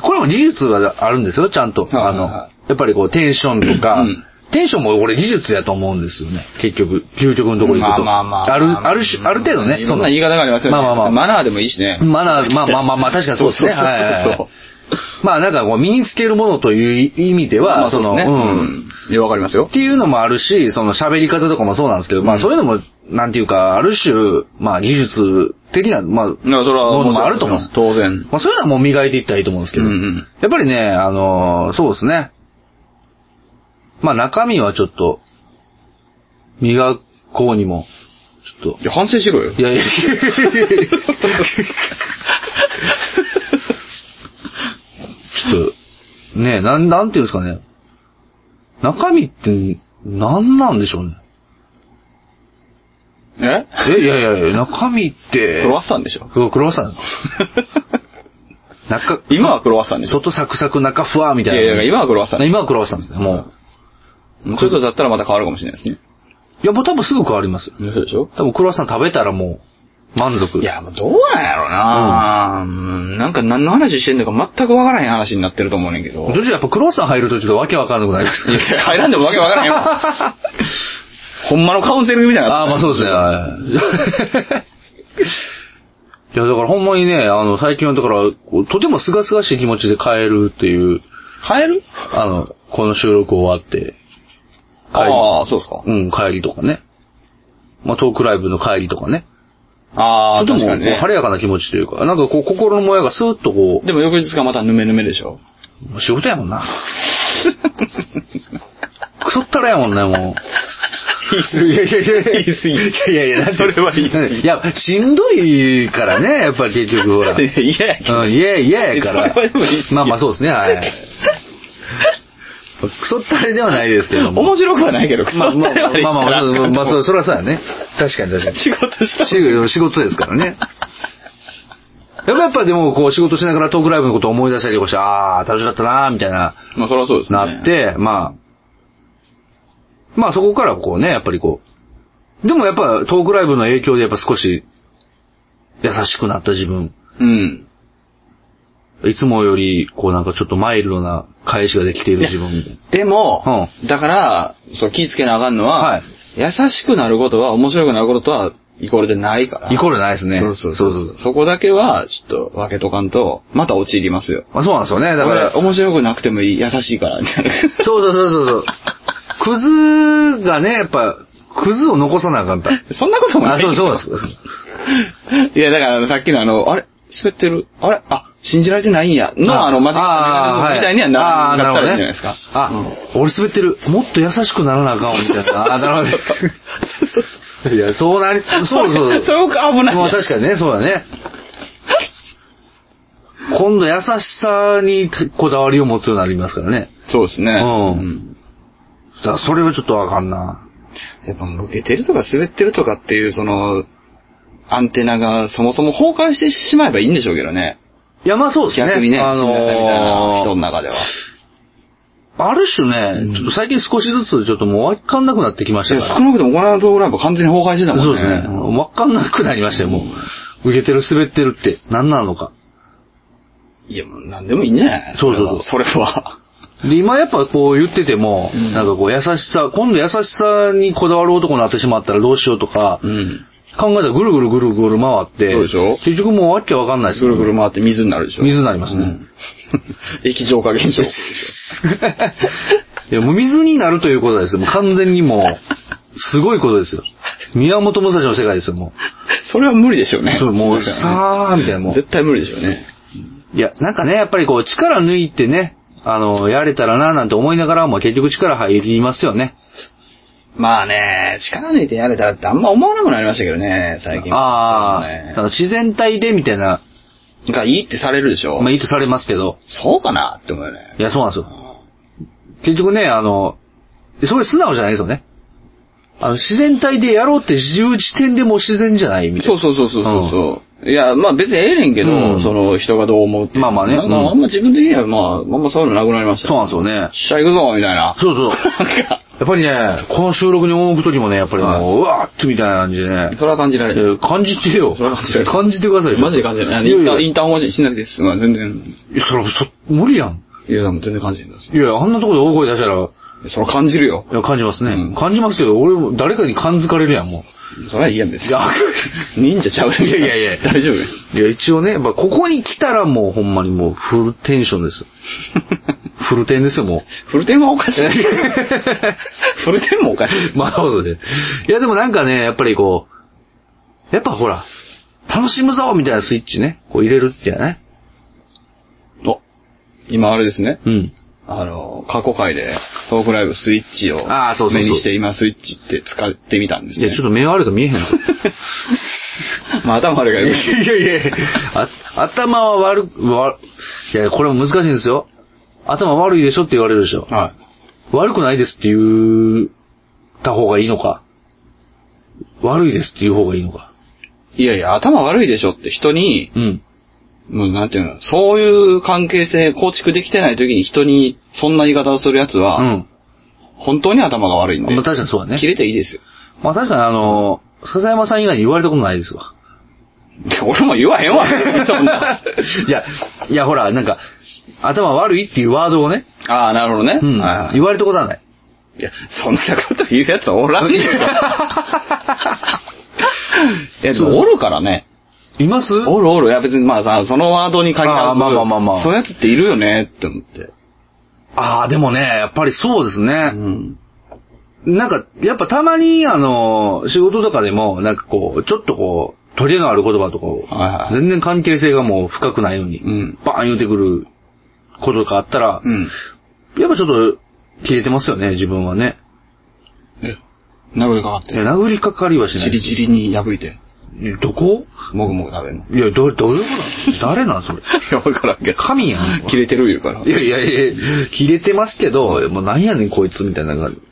S1: これも技術があるんですよ、ちゃんと。
S2: はい
S1: あ
S2: はい
S1: の、
S2: は
S1: やっぱりこう、テンションとか、
S2: うん
S1: テンションも俺技術やと思うんですよね。結局、究極のところに行くと。
S2: まあまあまあ。
S1: ある、ある種、ある程度ね。
S2: いろんな言い方がありますよね。
S1: まあまあま
S2: マナーでもいいしね
S1: あ。。マナー、まあまあまあまあ、確かにそうですね。
S2: そうそうそう
S1: はいはいはい
S2: そう
S1: まあなんかこう、身につけるものという意味では、
S2: まあ、そ
S1: その、
S2: うですね。
S1: うん。。
S2: いや、わかりますよ
S1: っ。ていうのもあるし、その喋り方とかもそうなんですけど、まあそういうのも、なんていうか、ある種、まあ技術的な、まあ、
S2: いや、それは
S1: ものもあると
S2: ちろ
S1: 思うんんです。
S2: 当然。
S1: まあそういうのはもう磨いていったらいいと思うんですけど、
S2: うんうん
S1: やっぱりね、あのーそうですね。まあ中身はちょっと、磨こうにも、ちょっ
S2: いや、反省しろよ
S1: と、い。やいや、ちょっと、ねなん、なんていうんですかね。中身って、なんなんでしょうね。
S2: え
S1: え、いやいやいや、中身って、
S2: クロワッサンでしょ
S1: クロワッサン。中、
S2: 今はクロワッサンでしょ
S1: 外サクサク中ふわみ
S2: い
S1: たい
S2: や
S1: な。
S2: いや、今はクロワッサンでし
S1: 今はクロワッサンですね、もう。
S2: ょ。もうちょっとだったらまた変わるかもしれないですね。
S1: いや、もう多分すぐ変わりますよ。
S2: そうでしょ
S1: 多分クロワッサン食べたらもう、満足。
S2: い、や、もうどうなんやろうなうんなんか何の話してんのか全くわからへん話になってると思うねんけど。
S1: どうしやっぱクロワッサン入るとちょっとわけわかんなくなります。
S2: いや、入らんでもわけわからへん わ。ほんまのカウンセリングみたいな。
S1: ああ、まあそうですね。はい。いや、 だからほんまにね、あの、最近はだから、こうとても清々しい気持ちで帰るっていう、
S2: 変える
S1: あの、この収録終わって、帰り
S2: ああ、そうですか。
S1: うん、帰りとかね。まあ、トークライブの帰りとかね。
S2: ああ、
S1: とて
S2: 確
S1: も、こ
S2: かに
S1: う
S2: ね。
S1: 晴れやかな気持ちというか、なんかこう、心のもやがスーッとこ
S2: でも翌日がまたヌメヌメでしょ。
S1: う、仕事やもんな。クソったらやもんな、もう。いやいやいやいや、
S2: 言い過ぎ
S1: いやいや、だって
S2: それは言い過ぎ
S1: いや、しんどいからね、やっぱり結局ほら。う
S2: いや、
S1: ん、いやいややから
S2: それはでも言い過。ぎ
S1: まあまあそうですね、はい。クソったれではないですけども。
S2: 面白くはないけど、クソ
S1: まあま
S2: ったれは
S1: あ、まあまあ、
S2: 言った
S1: ま
S2: ら
S1: あ、まあ、
S2: かんと
S1: そうそれはそうやね。確かに確かに。
S2: 仕事した
S1: 仕事仕事ですからね。やっぱやっぱでも、こう、仕事しながらトークライブのことを思い出したりとかして、ああ、楽しかったなーみたいな、
S2: まあ、それはそうですね。
S1: なっ。て、まあ、まあそこからこうね、やっぱりこう。でもやっぱトークライブの影響でやっぱ少し、優しくなった自分。
S2: うん。
S1: いつもより、こうなんかちょっとマイルドな返しができている自分みたいな。
S2: でも、だから、そう、気ぃつけなあかんのは、
S1: はい
S2: 優しくなることは、面白くなることとは、イコールでないから。
S1: イコールないですね。
S2: そうそうそう
S1: そ
S2: そうそこだけは、ちょっと分けとかんと、また陥りますよ。
S1: まあ、そうなんですよね。だから、
S2: 俺面白くなくてもいい、優しいから、みたいな。
S1: そうそうそうそうそう。 クズがね、やっぱ、クズを残さなあかんやっぱり。
S2: そんな こともな
S1: あ、
S2: いけ
S1: そ
S2: ど。
S1: うそうなんです。
S2: いや、だからあの、さっきのあの、あれ滑ってるあれあ、信じられてないんや。の、あの、マジッ
S1: あー
S2: クみたいにはならなかったらいいんじゃないですか。
S1: あーなるほどね、あ俺滑ってる。もっと優しくならなあかんわみたいな。あー、なるほど。
S2: 。
S1: いや、そうなり、そうそううん
S2: すごく危ない。
S1: まあ確かにね、そうだね。今度優しさにこだわりを持つようになりますからね。
S2: そうですね。
S1: うん
S2: ん
S1: だからそれはちょっとわかんな。
S2: やっぱ、もう受けてるとか滑ってるとかっていう、その、アンテナがそもそも崩壊してしまえばいいんでしょうけどね。
S1: いや、まあそうですね。
S2: 逆にね、
S1: あ
S2: 信じられてないみたいな人の
S1: のー
S2: 中では。
S1: ある種ね、
S2: うん
S1: ちょっと最近少しずつちょっともうわかんなくなってきまし
S2: い
S1: た
S2: や
S1: から。
S2: 少なくともこのドライブ完全に崩壊してたも
S1: そ
S2: ん
S1: う
S2: ね。
S1: ですね。わかんなくなりましたよ、もう。受けてる、滑ってるって何なのか。
S2: いや、もう何でもいいんじゃない
S1: そうそうそう
S2: それは。
S1: で、今やっぱこう言ってても、
S2: うん
S1: なんかこう優しさ、今度優しさにこだわる男になってしまったらどうしようとか、
S2: それはうん。
S1: 考えたらぐるぐるぐるぐる回って、
S2: そうでしょ
S1: 結局もうわけわかんないです
S2: ぐるぐる回って水になるでしょ。
S1: 水になりますね
S2: うん。 液状化 現象。
S1: いや、もう水になるということですよ。もう完全にもう、すごいことですよ。宮本武蔵の世界ですよ、も
S2: それは無理でしょう
S1: う。
S2: ね。
S1: そうもう、
S2: それはね
S1: さあみたいな、もう。
S2: 絶対無理でしょうね。
S1: いや、なんかね、やっぱりこう、力抜いてね、あの、やれたらな、なんて思いながらも、結局力入りますよね。
S2: まあね、力抜いてやれたらってあんま思わなくなりましたけどね、最近。
S1: ああ、
S2: そうね
S1: なんか自然体で、みたいな、
S2: がいいってされるでしょ。
S1: まあ、いいとされますけど、
S2: そうかなって思うよね。
S1: いや、そうなんですよ。結局ね、あの、それ素直じゃないですよね。あの、自然体でやろうっていう時点でもう自然じゃないみたい
S2: そ
S1: な。
S2: うそうそうそうそう。ういや、まあ別にええねんけど、
S1: うん
S2: その人がどう思うっていう。
S1: まあまあね
S2: なんか
S1: うん
S2: あんま自分的には、まあ、あんまそういうのなくなりました
S1: そう
S2: よ。
S1: なんですよね。
S2: しゃ行くぞ、みたい な。
S1: そうそう。
S2: なんか、
S1: やっぱりね、この収録に赴くときもね、やっぱりもう、
S2: はいう
S1: わーってみたいな感じでね。
S2: それは感じられる。
S1: えー感じてよ。
S2: それは感じられる
S1: 感じてくださいよ。
S2: マジで感じられ
S1: い
S2: る。インタ
S1: や
S2: ー
S1: いや
S2: インター法人しなくていいです。まあ全然。
S1: いやそれ、そ、無理やん。
S2: いや、でも全然感じるんですよ。
S1: いや、あんなとこで大声出したら、
S2: それは感じるよ。
S1: いや、感じますね。
S2: うん
S1: 感じますけど、俺も、誰かに感づかれるやん、も
S2: それは嫌です
S1: いや
S2: よ。 忍者ちゃうよ
S1: いやいやいや
S2: 大 丈夫よ。
S1: う。いや、一応ね、やっぱここに来たらもう、ほんまにもう、フルテンションです。フルテンですよ、もう。
S2: フルテンはお かしい。フルテンもおかしい。
S1: まあそうですね。いやでもなんかね、やっぱりこう、やっぱほら、楽しむぞみたいなスイッチね、こう入れるってやね。
S2: お、今あれですね。
S1: うん。
S2: あの、過去回でトークライブスイッチを
S1: あーそうそうそう
S2: 目にして今スイッチって使ってみたんです
S1: い
S2: ね。
S1: や、ちょっと目悪いから見えへんの。
S2: まあ頭悪いから
S1: い
S2: よ
S1: やいやいやあ頭は悪く、わいや、これも難しいんですよ。頭悪いでしょって言われるでしょ
S2: く。。は
S1: 悪くないですって言った方がいいのか。悪いですって言う方がいいのか。
S2: い。いやいや、頭悪いでしょって人に、
S1: うん。
S2: もうなんていうの、そういう関係性構築できてない時に人にそんな言い方をするやつは、
S1: うん。
S2: 本当に頭が悪いんで、
S1: まあ確かにそうだね
S2: 切。れていいですよ。
S1: まあ確かにあの、笹山さん以外に言われたことないですわ。
S2: いや俺も言わへんわ。そんな。
S1: いや、いや、ほら、なんか、頭悪いっていうワードをね、
S2: ああ、なるほどね。
S1: うん
S2: はいは、い
S1: 言われたことはない。
S2: いや、そんなこと言うやつはおらんよ。い や、でもおるからね。
S1: います
S2: おるおる。いや、別にまあさ、そのワードに限ら
S1: あー
S2: ず、
S1: まあまあまあまあ
S2: そういうやつっているよねって思って。
S1: ああ、でもね、やっぱりそうです
S2: う
S1: ね。
S2: ん。
S1: なんか、やっぱたまに、あの、仕事とかでも、なんかこう、ちょっとこう、取りのある言葉とかを
S2: はいはい
S1: 全然関係性がもう深くないのに、
S2: うん
S1: バーン言うてくることがあったら、
S2: うん。
S1: やっぱちょっと、切れてますよね、自分はね。
S2: え、殴りかかっ
S1: い
S2: て。
S1: や殴りかかりはしな
S2: じ
S1: い
S2: り。じりに破いて。
S1: えどこ
S2: もぐもぐ食べんの。
S1: いや、ど、どういうことなの誰なんそれ。
S2: いや、わからんけど。
S1: 神やん
S2: 切れてる言うから。
S1: いやいやいや、切れてますけど、もうなんやねんこいつみたいな感じ。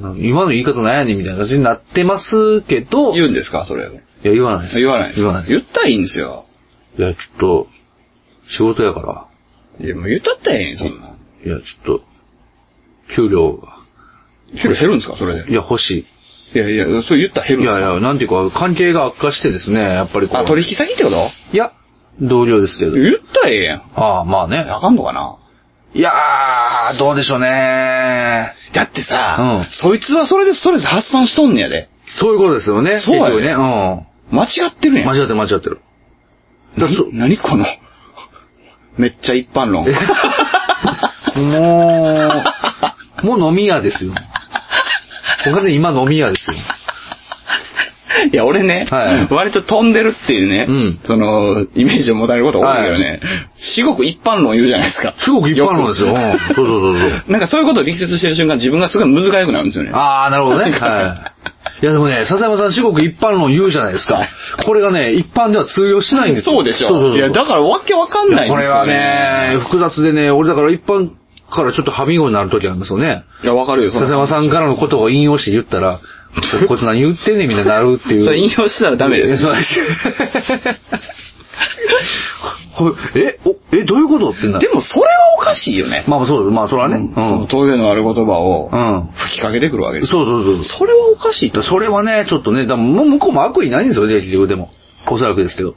S1: なん今の言い方なんやねんみたいな感じになってますけど、い
S2: 言うんですかそれ。
S1: や、言わないです。
S2: 言わないです。
S1: 言わないで
S2: 言ったらいいんですよ。
S1: す。いや、ちょっと、仕事やから。
S2: いや、もう言ったったらええん、そんな。
S1: いや、ちょっと、給料が、
S2: 給料減るんですかそれで。
S1: いや、欲し
S2: いやいや、それ言ったら
S1: い。
S2: 減る
S1: い
S2: んです
S1: や
S2: か
S1: いや、なんていうか、関係が悪化してですね、やっぱりこう。
S2: あ、取引先ってこと
S1: いや、同僚ですけど。
S2: 言ったらええやん。
S1: ああ、まあね。
S2: あかんのかない
S1: やー、どうでしょうね
S2: だってさ、
S1: うん
S2: そいつはそれでストレス発散しとんねやで。
S1: そういうことですよね。
S2: そうやね
S1: 結局ね。う
S2: 間違ってる
S1: ん。
S2: やん。
S1: 間違ってる間違ってる。だそ
S2: な何この、めっちゃ一般 論。
S1: もう、もう飲み屋ですよ。お金今飲み屋ですよ。
S2: いや、俺ね、
S1: はい
S2: 割と飛んでるっていうね、
S1: うん
S2: その、イメージを持たれることが多いけどね、至極一般論言うじゃないですか。
S1: すごく一般論ですよ。う
S2: く
S1: んそうそうそうそう。
S2: なんかそういうことを力説してる瞬間、自分がすごい難しくなるんですよね。
S1: あー、なるほどね。はい。いやでもね、笹山さん、至極一般論言うじゃないですか。これがね、一般では通用しないんですよ。
S2: そうでしょ。
S1: そうそうそう
S2: いや、だからわけわかんないん
S1: こ
S2: です
S1: れ
S2: よ、
S1: はね、複雑でね、俺だから一般からちょっとはみごになる時ありますよね。
S2: いや、わかるよ、そ
S1: 笹山さんからのことを引用して言ったら、ちょっとこいつ何言ってんねんみたいになるっていう。
S2: それ引用したらダメです。
S1: そうです。 ほえ、お、え、どういうことってな
S2: でも、それはおかしいよね。
S1: まあそうだ、まあそれはね。う
S2: その
S1: ん。
S2: トイレのある言葉を
S1: うん。
S2: 吹きかけてくるわけですよ。
S1: そうそうそう。
S2: それはおかしいと
S1: だそれはね、ちょっとね、だもう向こうも悪意ないんですよね、結局でも。おそらくですけど。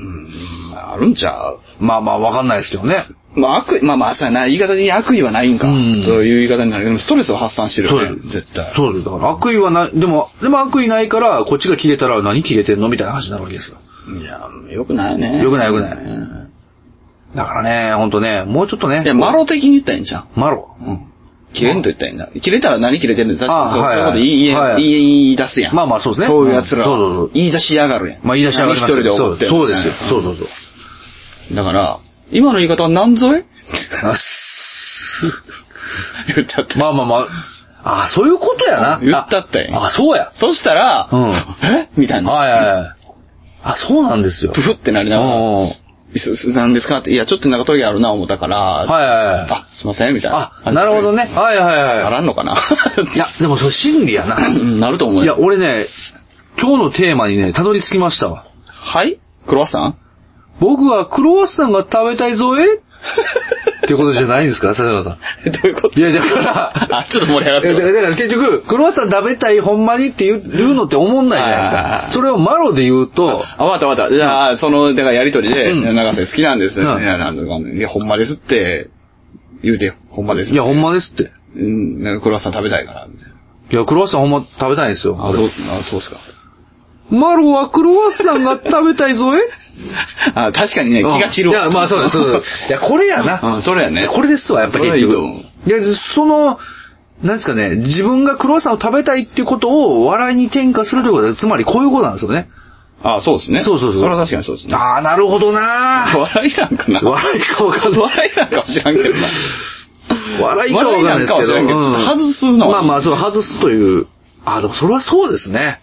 S2: うん、あるんちゃう
S1: まあまあわかんないですけどね。
S2: まあ悪意、まあまあ、そうやな、言い方に悪意はないんか。
S1: うん
S2: そういう言い方になるけど、ストレスを発散してる
S1: そうで
S2: よね。
S1: す。
S2: 絶対。
S1: そうです。だから悪意はない、でも、でも悪意ないから、こっちが切れたら何切れてんのみたいな話になるわけですよ。
S2: いや、よくないね。
S1: 良くない良くない
S2: うん
S1: だからね、ほんとね、もうちょっとね。
S2: いや、マロ的に言ったらいいんじゃん。
S1: マロ。
S2: うん。切れんと言ったらいいんだ。切れたら何切れてんだ確かに
S1: あ
S2: そう、
S1: はい
S2: そういう
S1: はい
S2: こと言い、言え
S1: はい
S2: 言い言い出すやん。
S1: まあまあそうですね
S2: そういう奴ら
S1: うんそうそう
S2: は。
S1: そう
S2: 言い出しやがるやん。
S1: まあ言い出し上がります
S2: 一人で怒ってる
S1: そうそうですよ。
S2: ん
S1: そうそうそう。
S2: だから、今の言い方は何ぞえ言ったっ て。
S1: まあまあまあ。あそういうことやな。
S2: 言ったったやん
S1: あ、あそうや。
S2: そしたら、
S1: うん
S2: えみたいな。
S1: はいはいはい。あ、そうなんですよ
S2: ブ。フってなり
S1: うん
S2: ながら、
S1: うんはい
S2: すすなんですかって、いや、ちょっとなんかトイレあるな思ったから、
S1: はいはい。
S2: あ、すいません、みたいな。
S1: あ、なるほどね。。はいはい
S2: な
S1: は
S2: らんのかな
S1: い。いや、でもそれ真理やな。
S2: うん なると思うよ
S1: いや、俺ね、今日のテーマにね、たどり着きましたわ。
S2: はいクロワッサン
S1: 僕はクロワッサンが食べたいぞえってことじゃないんですか笹山さ
S2: えどういうこと
S1: ん。いや、だから、
S2: あ、ちょっと盛り上がっ
S1: い
S2: て
S1: やだ
S2: る。
S1: だから結局、クロワッサン食べたいほんまにって言う言うのって思んないじゃ
S2: はいはい
S1: ない
S2: は
S1: で
S2: い
S1: すか。それをマロで言うと、
S2: あ、わかったわかった。じゃあ、その、だからやりとりで、
S1: うん
S2: 長瀬好きなんです。い
S1: うん
S2: や、なんとかね、いや、ほんまですって、言うてよ。ほんまです。
S1: いや、ほんまですって。
S2: うん、なんかクロワッサン食べたいから、みたいな。
S1: いや、クロワッサンほんま食べたいんですよ。
S2: あ、そう、あ、そうっすか。
S1: マロはクロワッサンが食べたいぞえ
S2: あ、確かにね、気が散る
S1: い
S2: わ。
S1: や、まあそうです、そう です。いや、これやな。
S2: うん、それやね。
S1: これですわ、やっぱり
S2: それ
S1: 結
S2: はいい
S1: 局
S2: と思う。
S1: いや、その、なんですかね、自分がクロワッサンを食べたいっていうことを笑いに転化するということで、つまりこういうことなんですよね。
S2: あ、そうですね。
S1: そうそうそう
S2: それは確かにそうですね。
S1: ああ、なるほどな
S2: 笑いなんかな。
S1: ー 笑いかわかんない。
S2: 笑いなんかは知らんけどな。
S1: 笑いかわかんないですけど。
S2: 笑いなんかは知らんけど
S1: うん
S2: ちょっと外すのは
S1: まあまあ、そう、外すという。あ、でもそれはそうですね。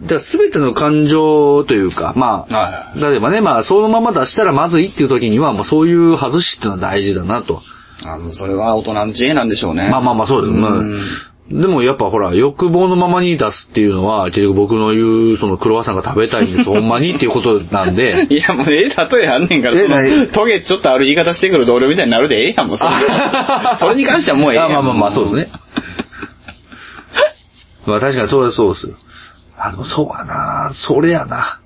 S1: だすべての感情というか、まあ、
S2: は
S1: 例えばね、まあ、そのまま出したらまずいっていう時には、もうそういう外しっていうのは大事だなと。
S2: い。あの、それは大人の知恵なんでしょうね。
S1: まあまあまあ、そうです。まあ
S2: うん。
S1: でもやっぱほら、欲望のままに出すっていうのは、結局僕の言う、そのクロワッサンが食べたいんです、ほんまにっていうことなんで
S2: いや、もうええ例えあんねんから、
S1: え
S2: その
S1: ない
S2: トゲちょっとある言い方してくる同僚みたいになるでええやん、もうそれ
S1: あ
S2: それに関してはもうええや
S1: あ
S2: ん。
S1: まあまあまあ、そうですね。まあ確かにそれはそうですよ。あ、でもそうやなそれやな。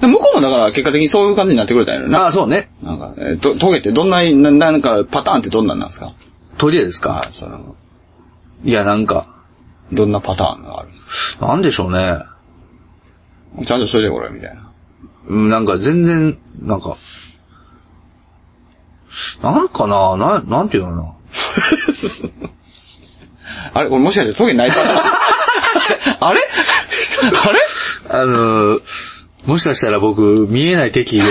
S2: で。向こうもだから結果的にそういう感じになってくれたんやろな。
S1: ああ、そうね。
S2: なんか、えーとトゲってどんな、ななんかパターンってどんなんなんですか
S1: トイレです
S2: あ
S1: か
S2: その、
S1: いや、なんか、
S2: どんなパターンがある
S1: なんでしょうね。
S2: ちゃんとしといてこれ、みたい な。
S1: うん、なんか全然、なんか、なんかなな、なんていうのかな。
S2: あれ俺もしかしてトゲないパ ターンあれあれ
S1: あのー、もしかしたら僕、見えない 敵を。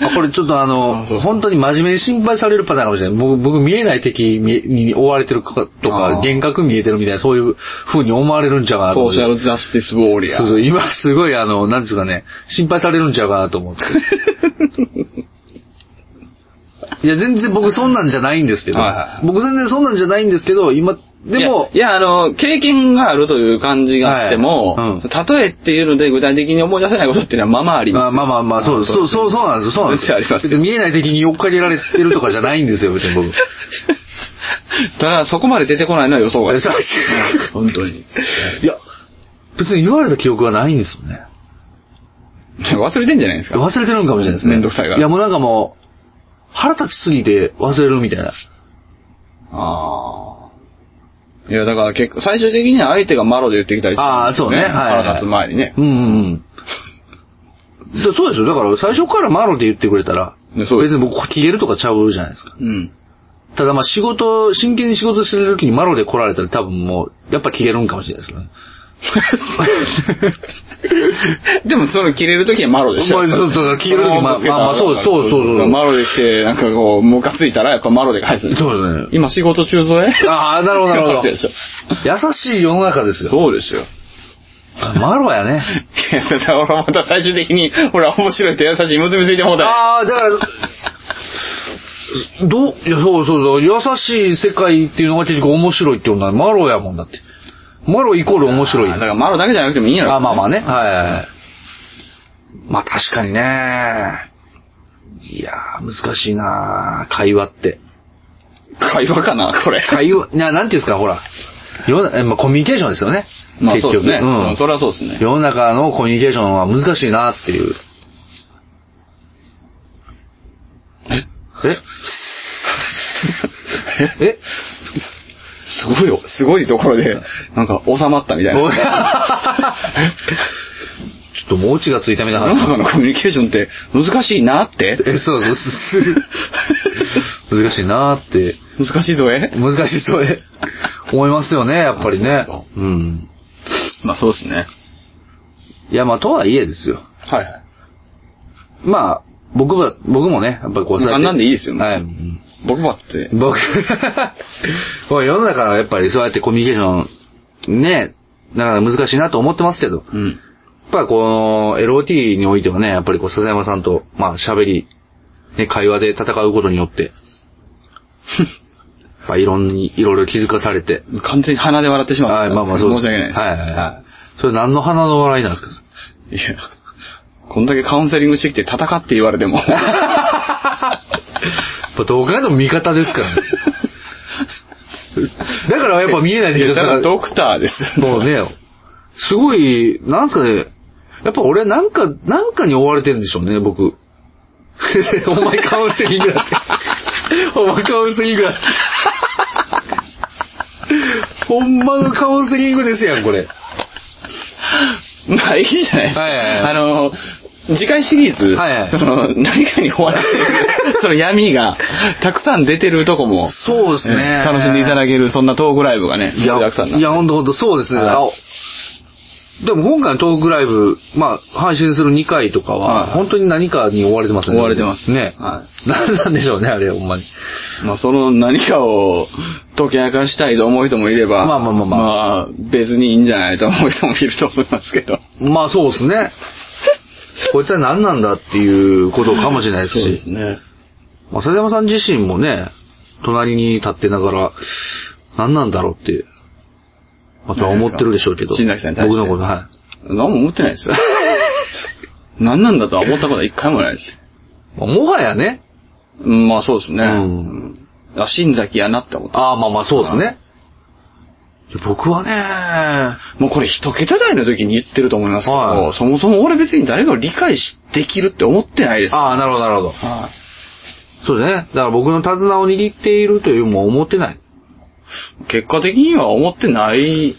S1: あこれちょっとあの、
S2: あそうそう
S1: 本当に真面目に心配されるパターンかもしれない。僕、僕見えない敵にに追われてるかと
S2: あー
S1: か、幻覚見えてるみたいな、そういう風に思われるんちゃうかなと
S2: ソ
S1: 思っ
S2: ー
S1: て
S2: シャルザスティスウォーリア
S1: そう
S2: ー。
S1: そう今すごいあの、なんですかね、心配されるんちゃうかなと 思って。いや、全然僕そんなんじゃないんですけど、
S2: はいはい
S1: 僕全然そんなんじゃないんですけど、今、でも
S2: い、や、いやあの、経験があるという感じがあっても、
S1: はいうん
S2: 例えっていうので具体的に思い出せないことっていうのはまあまああり
S1: ま
S2: ま
S1: あ
S2: す。
S1: まあまあまあ、そうです。そう、そう、そうなんですよ。そうなんですよ
S2: ありますよ
S1: 別に見えない敵に追っかけられてるとかじゃないんですよ、別に僕。
S2: ただ、そこまで出てこないのは予想外
S1: そうです
S2: 本当に。
S1: いや、別に言われた記憶はないんですよね。
S2: 忘れてんじゃないですか。
S1: 忘れてるんかもしれないですね。
S2: めんどくさいから
S1: いや、もうなんかもう、腹立ちすぎて忘れるみたいな。
S2: ああ。いや、だから結構、最終的には相手がマロで言ってきたりするん
S1: ああ、
S2: です
S1: そ
S2: よ
S1: うね。はいはい
S2: 腹立つ前にね
S1: う。んうんうん。でそうですよ。だから最初からマロで言ってくれたら、
S2: ねそうです
S1: 別に僕消えるとかちゃうじゃないですか。
S2: うん。
S1: ただまあ仕事、真剣に仕事してる時にマロで来られたら多分もう、やっぱ消えるんかもしれないですね。
S2: でも、その、切れるときはマロでしょ。
S1: まあそうだから切れる時
S2: その
S1: まあまあまあそうですそうそうそうそう
S2: マロで来て、なんかこう、ムカついたら、やっぱマロで返すんですよ。
S1: そうですね。
S2: 今仕事中 ぞえ
S1: ああ、なるほどなるほど。
S2: で
S1: 優
S2: しょ
S1: しい世の中ですよ。
S2: そうですよ。
S1: マロやね。
S2: いや、だから俺また最終的に、ほら、面白いと優しい結びついてもうた。
S1: ああ、だから、どう、いや、そうそうそう、優しい世界っていうのが結構面白いっていうのはマロやもんだって。マロイコール面白い。
S2: だからマロだけじゃなくてもいいんやろ。
S1: あ、まあまあね。はいはいはい。まあ確かにね。いやー、難しいなー会話って。
S2: 会話かな、これ。
S1: 会 話、ななんていうんですか、ほら。世のえまあ、コミュニケーションですよね。
S2: まあ
S1: 結
S2: そうで
S1: 局
S2: すね。
S1: うん
S2: うん、それはそうですね。
S1: 世の中のコミュニケーションは難しいなっていう。ええ
S2: すごいよ。すごいところで、なんか収まったみたい
S1: お
S2: な。
S1: ちょっともうオチがついたみたい
S2: 世
S1: な
S2: の
S1: 話。
S2: 中のコミュニケーションって難しいなって
S1: え、そう、うっす 難しいなーって。
S2: 難しいぞえ
S1: 難しいそう え、思いますよね、やっぱりね
S2: そうです。
S1: うん。
S2: まあそうですね。
S1: いや、まあ、とはいえですよ。
S2: はいはい。
S1: まあ、僕は、僕もね、やっぱりこうそうやって
S2: なんでいいですよ
S1: はい。
S2: う僕もあって。
S1: 僕、 これ世の中はやっぱりそうやってコミュニケーション、ね、なかなか難しいなと思ってますけど、やっ
S2: うん。
S1: ぱこの LOT においてはね、やっぱりこう笹山さんと、まあ喋り、ね、会話で戦うことによって、 まあいろんに、いろいろ気づかされて、
S2: 完全に鼻で笑ってしまった。
S1: はい、まあまあそう
S2: 申し訳ないです。
S1: はいはいはい。それ何の花の笑いなんですか
S2: い。いや、こんだけカウンセリングしてきて戦って言われても。
S1: やっぱ動画の味方ですから ね。だからやっぱ 見えないで
S2: いや
S1: く
S2: だ
S1: だ
S2: から
S1: さい。
S2: ドクターです。
S1: そうね。すごい、なんすかね。やっぱ俺なんか、なんかに追われてるんでしょうね、僕。 お前カウンセリングだ って。お前カウンセリング だって。ほんまのカウンセリングですやん、これ。
S2: まあいいじゃないですか。
S1: はいはいはい
S2: あの、次回シリーズ、
S1: はいはい
S2: その、何かに追われて る、その闇が、たくさん出てるとこも、
S1: そうですね。
S2: 楽しんでいただける、そんなトークライブがね、
S1: いや、
S2: 盛りだくさんない
S1: や、ほんとほんと、そうですね。
S2: はい
S1: あおでも今回のトークライブ、まあ、配信する2回とかは、
S2: はい
S1: 本当に何かに追われてますね。
S2: 追われてます
S1: ね。
S2: は
S1: なんなんでしょうね、あれ、ほんまに。
S2: まあその何かを解き明かしたいと思う人もいれば、
S1: まあまあまあまあ
S2: まあ別にいいんじゃないと思う人もいると思いますけど。
S1: まあ、そうですね。こいつは何なんだっていうことかもしれないですし。
S2: ね。
S1: まあ、笹山さん自身もね、隣に立ってながら、何なんだろうって、また思ってるでしょうけど。
S2: 何ですか新崎さんに対して
S1: 僕のこと、はい。
S2: 何も思ってないですよ。 何なんだとは思ったことは一回もないです。
S1: まあもはやね。
S2: うんまあそうです
S1: う
S2: ね。
S1: ん
S2: あ、新崎やなって思った。
S1: ああ、まあまあ、そうですね。いや僕はね、
S2: もうこれ一桁台の時に言ってると思いますけど、
S1: はい
S2: そもそも俺別に誰かを理解しできるって思ってないです。
S1: ああ、なるほど、なるほど。
S2: はい
S1: そうですね。だから僕の手綱を握っているというも思ってない
S2: 結果的には思ってない、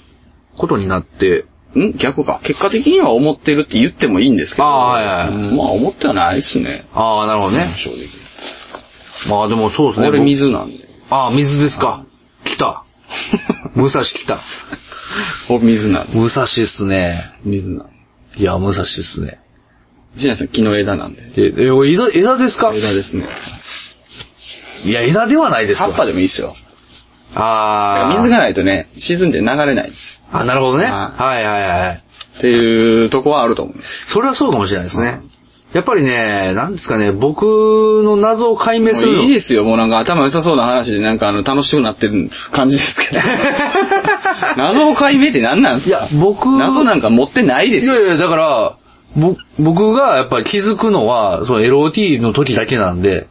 S1: ことになって、
S2: ん逆か。結果的には思ってるって言ってもいいんですけど、
S1: ああはいはい
S2: まあ思ってはないですね。
S1: ああ、なるほどね。
S2: 正直。
S1: まあでもそうですね。
S2: 俺
S1: 僕
S2: 水なん で。
S1: ああ、水ですか。来た。武蔵来た。
S2: 俺水なんで。
S1: 武蔵っすね。
S2: 水なんで。
S1: いや、武蔵っすね。
S2: 陣内さん木の枝なんで。
S1: え、え、お枝、枝ですか
S2: 枝ですね。
S1: いや、枝ではないです
S2: 葉
S1: わ。
S2: っぱでもいいですよ。だか
S1: あ
S2: ら
S1: あ。
S2: 水がないとね、沈んで流れないんです。
S1: あ、なるほどね。
S2: は
S1: はいはいはい。
S2: っていうとこはあると思うんです。
S1: それはそうかもしれないですね。やっぱりね、なんですかね、僕の謎を解明する
S2: も
S1: の。
S2: ういいですよ。もうなんか頭良さそうな話で、なんかあの、楽しくなってる感じですけ ど。謎を解明って何なんです
S1: いや
S2: か、
S1: 僕、
S2: 謎なんか持ってないで
S1: い
S2: すよ。
S1: やいや、だから、ぼ僕がやっぱり気づくのは、その LOT の時だけなんで、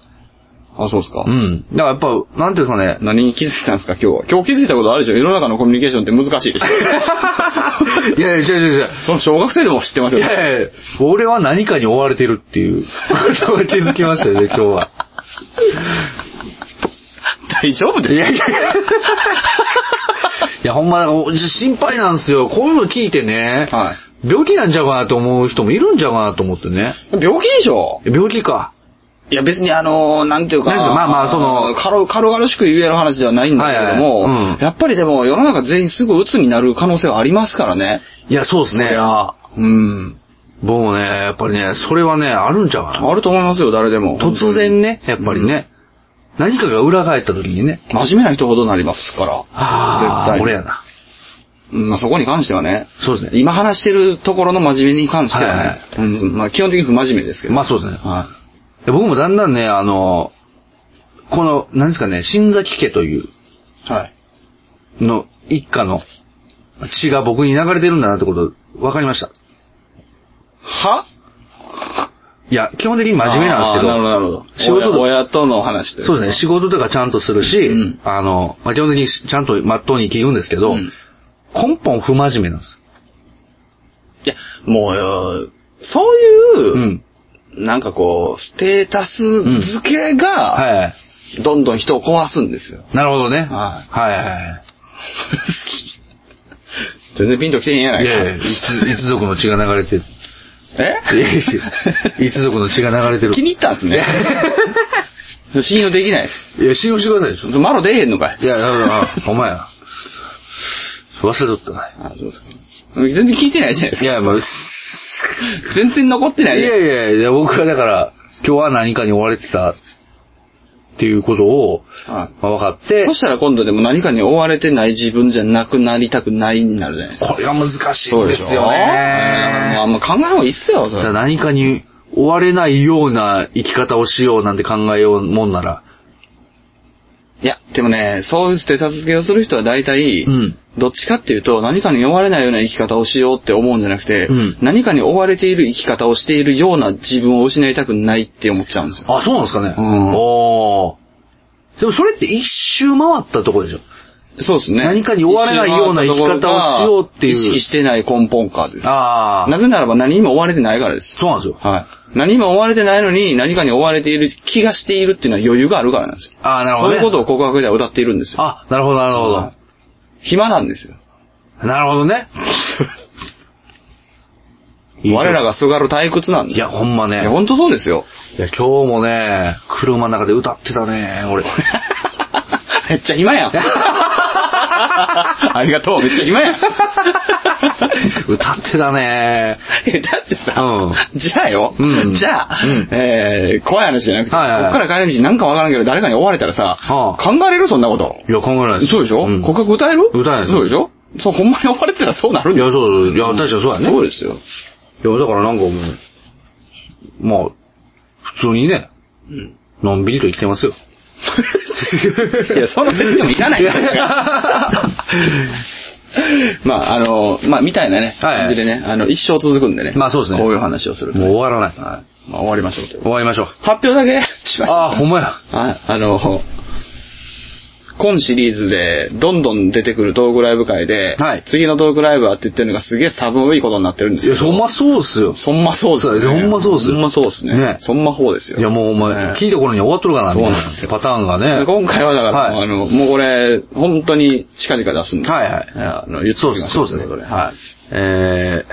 S2: あ、そうですか。
S1: うん。だからやっぱ、なんていうんですかね、
S2: 何に気づいたんですか今日は。今日気づいたことあるでしょ世の中のコミュニケーションって難しいでしょ
S1: いやいや、違う違う違う。
S2: その小学生でも知ってます
S1: い
S2: よ。
S1: やいや、俺は何かに追われてるっていう ことが気づきましたよね、今日 は。
S2: 大丈夫です
S1: いやいやいや。いや、ほんま、心配なんですよ。こういうの聞いてね、
S2: は
S1: 病気なんちゃうかなと思う人もいるんちゃうかなと思ってね。
S2: い。病気でしょ
S1: 病気か。
S2: いや別にあの、なんていうか、
S1: なんですかまあまあその
S2: 軽軽々しく言える話ではないんだけれども、
S1: はいはいうん
S2: やっぱりでも世の中全員すぐ鬱になる可能性はありますからね。
S1: いや、そうです
S2: い
S1: ね。
S2: や、うん。
S1: 僕もね、やっぱりね、それはね、あるんちゃうかな。
S2: あると思いますよ、誰でも。
S1: 突然ね、やっぱりね、何かが裏返った時にね、
S2: 真面目な人ほどなりますから。
S1: ああ、
S2: 絶対に
S1: 俺やな。
S2: うんまあそこに関してはね。
S1: そうですね。
S2: 今話してるところの真面目に関してはね。
S1: はいはい
S2: うんまあ基本的に不真面目ですけど。
S1: まあそうですね。
S2: は
S1: で僕もだんだんね、あの、この、何ですかね、新崎家という
S2: い。はい。
S1: の一家の血が僕に流れてるんだなってこと分かりました。
S2: はい
S1: や、基本的に真面目なんですけど。
S2: あーなるほど、なるほど。
S1: 仕事と
S2: 親親との話といか
S1: そうですね、仕事とかちゃんとするし、
S2: うん
S1: あの、まあ、基本的にちゃんとまっとうに聞くんですけど、
S2: うん
S1: 根本不真面目なんです。
S2: いや、もう、そういう、
S1: うん。
S2: なんかこう、ステータス付けが、
S1: は
S2: どんどん人を壊すんですよ。
S1: い。なるほどね。
S2: は
S1: はいはい
S2: 全然ピンときてへんや
S1: は。
S2: ないい
S1: い
S2: か。
S1: やいや、一一族の血が流れ てる。いやいや
S2: え
S1: 一族の血が流れてる。
S2: 気に入ったんですね。それ信用できないです。
S1: いや、信用してくださいでし
S2: それマロ出えへんのか
S1: ょ。
S2: い
S1: いや、ああお前や。忘れとったな。
S2: あ、そうですか。全然聞いてないじゃないです
S1: い
S2: か。
S1: や、まあ、
S2: 全然残ってない
S1: い
S2: じ
S1: や
S2: ゃない
S1: いやいや、僕はだから、今日は何かに追われてたっていうことを、
S2: ですか。はい
S1: まあ、分かって
S2: そ、したら今度でも何かに追われてない自分じゃなくなりたくないになるじゃないですか。
S1: これは難しい
S2: そ
S1: ん
S2: う
S1: で
S2: ですす
S1: よ
S2: よね。もうあん
S1: ね。
S2: ま考えん方がいいっすよ、そ
S1: だから
S2: れ。
S1: 何かに追われないような生き方をしようなんて考えようもんなら、
S2: いや、でもね、そういうステータス付けをする人は大体、
S1: うん。
S2: どっちかっていうと、何かに追われないような生き方をしようって思うんじゃなくて、
S1: うん
S2: 何かに追われている生き方をしているような自分を失いたくないって思っちゃうんですよ。
S1: あ、そうなんですかね。
S2: うん
S1: おーでもそれって一周回ったとこでしょ。
S2: そうですね。
S1: 何かに追われないような生き方をしようっていう
S2: 一周回ったところが意識してない根本かです。
S1: ああ。
S2: なぜならば何にも追われてないからです。
S1: そうなんですよ。
S2: はい。何にも追われてないのに何かに追われている気がしているっていうのは余裕があるからなんですよ。
S1: ああ、なるほど、ね。
S2: そういうことを告白では歌っているんですよ。
S1: あ、なるほど、なるほ
S2: はい暇なんですよ。
S1: ど。なるほどね。
S2: 我らがすがる退屈なんです。
S1: いや、ほんま
S2: い
S1: ね。
S2: や、本当そうですよ。
S1: いや、今日もね、車の中で歌ってたね、 俺。
S2: めっちゃ暇やん。 ありがとう、めっちゃ暇やん。
S1: 歌ってたね。
S2: えだってさ、
S1: う
S2: じゃあよ、
S1: うん
S2: じゃあ、
S1: うん
S2: えー、怖い話じゃなくて、
S1: はいはいはい
S2: こっから帰り道なんかわからんけど誰かに追われたらさ、
S1: はあ
S2: 考えれるそんなこと。
S1: いや、考えないす
S2: そうでしょ、
S1: うん、
S2: 告白歌える
S1: 歌える
S2: そうでしょそう、ほんまに追われてたらそうなる
S1: い
S2: んだ
S1: や、
S2: よ。
S1: そう、いや、確かにそうやね。
S2: そうですよ。
S1: いや、だからなんかもう、まあ、普通にね、のんびりと生きてますよ。
S2: いや、その説明もいらないですから。 まあ、あの、まあ、みたいなね、
S1: はい
S2: 感じでね、あの、一生続くんでね。
S1: まあそうですね
S2: こういう話をする。
S1: もう終わらない。
S2: はい。まあ、終わりましょうという。
S1: 終わりましょう。
S2: 発表だけしました。
S1: ああ、ほんまや。
S2: ああの、今シリーズでどんどん出てくるトークライブ会で、
S1: はい
S2: 次のトークライブはって言ってるのがすげえ寒いことになってるんです
S1: いや、
S2: よ。
S1: ほんまそうっすよ。
S2: そんまそうです
S1: そうです
S2: ね。
S1: ほんまそうですよ
S2: ほんまそうですね。
S1: ね
S2: そんま方ですよ。
S1: いや、もうお前、
S2: ね
S1: 聞いた頃には終わっとるかな、みたい
S2: そうなんです
S1: な
S2: よ
S1: パターンがね。
S2: 今回はだから、
S1: はい
S2: あの、もうこれ、本当に近々出すんで。
S1: はいはい
S2: あの、言っておきましょ
S1: そうですね
S2: といことはい。
S1: え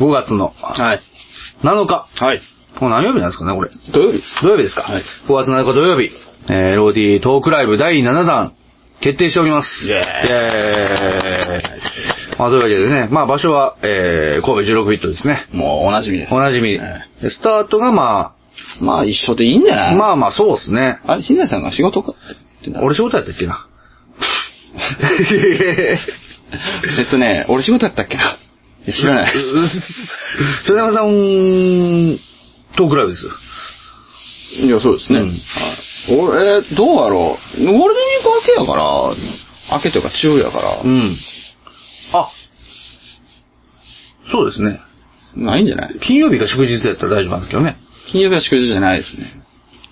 S1: ー、5月の
S2: はい。
S1: 7日。
S2: はい。
S1: これ何曜日なんですかね、これ。
S2: 土曜日です。
S1: 土曜日ですか。
S2: はい
S1: 5月7日土曜日、えー、ローディートークライブ第7弾、決定しております。
S2: イエーイ
S1: イエーイまあ、というわけでね、まあ、場所は、えー、神戸16ビットですね。
S2: もうおなじみです。
S1: おなじみ。
S2: え
S1: でスタートがま
S2: えまあ一緒でいいんじゃな
S1: あ、
S2: い
S1: ま
S2: あ。
S1: あまあ、そうですね。
S2: あれ、新内さんが仕事かってな
S1: 俺仕事やったっけな。いやいやいや
S2: えっとね、俺仕事やったっけない や知らない。
S1: 曽山さん、トークライブですよ。
S2: いや、そうですね。はい俺、えーどうやろう。ゴールデンウィーク明けやから、明けというか中やから
S1: う、ん。あ、そうですね。
S2: ないんじゃない
S1: 金曜日が祝日やったら大丈夫なんですけどね。
S2: 金曜日は祝日じゃないですね。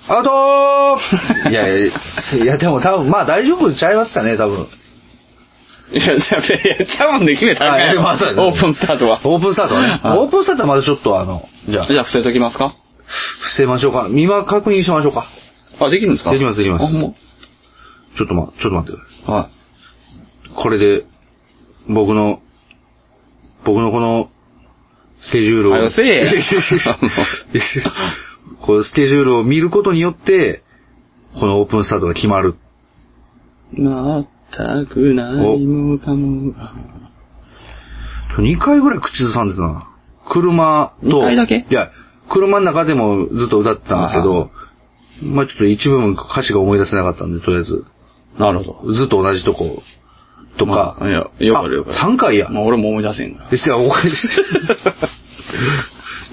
S1: アウトー いやいや、いやでも多分、まあ大丈夫ちゃいますかね、多分。
S2: いや、だっていや多分で決めたらあかん
S1: あ
S2: やろ
S1: いやまあそうやね
S2: オープンスタートは。
S1: オープンスタートはね。
S2: はい
S1: オープンスタートはまだちょっとあの、じゃあ、
S2: じゃあ伏せときますか
S1: 伏せましょうか。今確認しましょうか。
S2: あ、できるんですか
S1: できますできます
S2: あ、ほん
S1: ちょっとま、ちょっと待ってくださ
S2: ま。はい。
S1: い。これで、僕の、僕のこの、スケジュールを。
S2: あよせえや
S1: いやいやいや こうスケジュールを見ることによって、このオープンスタートが決まる。
S2: まったくないのかもが。
S1: 2回ぐらい口ずさんでたな。車と、
S2: 二回だけ
S1: いや、車の中でもずっと歌ってたんですけど、まあちょっと一部分歌詞が思い出せなかったんで、とりあえず、
S2: なるほ
S1: ずっと同じとこ、とか。
S2: まあいやよかったよかった
S1: 3回や
S2: ど。。まあ俺も思い出せんから。
S1: ですよ、おかしい。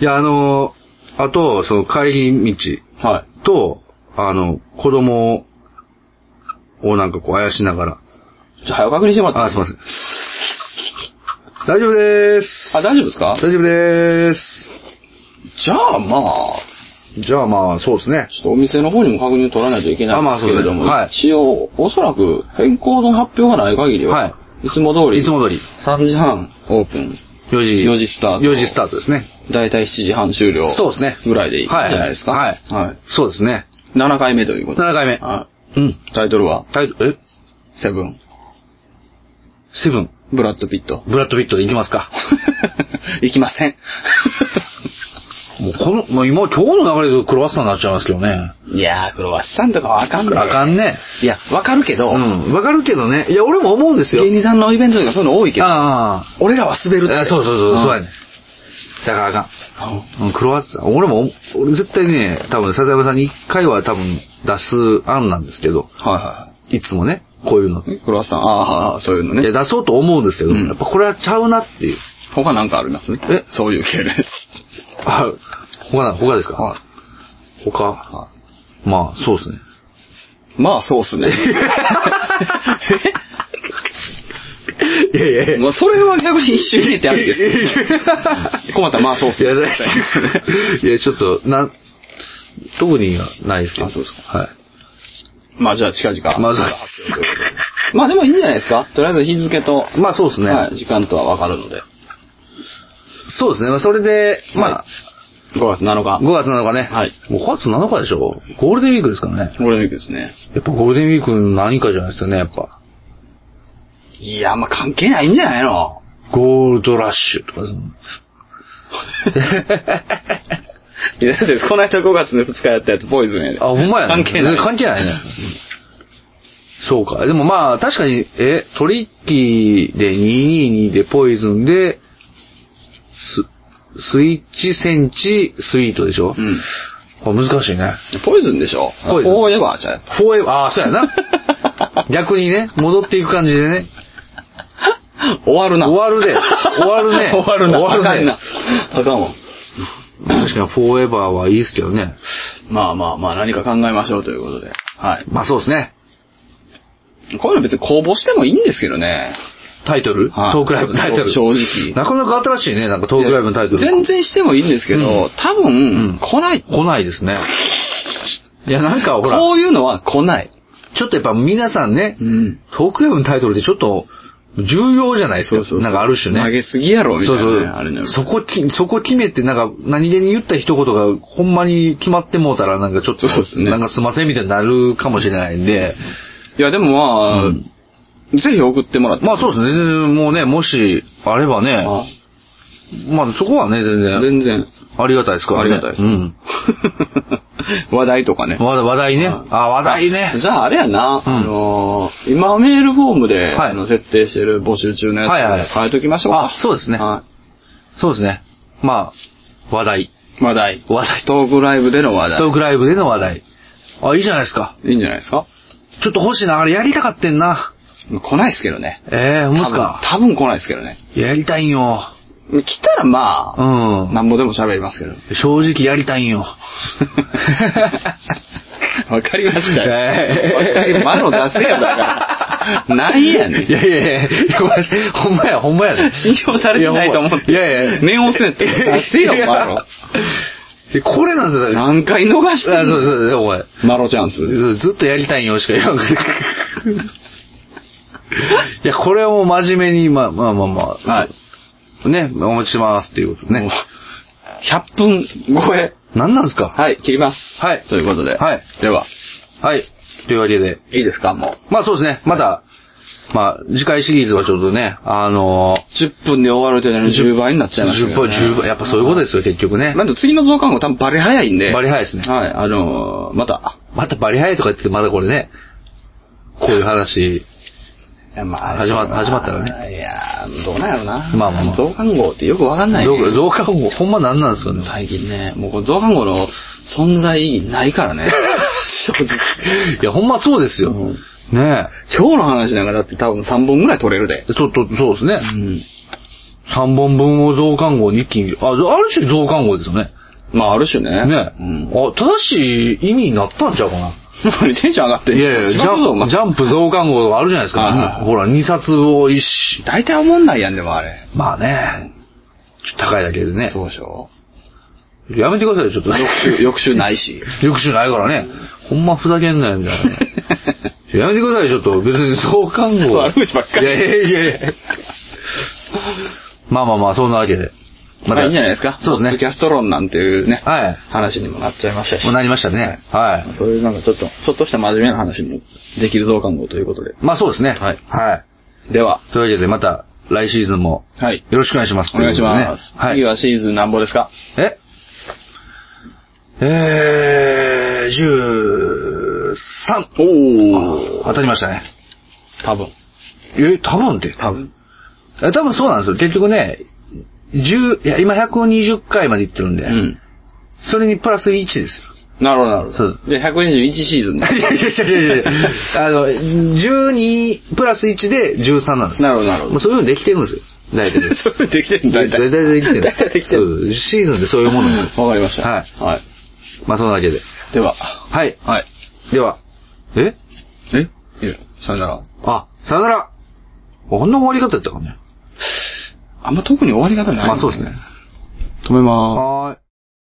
S1: いや、あの、あと、その帰り道
S2: は
S1: と、あの、子供をなんかこう、あやしながら。
S2: い。じゃあ早く確認してもらって。
S1: あ、すいません。大丈夫です。
S2: あ、大丈夫ですか
S1: 大丈夫です。
S2: じゃあまあ、
S1: じゃあまあ、そうですね。
S2: ちょっとお店の方にも確認取らないといけない
S1: あま
S2: ん
S1: あ
S2: ですけれども、
S1: そうです
S2: 一応、おそらく変更の発表がない限りは、、
S1: はい
S2: つも通り、
S1: いつも通り。
S2: 3時半オープン、
S1: 4時。
S2: 4時スタート
S1: 4時スタートですね。
S2: だいたい7時半終了
S1: そうですね。
S2: ぐらいでいいんじゃないですか。
S1: はい。
S2: はい。
S1: そうですね。
S2: 7回目ということで。
S1: 7回目。
S2: は
S1: うん。
S2: い。タイトルは、
S1: タイトル、え
S2: セブン、
S1: セブン。
S2: ブラッド・ピッ ト。
S1: ブラッド・ピットでいきますか。
S2: いきません。
S1: もうこの、もう今、今日の流れでクロワッサンになっちゃいますけどね。
S2: いやー、クロワッサンとかわかんな
S1: あ
S2: い。
S1: かんね。
S2: いや、わかるけど、
S1: うん。わかるけどね。いや、俺も思うんですよ。
S2: 芸人さんのイベントとかそういうの多いけど、
S1: ああ。
S2: 俺らは滑るって。
S1: あそうそうそう、
S2: ん
S1: そうやね。だからあかん。
S2: うん
S1: うん、クロワッサン。俺も、俺絶対ね、多分、笹山さんに一回は多分出す案なんですけど、
S2: はいはい
S1: つもね、こういうの。
S2: いはい。クロワッサン、ああ、そういうのね
S1: で。出そうと思うんですけど、
S2: うん
S1: やっぱこれはちゃうなっていう。
S2: 他なんかあります
S1: え
S2: そういう系のやつ。
S1: あ、他な、他ですか、
S2: は
S1: 他、
S2: は
S1: まあ、そう ですね。
S2: まあ、そうっす ね。
S1: いやいやいや。
S2: まあ、それは逆に一周入れてあるけど。困った、まあ、 そうっす
S1: い
S2: ね
S1: や、。だい や、ちょっと、な、特にはないですけど。
S2: あそうです
S1: か。はい。
S2: まあ、じゃあ、近々。
S1: まあそうっ
S2: す。まあ、でもいいんじゃないですかとりあえず日付と、
S1: まあそうですね。
S2: はい、時間とはわかるので。
S1: そうですね。まあそれで、まあ、
S2: 5月7日。
S1: 5月7日ね。
S2: はい
S1: もう5月7日でしょゴールデンウィークですからね。
S2: ゴールデンウィークですね。
S1: やっぱゴールデンウィークの何かじゃないですよね、やっぱ。
S2: いや、まあ、関係ないんじゃないの
S1: ゴールドラッシュとかその。
S2: いや、だって、この間5月の2日やったやつ、ボイズンやで。
S1: あ、ほんまやね。
S2: 関係ない。
S1: 関係ないね。そうか。でもまあ、確かに、え、トリッキーで222でポイズンで、ス、スイッチセンチスイートでしょ、
S2: うん。
S1: これ難しいね。
S2: ポイズンでしょ
S1: ポイズン
S2: フォーエバーじゃん。
S1: フォーエバー、ああ、そうやな。 逆にね、戻っていく感じでね。
S2: 終わるな。
S1: 終わるで終わるね
S2: 終わるな。
S1: 終わるね
S2: あかんな。あかんわ。
S1: 確かにフォーエバーはいいですけどね。
S2: まあまあまあ、何か考えましょうということで。はい。
S1: まあそうですね。
S2: こういうの別に公募してもいいんですけどね。
S1: タイトル、
S2: はい
S1: トークライブのタイトル。
S2: 正直
S1: なかなか新しいね、なんかトークライブのタイトル。
S2: 全然してもいいんですけど、
S1: うん
S2: 多分、
S1: ん
S2: 来ない。
S1: 来ないですね。いや、なんかほら、
S2: こういうのは来ない。
S1: ちょっとやっぱ皆さんね、
S2: ん。
S1: トークライブのタイトルってちょっと重要じゃないですか。
S2: そうそうそう
S1: なんかある種ね。
S2: 投げすぎやろ、みたいな、ね。
S1: そうそう
S2: あれね。
S1: そこき、そこ決めて、なんか、何気に言った一言が、ほんまに決まってもうたら、なんかちょっと、
S2: そうですね
S1: なんかすんませんみたいになるかもしれないんで、
S2: いや、でもまあ、
S1: うん
S2: ぜひ送ってもらって。
S1: まあそうですね、全然もうね、もし、あればね、
S2: あ
S1: まあそこはね、全然、
S2: 全然。
S1: ありがたいですから
S2: あ
S1: ね。
S2: りがたいです。
S1: うん。
S2: 話題とかね。
S1: 話話題ね。
S2: はい
S1: あ、話題ね。
S2: じゃあ、あれやな、
S1: うん
S2: あの今メールフォームで、
S1: はい
S2: あの設定してる募集中のやつ、
S1: はいはい
S2: 変えときましょうか。
S1: あそうですね
S2: は
S1: そうですね。まあ、話題。
S2: い。話題。
S1: 話題と、
S2: トークライブでの話題。
S1: トークライブでの話題。あ、いいじゃないですか。
S2: いいんじゃないですか
S1: ちょっと欲しいな。あれやりたかってんな。
S2: 来ないですけどね。
S1: ええー、ほんまっすか。
S2: 多分多分来ないですけどね。
S1: やりたいんよ。
S2: 来たらま
S1: う
S2: あ、
S1: ん。
S2: なんぼでも喋りますけ ど。
S1: 正直やりたいんよ。
S2: わかりましたよ。
S1: えー
S2: わかり、魔の出せよだから。ないやねん
S1: い。やいやいや、ごめんなさいほんまや、ほんまやで。
S2: 信用されてないと思って。
S1: いやいや
S2: 念を押せって。出せよ、マロ。
S1: えこれなんですよ。あ、
S2: 何回逃して
S1: そうん
S2: の
S1: そうそう、お前。
S2: マロチャンス。
S1: ずずっとやりたいんよしか言わ んくていや、これはもう真面目に、まあまあまあまあ、
S2: はい。
S1: ね、お持ちしますっていうことね。
S2: 100分超え。
S1: 何なんですか
S2: はい、切ります。
S1: はい
S2: ということで。
S1: はい。
S2: では、
S1: はい。というわけで。
S2: いいですか、もう。
S1: まあそうですね。また、まあ、次回シリーズはちょっとね、あの
S2: 10分で終わるというのに10倍になっちゃいましたけ
S1: 10
S2: ど
S1: 倍、
S2: ね。
S1: 10倍、やっぱそういうことですよ、結局ね。
S2: まあでも次の増刊号多分バレ早いんで。
S1: バリ早いですね。
S2: はい、あのー、また。
S1: またバリ早いとか言って、まだこれね、こういう話。
S2: いやまあ
S1: 始ま始まったら
S2: ね。いやーどうなんやろな。
S1: まあまあまあ
S2: 増刊号ってよくわかんない、
S1: ど
S2: ね。
S1: うどうかも、ほんま何なんですか ね。
S2: 最近ね、もうこの増刊号の存在意義ないからね。 正直。
S1: いや、ほんまそうですよ。
S2: うん
S1: ね
S2: 今日の話なんかだって多分3本ぐらい取れるで
S1: え。。そう、そうそうですね
S2: う。ん。
S1: 三本分を増刊号に一気に、あ、ある種増刊号ですよね。
S2: まあある種ね。
S1: ね、
S2: うん。
S1: あ、正しい意味になったんちゃうかな。
S2: 何テンション上がってん
S1: いやいや、ジ
S2: 違うぞ、お
S1: ャン
S2: 前
S1: ジ。ャンプ増刊号とかあるじゃないですか。
S2: はいはい
S1: ほら、二冊を一し。
S2: 大体思んないやん、でもあれ。
S1: まあね、ちょっと高いだけでね。
S2: そうでしょ
S1: やめてくださいよ、ちょっと。
S2: 翌週、翌週ないし。
S1: 翌週ないからね。ほんまふざけんなよ、みた いなね。やめてください、ちょっと。別に増刊号。
S2: 悪口ばっかり
S1: いやいやいやいやまあまあまあ、そんなわけで。
S2: まあいいんじゃないですか。
S1: そう
S2: ポッ
S1: です
S2: ドキ
S1: ね。
S2: ャスト論なんていうね、
S1: はい。
S2: 話にもなっちゃいましたし。
S1: もうなりましたね。はい。
S2: そういうなんかちょっと、ちょっとした真面目な話もできる増刊号ということで。
S1: まあそうですね。
S2: はい
S1: はい。
S2: では、
S1: というわけで、また来シーズンも
S2: はい。
S1: よろしくお願いします。
S2: お願いします。
S1: と
S2: 次
S1: いうこ
S2: はシーズン何本ですか
S1: とでねはい。ええー、13。
S2: お
S1: お当たりましたね。
S2: 多分。
S1: え、多分って。
S2: 多分。
S1: え、多分そうなんですよ。結局ね、10、いや、今120回まで行ってるんで、
S2: うん。
S1: それにプラス1ですよ。
S2: なるほど、なるほ
S1: そ
S2: ど
S1: う。
S2: じゃあ121シーズン だ。
S1: いやいやいやいやいや あの、12プラス1で13なんですよ
S2: なるほど、なるほ
S1: もう
S2: ど。
S1: そういうのできてるんですよ。大 体。
S2: それできてるんだ、
S1: 大体できてるんです
S2: 大体できてる。
S1: そうシーズンってそういうものなん ですよ
S2: わかりました。
S1: はい。
S2: は
S1: まあ、そんなわけで。
S2: い。では、
S1: はい。
S2: はい。
S1: では、え
S2: えいや、さよなら。
S1: あ、さよなら。あんな終わり方やったかね。
S2: あんま特に終わり方ない。
S1: まあ、そうですね。
S2: 止めまー
S1: はー
S2: す。
S1: い。